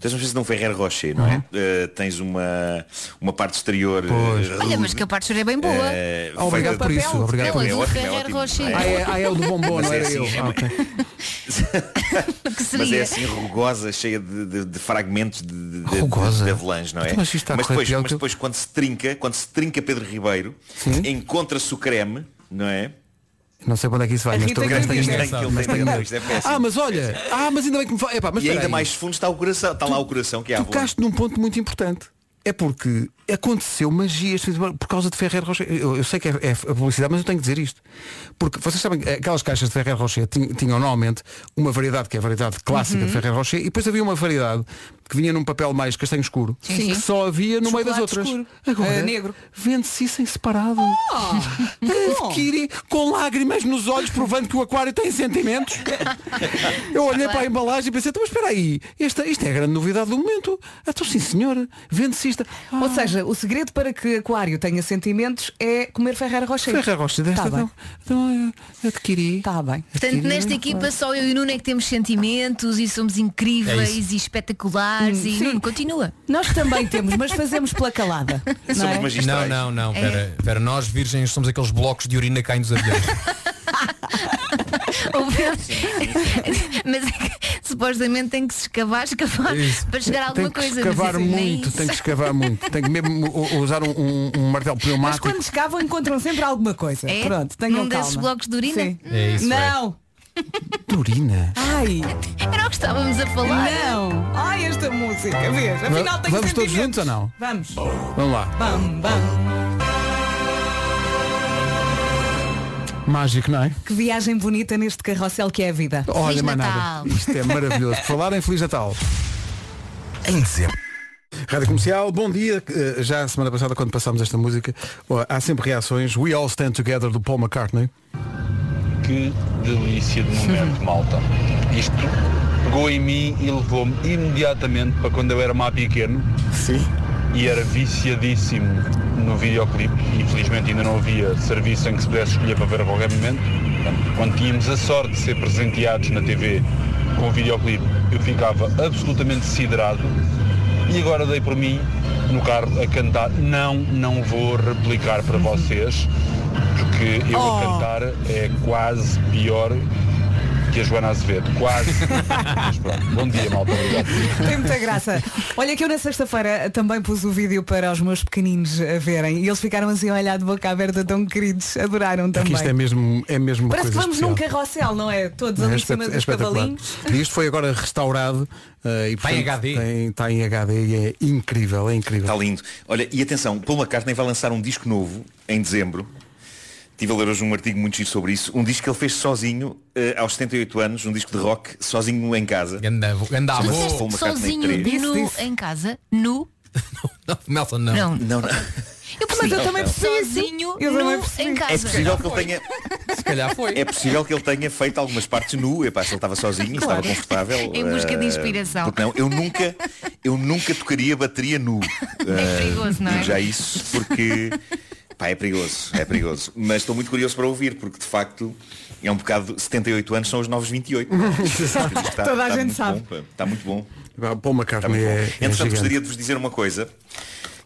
Speaker 8: Tu és uma espécie de um Ferrer Rocher, não é?
Speaker 1: Uhum.
Speaker 8: Eh, tens uma, uma parte exterior.
Speaker 1: Pois.
Speaker 8: eh,
Speaker 4: Olha, mas que a parte de chorar é bem boa.
Speaker 8: eh, feita
Speaker 1: Obrigado por
Speaker 8: de-
Speaker 1: isso, obrigado
Speaker 8: É
Speaker 1: por isso.
Speaker 8: ótimo, é
Speaker 4: Ferrer
Speaker 8: ótimo.
Speaker 4: Rocher.
Speaker 1: Ah, é, ah, é o do bombom,
Speaker 8: Mas
Speaker 1: não
Speaker 8: é
Speaker 1: era
Speaker 8: assim,
Speaker 1: eu.
Speaker 8: é
Speaker 1: Ah,
Speaker 8: uma-
Speaker 1: ok.
Speaker 4: que
Speaker 8: Mas é
Speaker 4: seria.
Speaker 8: assim rugosa, cheia de, de- de fragmentos de, de, de-
Speaker 1: Rugosa?
Speaker 8: de avelãs, não é?
Speaker 1: Então, mas isto está a correr
Speaker 8: depois,
Speaker 1: pior
Speaker 8: mas
Speaker 1: que eu.
Speaker 8: depois quando se trinca, quando se trinca Pedro Ribeiro, encontra-se o creme, não é?
Speaker 1: Não sei para onde é que isso vai, mas estou a gastar
Speaker 8: Isto
Speaker 1: isto.
Speaker 8: tem que ele
Speaker 1: Mas
Speaker 8: tem-
Speaker 1: tenho medo.
Speaker 8: isto é péssimo.
Speaker 1: Ah, mas olha, ah, mas ainda bem que me fala. Epá, mas
Speaker 8: e ainda
Speaker 1: espera aí.
Speaker 8: mais fundo está o coração, está lá o coração que é a avelã.
Speaker 1: Tocaste num ponto muito importante. É porque aconteceu magia este fim de semana por causa de Ferrer Rocher. Eu, eu sei que é, é a publicidade, mas eu tenho que dizer isto. Porque vocês sabem que aquelas caixas de Ferrer Rocher tin- tinham normalmente uma variedade que é a variedade clássica
Speaker 10: Uhum.
Speaker 1: de Ferrer Rocher e depois havia uma variedade que vinha num papel mais castanho escuro
Speaker 10: Sim, sim.
Speaker 1: que só havia no meio das
Speaker 10: Chocolate
Speaker 1: outras.
Speaker 10: escuro.
Speaker 1: Agora
Speaker 10: Eh, negro. Oh.
Speaker 1: vende-se isso em separado.
Speaker 10: bom.
Speaker 1: Adquiri com lágrimas nos olhos provando que o aquário tem sentimentos. Eu olhei para a embalagem e pensei, "Então, mas espera aí, esta, isto é a grande novidade do momento. Então sim senhora, vende-se isto.
Speaker 3: Ou seja, o segredo para que aquário tenha sentimentos é comer Ferreira Rocher.
Speaker 1: Ferreira Rocher, desta
Speaker 3: tá bem. Tá.
Speaker 1: então, então eu adquiri.
Speaker 3: Está bem.
Speaker 4: Portanto, nesta equipa só eu e o Nuno é que temos sentimentos e somos
Speaker 1: É
Speaker 4: incríveis
Speaker 1: isso.
Speaker 4: e espetaculares
Speaker 3: Hum,
Speaker 4: e
Speaker 3: sim.
Speaker 4: Nuno, continua.
Speaker 3: Nós também temos, mas fazemos pela calada. não é?
Speaker 7: Não, não, não. Pera, pera, nós virgens somos aqueles blocos de urina que caem dos aviões.
Speaker 4: Ou- Mas é que supostamente tem que se escavar, escavar
Speaker 1: Isso.
Speaker 4: para chegar a alguma
Speaker 1: tem que
Speaker 4: coisa.
Speaker 1: escavar
Speaker 4: mas, assim, nem
Speaker 1: muito,
Speaker 4: isso.
Speaker 1: tem que escavar muito. Tem que mesmo u- usar um, um- um martelo
Speaker 3: Mas
Speaker 1: pneumático.
Speaker 3: quando escavam encontram sempre alguma coisa.
Speaker 4: É?
Speaker 3: Pronto, tenham
Speaker 4: Num
Speaker 3: calma.
Speaker 4: desses blocos de urina?
Speaker 3: Sim.
Speaker 1: É isso,
Speaker 3: Não.
Speaker 1: Turina.
Speaker 3: Ai.
Speaker 4: Era o que estávamos a falar.
Speaker 3: Não. Ai, esta música, vês? Afinal tem
Speaker 1: Vamos todos
Speaker 3: sentimentos.
Speaker 1: juntos ou não?
Speaker 3: Vamos.
Speaker 1: Vamos lá.
Speaker 3: Bam, bam.
Speaker 1: Mágico, não é?
Speaker 3: Que viagem bonita neste carrossel que é a vida.
Speaker 1: Olha, mais nada. Isto é maravilhoso. Por falar em Feliz Natal. Em dezembro. Rádio Comercial, bom dia. Eh, Já a semana passada, quando passámos esta música, ó, há sempre reações. We All Stand Together do Paul McCartney. É
Speaker 16: Que delícia de momento, malta. Isto pegou em mim e levou-me imediatamente para quando eu era mais pequeno.
Speaker 1: Sim.
Speaker 16: E era viciadíssimo no videoclipe. Infelizmente ainda não havia serviço em que se pudesse escolher para ver a qualquer momento. Portanto, Quando tínhamos a sorte de ser presenteados na TV com o videoclipe, eu ficava absolutamente siderado. E agora dei por mim no carro a cantar. Não, não vou replicar para vocês, porque eu a
Speaker 17: Oh.
Speaker 16: cantar é quase pior que a Joana Azevedo. Quase. Mas pronto, bom dia, malta. Obrigado.
Speaker 3: Tem muita graça. Olha que eu na sexta-feira também pus o vídeo para os meus pequeninos a verem e eles ficaram assim a olhar de boca aberta tão queridos. Adoraram
Speaker 1: É que
Speaker 3: também.
Speaker 1: isto é mesmo, é mesmo uma
Speaker 3: Parece que
Speaker 1: coisa
Speaker 3: vamos num
Speaker 1: especial.
Speaker 3: carrossel, não é? Todos
Speaker 1: É
Speaker 3: ali em
Speaker 1: espet-
Speaker 3: cima
Speaker 1: é
Speaker 3: dos
Speaker 1: espetacular.
Speaker 3: cavalinhos.
Speaker 1: E isto foi agora restaurado. eh, e, portanto,
Speaker 8: em HD.
Speaker 1: Tem, está em HD e é incrível, é incrível.
Speaker 8: Está Tá lindo. Olha, e atenção, Paul McCartney vai lançar um disco novo em dezembro. Estive a ler hoje um artigo muito giro sobre isso. Um disco que ele fez sozinho eh, aos 78 anos, um disco de rock, sozinho em casa.
Speaker 7: Ah,
Speaker 4: Tu
Speaker 8: Chama-se
Speaker 4: disseste
Speaker 8: Paul McCartney
Speaker 4: sozinho
Speaker 8: 3.
Speaker 4: nu em casa, nu.
Speaker 7: Melton,
Speaker 4: Não.
Speaker 8: Não, não.
Speaker 4: Eu
Speaker 8: Mas eu também
Speaker 4: preciso. Sozinho
Speaker 3: Eu também
Speaker 4: nu em casa.
Speaker 8: É possível que ele tenha.
Speaker 7: Se calhar foi.
Speaker 8: É possível que ele tenha feito algumas partes nu. Epá, se ele estava sozinho,
Speaker 4: Claro.
Speaker 8: estava confortável.
Speaker 4: Em busca de
Speaker 8: eh,
Speaker 4: inspiração. É
Speaker 8: porque não, eu nunca, eu nunca tocaria bateria nu. Eh,
Speaker 4: perigoso, não é?
Speaker 8: digo Já isso porque pá, é perigoso, é perigoso. Mas estou muito curioso para ouvir, porque de facto é um bocado 78 anos são os novos 28. Está-
Speaker 3: Toda a
Speaker 8: está
Speaker 3: gente
Speaker 8: muito
Speaker 3: sabe.
Speaker 8: bom, pá, está muito bom.
Speaker 1: Pá, Paul McCartney
Speaker 8: Muito Tá bom.
Speaker 1: é, é
Speaker 8: Entretanto,
Speaker 1: gigante.
Speaker 8: gostaria de vos dizer uma coisa,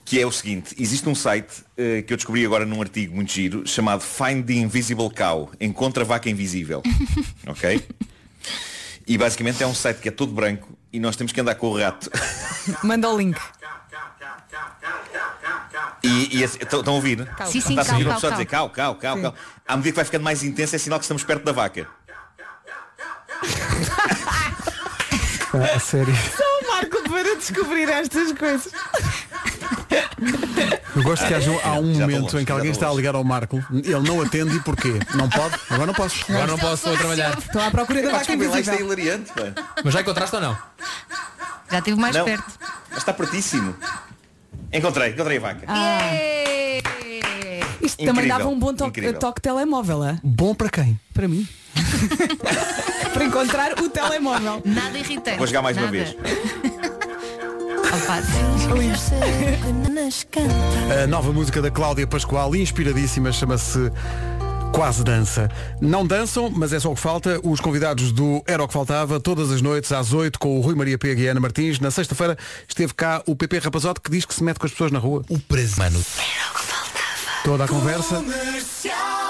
Speaker 8: que é o seguinte, existe um site eh, que eu descobri agora num artigo muito giro, chamado Find the Invisible Cow, Encontra a Vaca Invisível. ok? E basicamente é um site que é todo branco e nós temos que andar com o rato.
Speaker 3: Manda o link.
Speaker 8: E, e esse- estão estão a ouvir? né?
Speaker 3: Sim, sim,
Speaker 8: Está
Speaker 3: cau,
Speaker 8: a ouvir
Speaker 3: cau,
Speaker 8: uma pessoa a dizer
Speaker 3: cau.
Speaker 8: cal, cal, cal,
Speaker 3: Sim.
Speaker 8: cal. À medida que vai ficando mais intenso é sinal que estamos perto da vaca.
Speaker 1: Ah, a sério.
Speaker 13: Só o Marco para descobrir estas coisas.
Speaker 1: Eu gosto que haja, há um
Speaker 9: Já estou
Speaker 1: momento
Speaker 9: longe,
Speaker 1: em que
Speaker 9: já
Speaker 1: alguém
Speaker 9: estou
Speaker 1: está a ligar ao Marco, ele não atende e porquê? Não pode? Agora não posso.
Speaker 7: Agora não posso, vou trabalhar.
Speaker 3: Estou à procura da
Speaker 8: Epá,
Speaker 3: vaca
Speaker 8: desculpem lá, isto é
Speaker 3: invisível.
Speaker 8: hilariante, pá.
Speaker 7: Mas já encontraste ou não?
Speaker 4: Já estive mais
Speaker 8: Não.
Speaker 4: perto.
Speaker 8: Mas está pertíssimo. Encontrei, encontrei a vaca.
Speaker 4: Yay!
Speaker 3: Isto também
Speaker 8: Incrível,
Speaker 3: dava um bom toque,
Speaker 8: incrível.
Speaker 3: toque telemóvel, é?
Speaker 1: Bom para quem?
Speaker 3: Para mim. para encontrar o telemóvel.
Speaker 4: Nada irritante.
Speaker 8: Vou jogar mais uma
Speaker 4: Nada.
Speaker 8: vez.
Speaker 1: A nova música da Cláudia Pascoal, inspiradíssima, chama-se Quase Dança. Não dançam, mas é só o que falta. Os convidados do Era o que Faltava, todas as noites às 8 com o Rui Maria Pega e a Ana Martins. Na sexta-feira esteve cá o PP Rapazote que diz que se mete com as pessoas na rua. O preso, mano. Toda a conversa.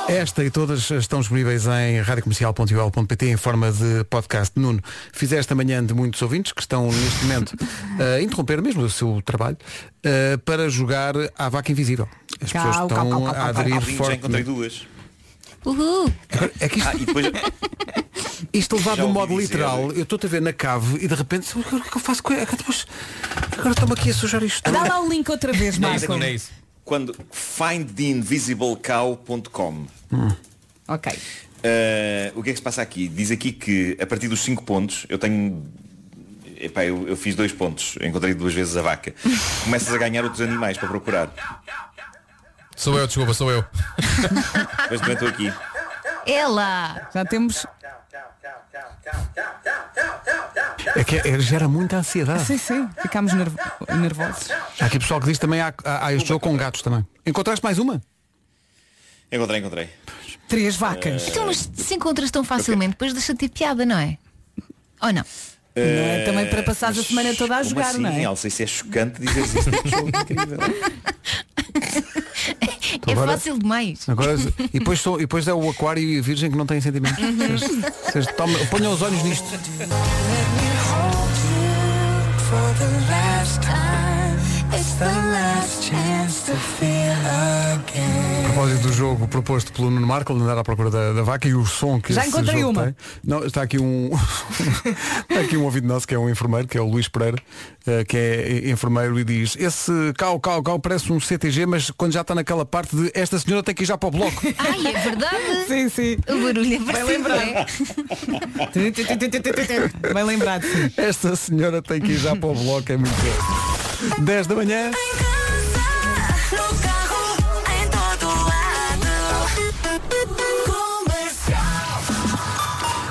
Speaker 1: Esta e todas estão disponíveis em radiocomercial.ol.pt em forma de podcast. Nuno, fizeste amanhã de muitos ouvintes que estão neste momento a interromper mesmo o seu trabalho eh, para jogar à vaca invisível. As
Speaker 4: Cau,
Speaker 1: pessoas
Speaker 4: cau,
Speaker 1: estão
Speaker 4: cau, cau,
Speaker 1: a
Speaker 4: cau,
Speaker 1: aderir
Speaker 3: Ah.
Speaker 8: cau. Ah, Já encontrei
Speaker 1: fortemente.
Speaker 8: duas. Ah,
Speaker 4: Uhul.
Speaker 1: É que isto, isto levado de um modo literal, eu estou-te a ver na cave e de repente, o que é que eu faço com é que depois- Agora estou-me aqui a sujar isto. tudo.
Speaker 3: Dá lá o link outra vez,
Speaker 8: Não, isso
Speaker 3: Marco.
Speaker 8: é isso. Quando findtheinvisiblecow.com
Speaker 3: Ok.
Speaker 8: Uh, o que é que se passa aqui? Diz aqui que a partir dos 5 pontos eu tenho. Epá, eu, eu fiz dois pontos, encontrei duas vezes a vaca. Começas a ganhar outros animais para procurar.
Speaker 7: Sou eu, desculpa, sou eu.
Speaker 8: Mas também estou aqui.
Speaker 4: Ela.
Speaker 3: Já temos.
Speaker 1: É que é- gera muita ansiedade.
Speaker 3: Sim, sim. Ficámos nervo- nervosos.
Speaker 1: Há aqui pessoal que diz também há, há, há este jogo com gatos também. Encontraste mais uma?
Speaker 8: Encontrei, encontrei.
Speaker 3: Três vacas.
Speaker 4: Então, mas se encontras tão facilmente, depois deixa-te de piada, não é? Ou não?
Speaker 3: é? Também para passares a
Speaker 8: mas
Speaker 3: semana toda a
Speaker 8: como
Speaker 3: jogar, é?
Speaker 8: assim?
Speaker 3: não é?
Speaker 8: Alça, isso é chocante dizer isto.
Speaker 4: É É
Speaker 1: Agora-
Speaker 4: fácil demais.
Speaker 1: Agora, e, depois sou- e depois é o aquário e a virgem que não têm sentimentos.
Speaker 4: Uhum.
Speaker 1: Vocês- vocês tomam- ponham os olhos nisto.
Speaker 6: For the last time, it's the last chance to feel again.
Speaker 1: A propósito do jogo proposto pelo Nuno Marco, de andar à procura da, da vaca e o som que
Speaker 6: Já
Speaker 1: esse
Speaker 6: encontrei
Speaker 1: jogo
Speaker 6: uma.
Speaker 1: tem. Não, está aqui um está aqui um ouvido nosso que é um enfermeiro, que é o Luís Pereira, eh, que é enfermeiro e diz esse cau, cau, cau parece um CTG, mas quando já está naquela parte de esta senhora tem que ir já para o bloco.
Speaker 4: Ai, é verdade.
Speaker 13: Sim, sim.
Speaker 4: O barulho é
Speaker 13: Bem
Speaker 4: parecido,
Speaker 13: lembrado.
Speaker 4: é?
Speaker 13: Bem lembrado. sim.
Speaker 1: Esta senhora tem que ir já para o bloco, é muito bom. 10 da manhã.
Speaker 6: No carro, em todo lado. Comercial.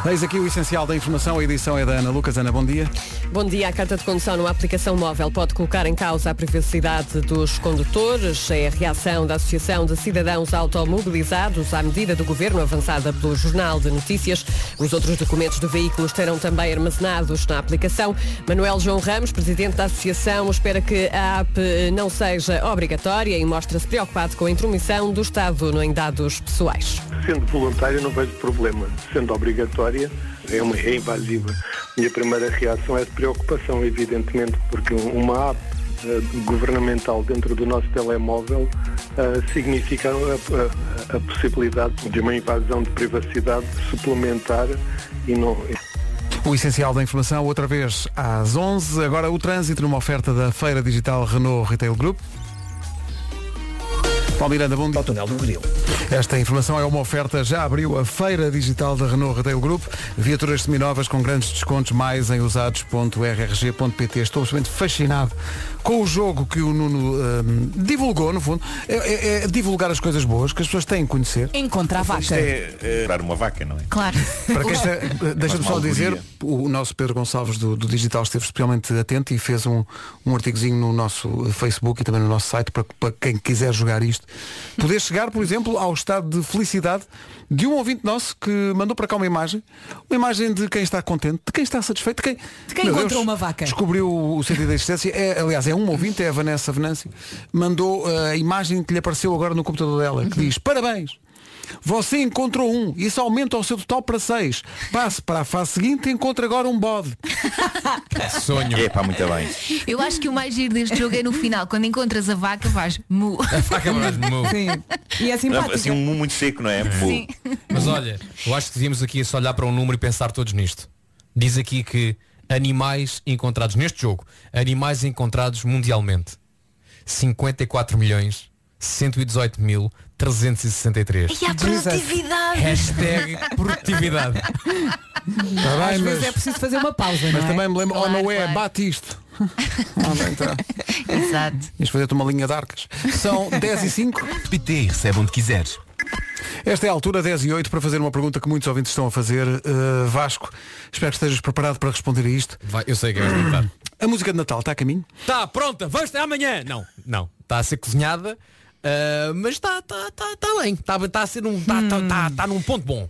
Speaker 1: Eis aqui o essencial da informação, a edição é da Ana Lucas. Ana, bom dia.
Speaker 17: Bom dia. A carta de condução numa aplicação móvel pode colocar em causa a privacidade dos condutores. É a reação da Associação de Cidadãos Automobilizados à medida do governo avançada pelo Jornal de Notícias. Os outros documentos do veículo estarão também armazenados na aplicação. Manuel João Ramos, presidente da associação, espera que a app não seja obrigatória e mostra-se preocupado com a intromissão do Estado em dados pessoais.
Speaker 18: Sendo voluntária não vejo problema. Sendo obrigatória é, uma, é invasiva. Minha primeira reação é de preocupação, evidentemente, porque uma app eh, governamental dentro do nosso telemóvel eh, significa a, a- a possibilidade de uma invasão de privacidade suplementar e não
Speaker 1: O essencial da informação, outra vez às 11. Agora o trânsito numa oferta da Feira Digital Renault Retail Group. Paulo Miranda, bom dia.
Speaker 2: Tunel do Grilo.
Speaker 1: Esta informação é uma oferta, já abriu a Feira Digital da Renault Retail Group. Viaturas seminovas com grandes descontos, mais em usados.rrg.pt. Estou absolutamente fascinado com o jogo que o Nuno hum, divulgou, no fundo. É, é- é divulgar as coisas boas que as pessoas têm que conhecer.
Speaker 3: Encontrar a
Speaker 8: Isto
Speaker 3: vaca.
Speaker 8: é eh, comprar uma vaca, não é?
Speaker 4: Claro.
Speaker 1: Para quem está, deixa-me
Speaker 8: Mas
Speaker 1: só
Speaker 8: uma
Speaker 1: dizer,
Speaker 8: alegoria.
Speaker 1: o nosso Pedro Gonçalves do, do Digital esteve especialmente atento e fez um, um artigozinho no nosso eh, Facebook e também no nosso site para, para quem quiser jogar isto. Poder chegar, por exemplo, ao estado de felicidade de um ouvinte nosso que mandou para cá uma imagem, uma imagem de quem está contente, de quem está satisfeito, de quem,
Speaker 3: De quem
Speaker 1: Meu
Speaker 3: encontrou uma vaca.
Speaker 1: Descobriu o sentido da existência. É, aliás, é um ouvinte, é a Vanessa Venâncio, mandou eh, a imagem que lhe apareceu agora no computador dela, que
Speaker 3: Uhum.
Speaker 1: diz, parabéns! Você encontrou um, isso aumenta o seu total para seis. Passe para a fase seguinte e encontra agora um bode.
Speaker 7: Sonho.
Speaker 8: É pá, muito bem.
Speaker 4: Eu acho que o mais giro deste jogo é no final. Quando encontras a vaca, vais mu.
Speaker 7: É
Speaker 3: E é
Speaker 8: Não, assim um mu muito seco, não é?
Speaker 4: Sim.
Speaker 7: Mas olha, eu acho que devíamos aqui só olhar para um número e pensar todos nisto. Diz aqui que animais encontrados neste jogo, animais encontrados mundialmente. 54 milhões 118 mil 363.
Speaker 4: E a produtividade.
Speaker 7: Hashtag produtividade.
Speaker 1: Tá bem,
Speaker 3: Às vezes
Speaker 1: mas-
Speaker 3: é preciso fazer uma pausa,
Speaker 1: Mas
Speaker 3: não é?
Speaker 1: também me lembro, oh não é, bate isto. Ah, bem, tá.
Speaker 4: Exato.
Speaker 1: Ias fazer-te uma linha de arcas. São 10 e 5.
Speaker 14: PT, recebe onde quiseres.
Speaker 1: Esta é a altura, 10 e 8, para fazer uma pergunta que muitos ouvintes estão a fazer. Eh, Vasco, espero que estejas preparado para responder a isto.
Speaker 7: Vai, eu sei que vais perguntar.
Speaker 1: A música de Natal está a caminho?
Speaker 7: Tá, pronta, vamos até amanhã. Não, não. Está Tá a ser cozinhada, ah, mas está tá, tá, tá bem. Está tá a ser um. Está tá, tá, tá num ponto bom.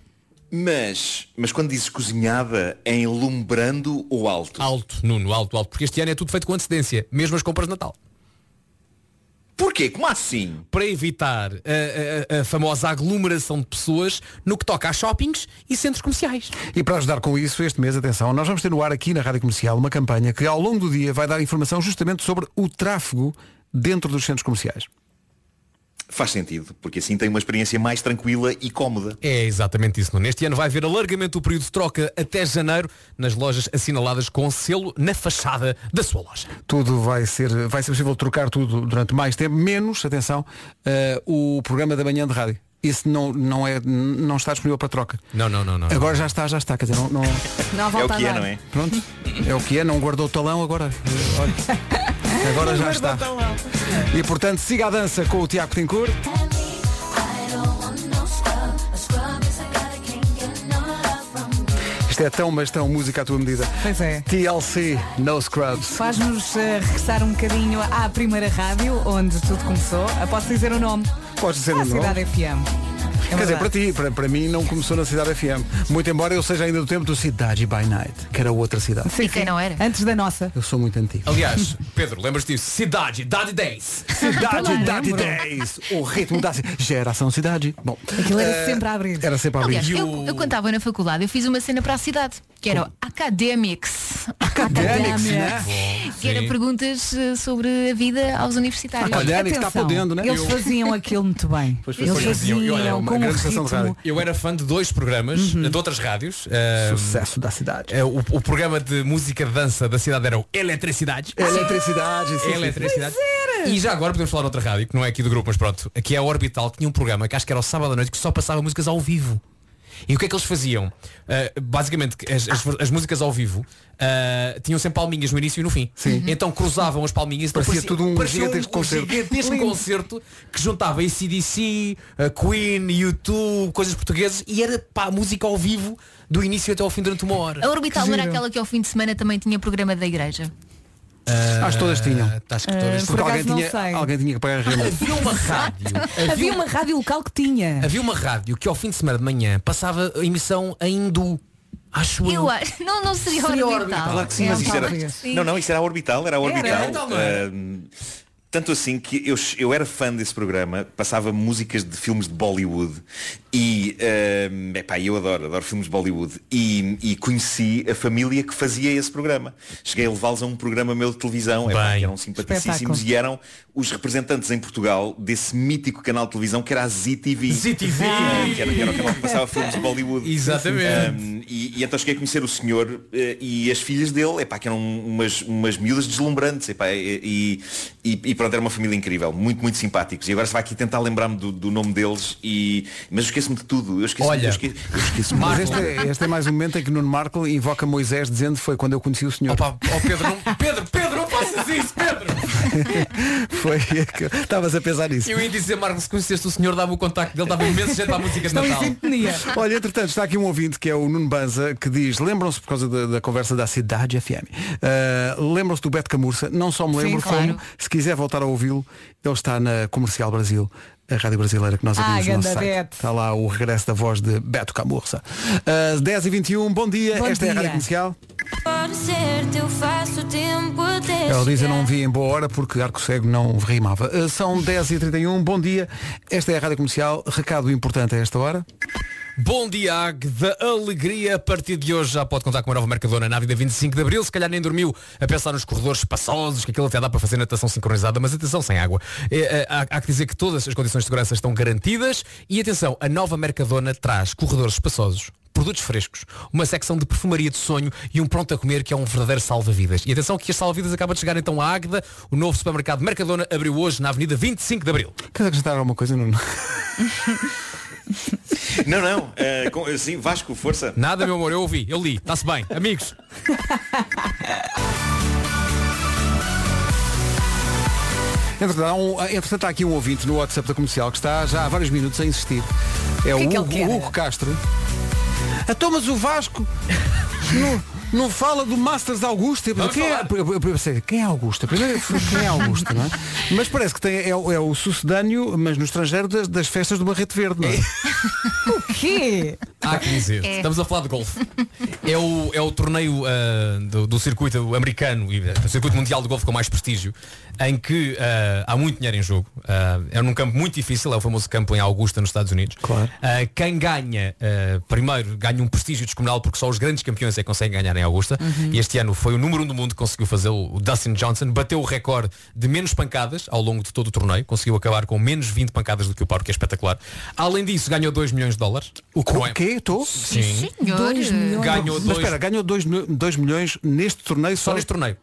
Speaker 8: Mas, mas quando dizes cozinhada, é em lumbrando ou alto?
Speaker 7: Alto, Nuno, alto, alto. Porque este ano é tudo feito com antecedência, mesmo as compras de Natal.
Speaker 8: Porquê? Como assim?
Speaker 7: Para evitar a, a- a famosa aglomeração de pessoas no que toca a shoppings e centros comerciais.
Speaker 1: E para ajudar com isso, este mês, atenção, nós vamos ter no ar aqui na Rádio Comercial uma campanha que ao longo do dia vai dar informação justamente sobre o tráfego dentro dos centros comerciais.
Speaker 8: Faz sentido, porque assim tem uma experiência mais tranquila e cómoda.
Speaker 7: É exatamente isso, Nuno. Este ano vai haver alargamento do período de troca até janeiro nas lojas assinaladas com selo na fachada da sua loja.
Speaker 1: Tudo vai ser, vai ser possível trocar tudo durante mais tempo, menos, atenção, eh, o programa da manhã de rádio. Isso não, não, é, não está disponível para troca.
Speaker 7: Não, não, não, não.
Speaker 1: Agora já está, já está, quer dizer, não, não...
Speaker 3: Não há
Speaker 8: É
Speaker 3: volta a dar.
Speaker 1: Pronto, é o que é, não guardou o talão agora. eh, Olha, agora já está. E portanto, siga a dança com o Tiago Tincur. Isto é tão, mas tão música à tua medida.
Speaker 3: Pois é.
Speaker 1: TLC, No Scrubs.
Speaker 3: Faz-nos eh, regressar um bocadinho à primeira rádio onde tudo começou. Ah, Posso dizer o nome?
Speaker 1: Podes dizer
Speaker 3: à
Speaker 1: o um nome.
Speaker 3: Cidade FM. É
Speaker 1: Quer dizer, para ti, para, para mim não começou na Cidade FM. Muito embora eu seja ainda do tempo do Cidade by Night, que era outra cidade.
Speaker 3: Sim, sim. Antes da nossa.
Speaker 1: Eu sou muito antigo.
Speaker 7: Aliás, Pedro, lembras-te disso? Cidade, Daddy Days.
Speaker 1: Cidade,
Speaker 7: Claro,
Speaker 1: Dade
Speaker 7: lembro.
Speaker 1: 10. O ritmo da ci- geração cidade. Bom,
Speaker 3: Aquilo era
Speaker 1: eh,
Speaker 3: sempre a abrir.
Speaker 1: Era sempre a abrir.
Speaker 4: Aliás, eu, eu cantava na faculdade, eu fiz uma cena para a cidade, que era o Academics.
Speaker 1: Academics, né?
Speaker 4: Que era
Speaker 1: Sim.
Speaker 4: perguntas eh, sobre a vida aos universitários.
Speaker 1: Academics,
Speaker 3: Atenção,
Speaker 1: está podendo, né?
Speaker 3: Eles
Speaker 1: Eu-
Speaker 3: faziam aquilo muito bem. Eles faziam com um ritmo.
Speaker 7: Eu era fã de dois programas, de outras rádios. Ah, é,
Speaker 1: Sucesso da cidade.
Speaker 7: O, o programa de música de dança da cidade era o Eletricidade.
Speaker 1: É Eletricidade, sim, sim, sim.
Speaker 7: Eletricidade. E já agora podemos falar de outra rádio, que não é aqui do grupo, mas pronto, aqui é a Orbital, que tinha um programa que acho que era o sábado à noite, que só passava músicas ao vivo. E o que é que eles faziam? Ah, basicamente, que as, as- as músicas ao vivo ah, tinham sempre palminhas no início e no fim. Então cruzavam as palminhas. então
Speaker 1: Parecia tudo um
Speaker 7: parecia
Speaker 1: gigantesco concerto.
Speaker 7: gigantesco
Speaker 1: Lindo.
Speaker 7: concerto que juntava ACDC, a Queen, YouTube, coisas portuguesas e era pá, música ao vivo do início até ao fim durante uma hora.
Speaker 4: A Orbital
Speaker 7: Que
Speaker 4: não era
Speaker 7: giro.
Speaker 4: aquela que ao fim de semana também tinha programa da igreja.
Speaker 1: Acho que todas tinham.
Speaker 7: Acho
Speaker 3: que todas Eh, tinham. por
Speaker 1: Porque alguém
Speaker 3: acaso não sei.
Speaker 1: tinha, alguém tinha que pagar a renda.
Speaker 7: Ah, Havia uma rádio.
Speaker 3: Havia uma rádio local que
Speaker 1: É
Speaker 3: tinha.
Speaker 7: Havia uma rádio que ao fim de semana de manhã passava a emissão em hindu. Acho
Speaker 4: Eu acho. Não, não seria, orbital. É
Speaker 7: Seria
Speaker 4: um
Speaker 7: Orbital.
Speaker 8: Claro que sim, mas isso era, não, não, isso era a orbital, era a
Speaker 4: Era,
Speaker 8: orbital. é?
Speaker 4: era, então, não era?
Speaker 8: Ahm, tanto assim que eu, eu era fã desse programa, passava músicas de filmes de Bollywood e ahm, epá, eu adoro, adoro filmes de Bollywood e, e conheci a família que fazia esse programa. Cheguei a levá-los a um programa meu de televisão, epá, que eram simpaticíssimos
Speaker 7: Espetáculo.
Speaker 8: e eram os representantes em Portugal desse mítico canal de televisão que era a ZTV.
Speaker 7: ZTV.
Speaker 8: Ah, Que era, que era o canal que passava filmes de Bollywood.
Speaker 7: Exatamente.
Speaker 8: Ahm, e, e então cheguei a conhecer o senhor eh, e as filhas dele, epá, que eram umas, umas miúdas deslumbrantes, epá, e, e, e pronto, era uma família incrível, muito, muito simpáticos. E agora se vai aqui tentar lembrar-me do, do nome deles, e, mas eu esqueço-me de tudo. Eu esqueço-me
Speaker 1: Olha,
Speaker 8: eu esque- eu esqueço-me de
Speaker 1: Mas
Speaker 8: tudo.
Speaker 1: este, é- este é mais um momento em que Nuno Marco invoca Moisés dizendo foi quando eu conheci o senhor.
Speaker 7: Pedro, não, Pedro, Pedro, não faças isso, Pedro!
Speaker 1: foi que estavas a pensar nisso.
Speaker 7: Eu ia dizer, Marcos, se conheceste o senhor, dava o contacto dele, dava imenso jeito à música de Natal.
Speaker 1: Olha, entretanto, está aqui um ouvinte que é o Nuno Banza que diz, lembram-se por causa da, da conversa da Cidade FM, uh, lembram-se do Beto Camurça, não só me
Speaker 6: Sim,
Speaker 1: lembro
Speaker 6: claro.
Speaker 1: como, se quiser voltar a ouvi-lo, ele está na Comercial Brasil, a rádio brasileira que nós
Speaker 6: Ah,
Speaker 1: abrimos no
Speaker 6: ganda
Speaker 1: nosso site.
Speaker 6: Beto.
Speaker 1: Está lá o regresso da voz de Beto Camurça. Uh, 10 e 21 bom dia,
Speaker 6: Bom
Speaker 1: esta é a
Speaker 6: dia.
Speaker 1: Rádio Comercial.
Speaker 6: Pode ser, eu faço tempo até
Speaker 1: Ela diz, eu não vi em boa hora porque arco cego não rimava. Uh, são 10 e 31 bom dia, esta é a Rádio Comercial, recado importante a esta hora.
Speaker 7: Bom dia, Ag, da alegria. A partir de hoje já pode contar com uma nova Mercadona na Avenida 25 de Abril. Se calhar nem dormiu a pensar nos corredores espaçosos, que aquilo até dá para fazer natação sincronizada, mas atenção, sem água. É, é, há, há que dizer que todas as condições de segurança estão garantidas. E atenção, a nova Mercadona traz corredores espaçosos. Produtos frescos, uma secção de perfumaria de sonho e um pronto a comer que é um verdadeiro salva-vidas. E atenção que este salva-vidas acaba de chegar então à Águeda. O novo supermercado Mercadona abriu hoje na Avenida 25 de Abril.
Speaker 1: Queres acrescentar alguma coisa, Nuno?
Speaker 8: Não, não, eh, com- assim, Vasco, força.
Speaker 7: Nada, meu amor, eu ouvi, eu li. Está-se bem. Amigos.
Speaker 1: Entretanto, há um- entretanto, há aqui um ouvinte no WhatsApp da comercial que está já há vários minutos a insistir. É o,
Speaker 6: que é que ele
Speaker 1: Hugo,
Speaker 6: quer?
Speaker 1: Hugo Castro. Então, mas o Vasco não, não fala do Masters de Augusta. Eu pensei, Quem é, eu- eu- eu pensei, quem é Augusta? Primeiro eu fui, quem é Augusta, não é? Mas parece que tem, é, o- é o sucedâneo, mas no estrangeiro, das, das festas do Barreto Verde, não é?
Speaker 3: O quê?
Speaker 7: Há que Ah, dizer,
Speaker 3: É.
Speaker 7: estamos a falar de golfe. É o, é o torneio ah, do, do circuito americano e do circuito mundial de golfe com mais prestígio, em que ah, há muito dinheiro em jogo. Ah, é num campo muito difícil, é o famoso campo em Augusta, nos Estados Unidos. Ah, quem ganha, ah, primeiro, ganha um prestígio descomunal porque só os grandes campeões é que conseguem ganhar em Augusta.
Speaker 6: Uhum.
Speaker 7: E este ano foi o número um do mundo que conseguiu fazer o Dustin Johnson, bateu o recorde de menos pancadas ao longo de todo o torneio, conseguiu acabar com menos 20 pancadas do que o par, o que é espetacular. Além disso, ganhou 2 milhões de dólares. O que não é-
Speaker 1: Quê? Estou?
Speaker 7: Sim.
Speaker 4: senhor. Dois milhões.
Speaker 7: Ganhou
Speaker 1: Mas
Speaker 7: dois-
Speaker 1: espera, ganhou 2 milhões neste torneio só.
Speaker 7: Só neste torneio.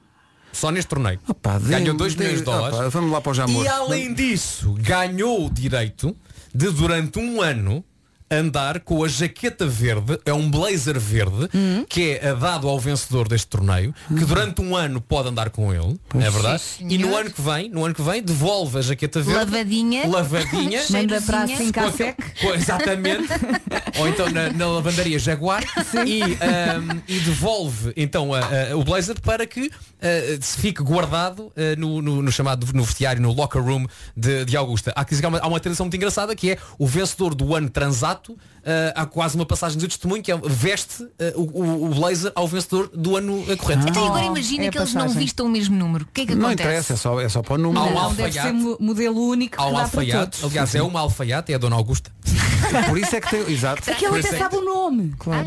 Speaker 7: Só neste torneio.
Speaker 4: Ah,
Speaker 1: dê-
Speaker 7: ganhou 2
Speaker 1: dê-
Speaker 7: milhões de dólares.
Speaker 1: opá, vamos lá para o Jamor.
Speaker 7: E além disso, ganhou o direito de durante um ano andar com a jaqueta verde, é um blazer verde,
Speaker 4: Hum.
Speaker 7: que é dado ao vencedor deste torneio, que durante um ano pode andar com ele,
Speaker 6: Pois
Speaker 7: é verdade?
Speaker 4: sim,
Speaker 7: E no
Speaker 4: senhor.
Speaker 7: ano que vem, no ano que vem, devolve a jaqueta verde.
Speaker 4: Lavadinha.
Speaker 7: Lavadinha.
Speaker 4: Manda para
Speaker 7: Com-
Speaker 4: assim cá seco.
Speaker 7: com- Exatamente. Ou então na, na lavandaria Jaguar e, ahm, e devolve então a- a- o blazer para que ah, se fique guardado ah, no, no- no chamado no vestiário, no locker room de, de Augusta. Há, que dizer que há uma, há uma tradição muito engraçada que é o vencedor do ano transato, ah, há quase uma passagem de testemunho que é, veste ah, o, o- o blazer ao vencedor do ano ah, corrente.
Speaker 4: Então agora imagina que eles não vistam o mesmo número. O que é que acontece?
Speaker 1: é só, é só para o
Speaker 7: Há um
Speaker 3: Não, deve ser
Speaker 7: alfaiate,
Speaker 3: mo- modelo único
Speaker 7: há
Speaker 3: que
Speaker 7: um
Speaker 3: dá para
Speaker 7: alfaiate.
Speaker 3: todos.
Speaker 7: aliás, é uma alfaiate, é a Dona Augusta.
Speaker 1: Por isso é que tem. Exato.
Speaker 3: Aquele
Speaker 7: é.
Speaker 3: até sabe o nome.
Speaker 4: Claro.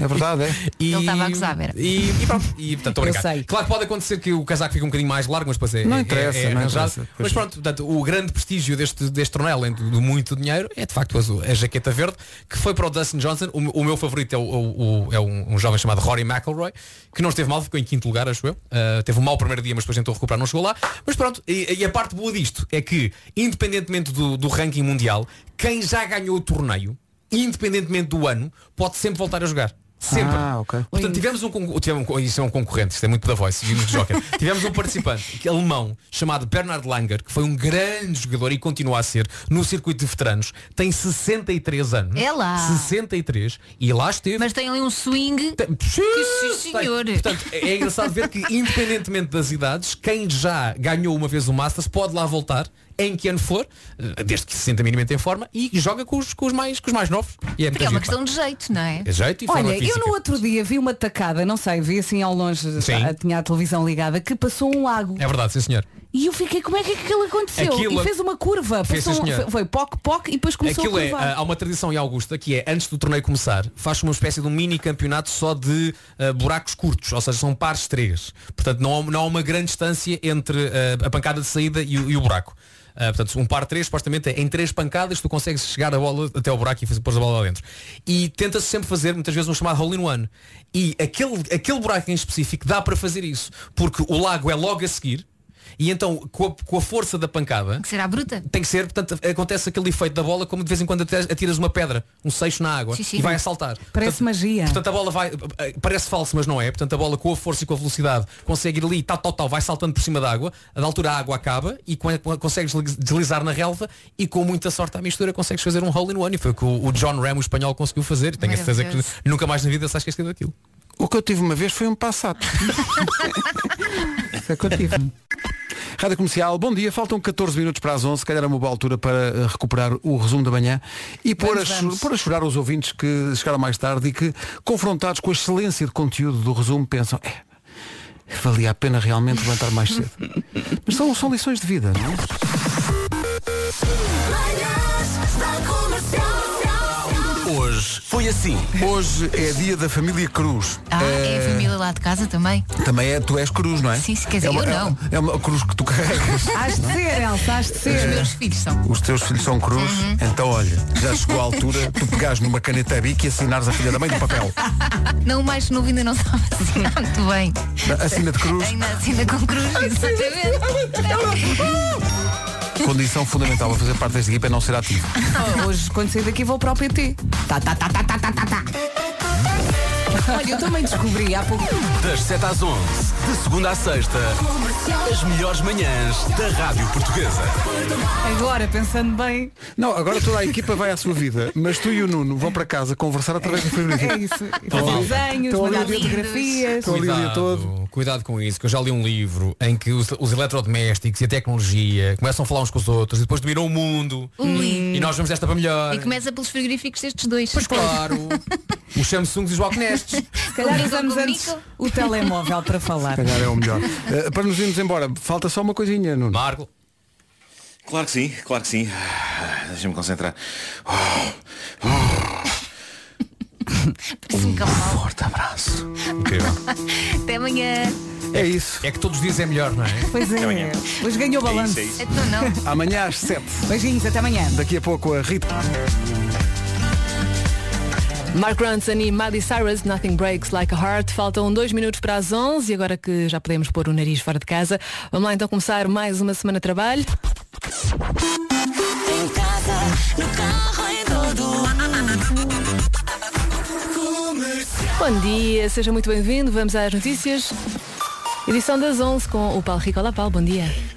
Speaker 1: É verdade, é.
Speaker 7: E,
Speaker 4: Ele estava a gozar, Vera.
Speaker 7: E, e pronto, e portanto, estou a
Speaker 4: Eu
Speaker 7: brincar.
Speaker 4: sei.
Speaker 7: Claro que pode acontecer que o casaco fique um bocadinho mais largo, mas depois é,
Speaker 1: Não
Speaker 7: é-
Speaker 1: interessa,
Speaker 7: é
Speaker 1: não
Speaker 7: arranjado.
Speaker 1: interessa. Pois
Speaker 7: Mas pronto, portanto, o grande prestígio deste, deste torneio, além do, do muito dinheiro, é de facto a, a jaqueta verde, que foi para o Dustin Johnson. O, o meu favorito é, o, o- o- é um, um jovem chamado Rory McIlroy, que não esteve mal, ficou em quinto lugar, acho eu. Ah, teve um mau primeiro dia, mas depois tentou recuperar, não chegou lá. Mas pronto, e, e a parte boa disto é que, independentemente do, do ranking mundial, quem já ganhou o torneio, independentemente do ano, pode sempre voltar a jogar. Sempre.
Speaker 1: Ah, ok.
Speaker 7: Portanto, tivemos um, concor- tivemos um- isso é um concorrente, isto é muito da voz, vimos de Joker. tivemos um participante que- alemão chamado Bernard Langer, que foi um grande jogador e continua a ser no circuito de veteranos, tem 63 anos.
Speaker 4: É lá.
Speaker 7: 63 e lá esteve.
Speaker 4: Mas tem ali um swing.
Speaker 7: Que
Speaker 4: sim, senhor.
Speaker 7: Portanto, é engraçado ver que independentemente das idades, quem já ganhou uma vez o Masters pode lá voltar em que ano for, eh, desde que se sinta minimamente em forma e joga com os, com os mais, com os mais novos. E é, muito
Speaker 4: Porque é uma
Speaker 7: giro,
Speaker 4: questão de jeito, não é?
Speaker 7: pá. É jeito e forma
Speaker 3: Olha,
Speaker 7: física.
Speaker 3: eu no outro dia vi uma tacada, não sei, vi assim ao longe,
Speaker 7: Sim.
Speaker 3: tá, tinha a televisão ligada, que passou um lago.
Speaker 7: É verdade, sim senhor.
Speaker 3: E eu fiquei, como é que aquilo aconteceu?
Speaker 7: Aquilo-
Speaker 3: E fez uma curva,
Speaker 7: Fez,
Speaker 3: passou
Speaker 7: sim,
Speaker 3: um-
Speaker 7: senhora.
Speaker 3: foi- foi poc-poc e depois começou
Speaker 7: Aquilo
Speaker 3: a
Speaker 7: é,
Speaker 3: curvar.
Speaker 7: ah, há uma tradição em Augusta que é, antes do torneio começar, faz uma espécie de um mini campeonato só de ah, buracos curtos, ou seja, são pares três. Portanto, não há, não há uma grande distância entre ah, a pancada de saída e, o- e o buraco. Ah, portanto, um par três, supostamente, é em três pancadas tu consegues chegar a bola até o buraco e fazer- pôr a bola lá dentro. E tenta-se sempre fazer, muitas vezes, um chamado hole in one. E aquele, aquele buraco em específico dá para fazer isso, porque o lago é logo a seguir, e então, com a, com a força da pancada,
Speaker 4: Será bruta?
Speaker 7: tem que ser, portanto, acontece aquele efeito da bola como de vez em quando atiras- atiras uma pedra, um seixo na água
Speaker 3: Sim, sim.
Speaker 7: e vai a saltar.
Speaker 3: Parece magia.
Speaker 7: Portanto, a bola vai, eh, parece falso, mas não é. Portanto, a bola com a força e com a velocidade consegue ir ali, tal, tal, tal, vai saltando por cima da água. A da altura a água acaba e quan- quan- consegues desliz- deslizar na relva e com muita sorte à mistura consegues fazer um hole in one. E foi o que o o John Ram, o espanhol, conseguiu fazer. Tenho a certeza que
Speaker 1: Maravilhoso.
Speaker 7: nunca mais na vida se esquecer daquilo.
Speaker 1: O que eu tive uma vez foi um passato. Isso é que eu tive. Rádio Comercial, bom dia. Faltam 14 minutos para as 11. Se calhar é uma boa altura para eh, recuperar o resumo da manhã e pôr a,
Speaker 6: Vamos,
Speaker 1: cho-
Speaker 6: vamos.
Speaker 1: pôr a chorar os ouvintes que chegaram mais tarde e que, confrontados com a excelência de conteúdo do resumo, pensam, é, valia a pena realmente levantar mais cedo. Mas são, são lições de vida, não é? Hoje foi assim. Hoje é dia da família Cruz.
Speaker 4: Ah, é...
Speaker 1: Eh,
Speaker 4: a família lá de casa também.
Speaker 1: Também é, tu és cruz, não é?
Speaker 4: Sim, sim, quer dizer,
Speaker 1: é uma,
Speaker 4: eu
Speaker 1: é-
Speaker 4: não.
Speaker 1: É uma cruz que tu carregas.
Speaker 3: Hás de ser, Elsa, hás de
Speaker 1: É.
Speaker 3: ser.
Speaker 4: Meus filhos são.
Speaker 1: Os teus filhos são cruz, então olha, já chegou a altura tu pegares numa caneta a bico e assinares a filha da mãe de papel.
Speaker 4: Não, o mais novo ainda não estava assinado muito bem.
Speaker 1: Assina de cruz,
Speaker 4: Ainda assina com cruz, exatamente.
Speaker 1: condição fundamental para fazer parte desta equipa é não ser ativo.
Speaker 3: Ah, Hoje, quando sair daqui, vou para o PT. Tá, tá, tá, tá, tá, tá, tá, tá. Olha, eu também descobri há pouco.
Speaker 9: Das 7 às 11, de segunda à sexta, as melhores manhãs da Rádio Portuguesa.
Speaker 3: Agora, pensando bem.
Speaker 1: Não, agora toda a equipa vai à sua vida, mas tu e o Nuno vão para casa conversar através do Tá frigorífico.
Speaker 3: É isso. E
Speaker 1: Estão
Speaker 3: fazer
Speaker 1: ali-
Speaker 3: desenhos,
Speaker 1: estão ali
Speaker 3: mandar
Speaker 1: o dia todo-
Speaker 3: fotografias.
Speaker 1: Estão ali o dia todo.
Speaker 7: Cuidado com isso, que eu já li um livro em que os, os eletrodomésticos e a tecnologia começam a falar uns com os outros e depois dominam o mundo
Speaker 4: Ui.
Speaker 7: e nós vamos desta para melhor.
Speaker 4: E é começa pelos frigoríficos destes dois. Pois
Speaker 7: claro. Os Samsungs e os Walknestes.
Speaker 3: Se
Speaker 4: Um
Speaker 3: calhar usamos
Speaker 4: Comigo,
Speaker 3: antes o telemóvel para falar.
Speaker 1: Se calhar é o melhor. Eh, para nos irmos embora, falta só uma coisinha, Nuno.
Speaker 7: Marco.
Speaker 8: Claro que sim, claro que sim. Ah, Deixa-me concentrar. É
Speaker 4: Parece um cavalo.
Speaker 8: Forte abraço.
Speaker 4: Até amanhã.
Speaker 1: É isso.
Speaker 7: É que todos os dias é melhor, não é?
Speaker 3: Pois é. Hoje ganhou
Speaker 8: é
Speaker 3: balanço.
Speaker 4: Então não.
Speaker 1: Amanhã às 7.
Speaker 3: Beijinhos, até amanhã.
Speaker 1: Daqui a pouco a Rita.
Speaker 19: Mark Ronson e Miley Cyrus, Nothing Breaks Like a Heart. Faltam dois minutos para as 11 e agora que já podemos pôr o nariz fora de casa, vamos lá então começar mais uma semana de trabalho.
Speaker 6: Em casa, no carro, em todo
Speaker 3: Bom dia, seja muito bem-vindo. Vamos às notícias. Edição das 11 com o Paulo Rico. Olá, Paulo, bom dia.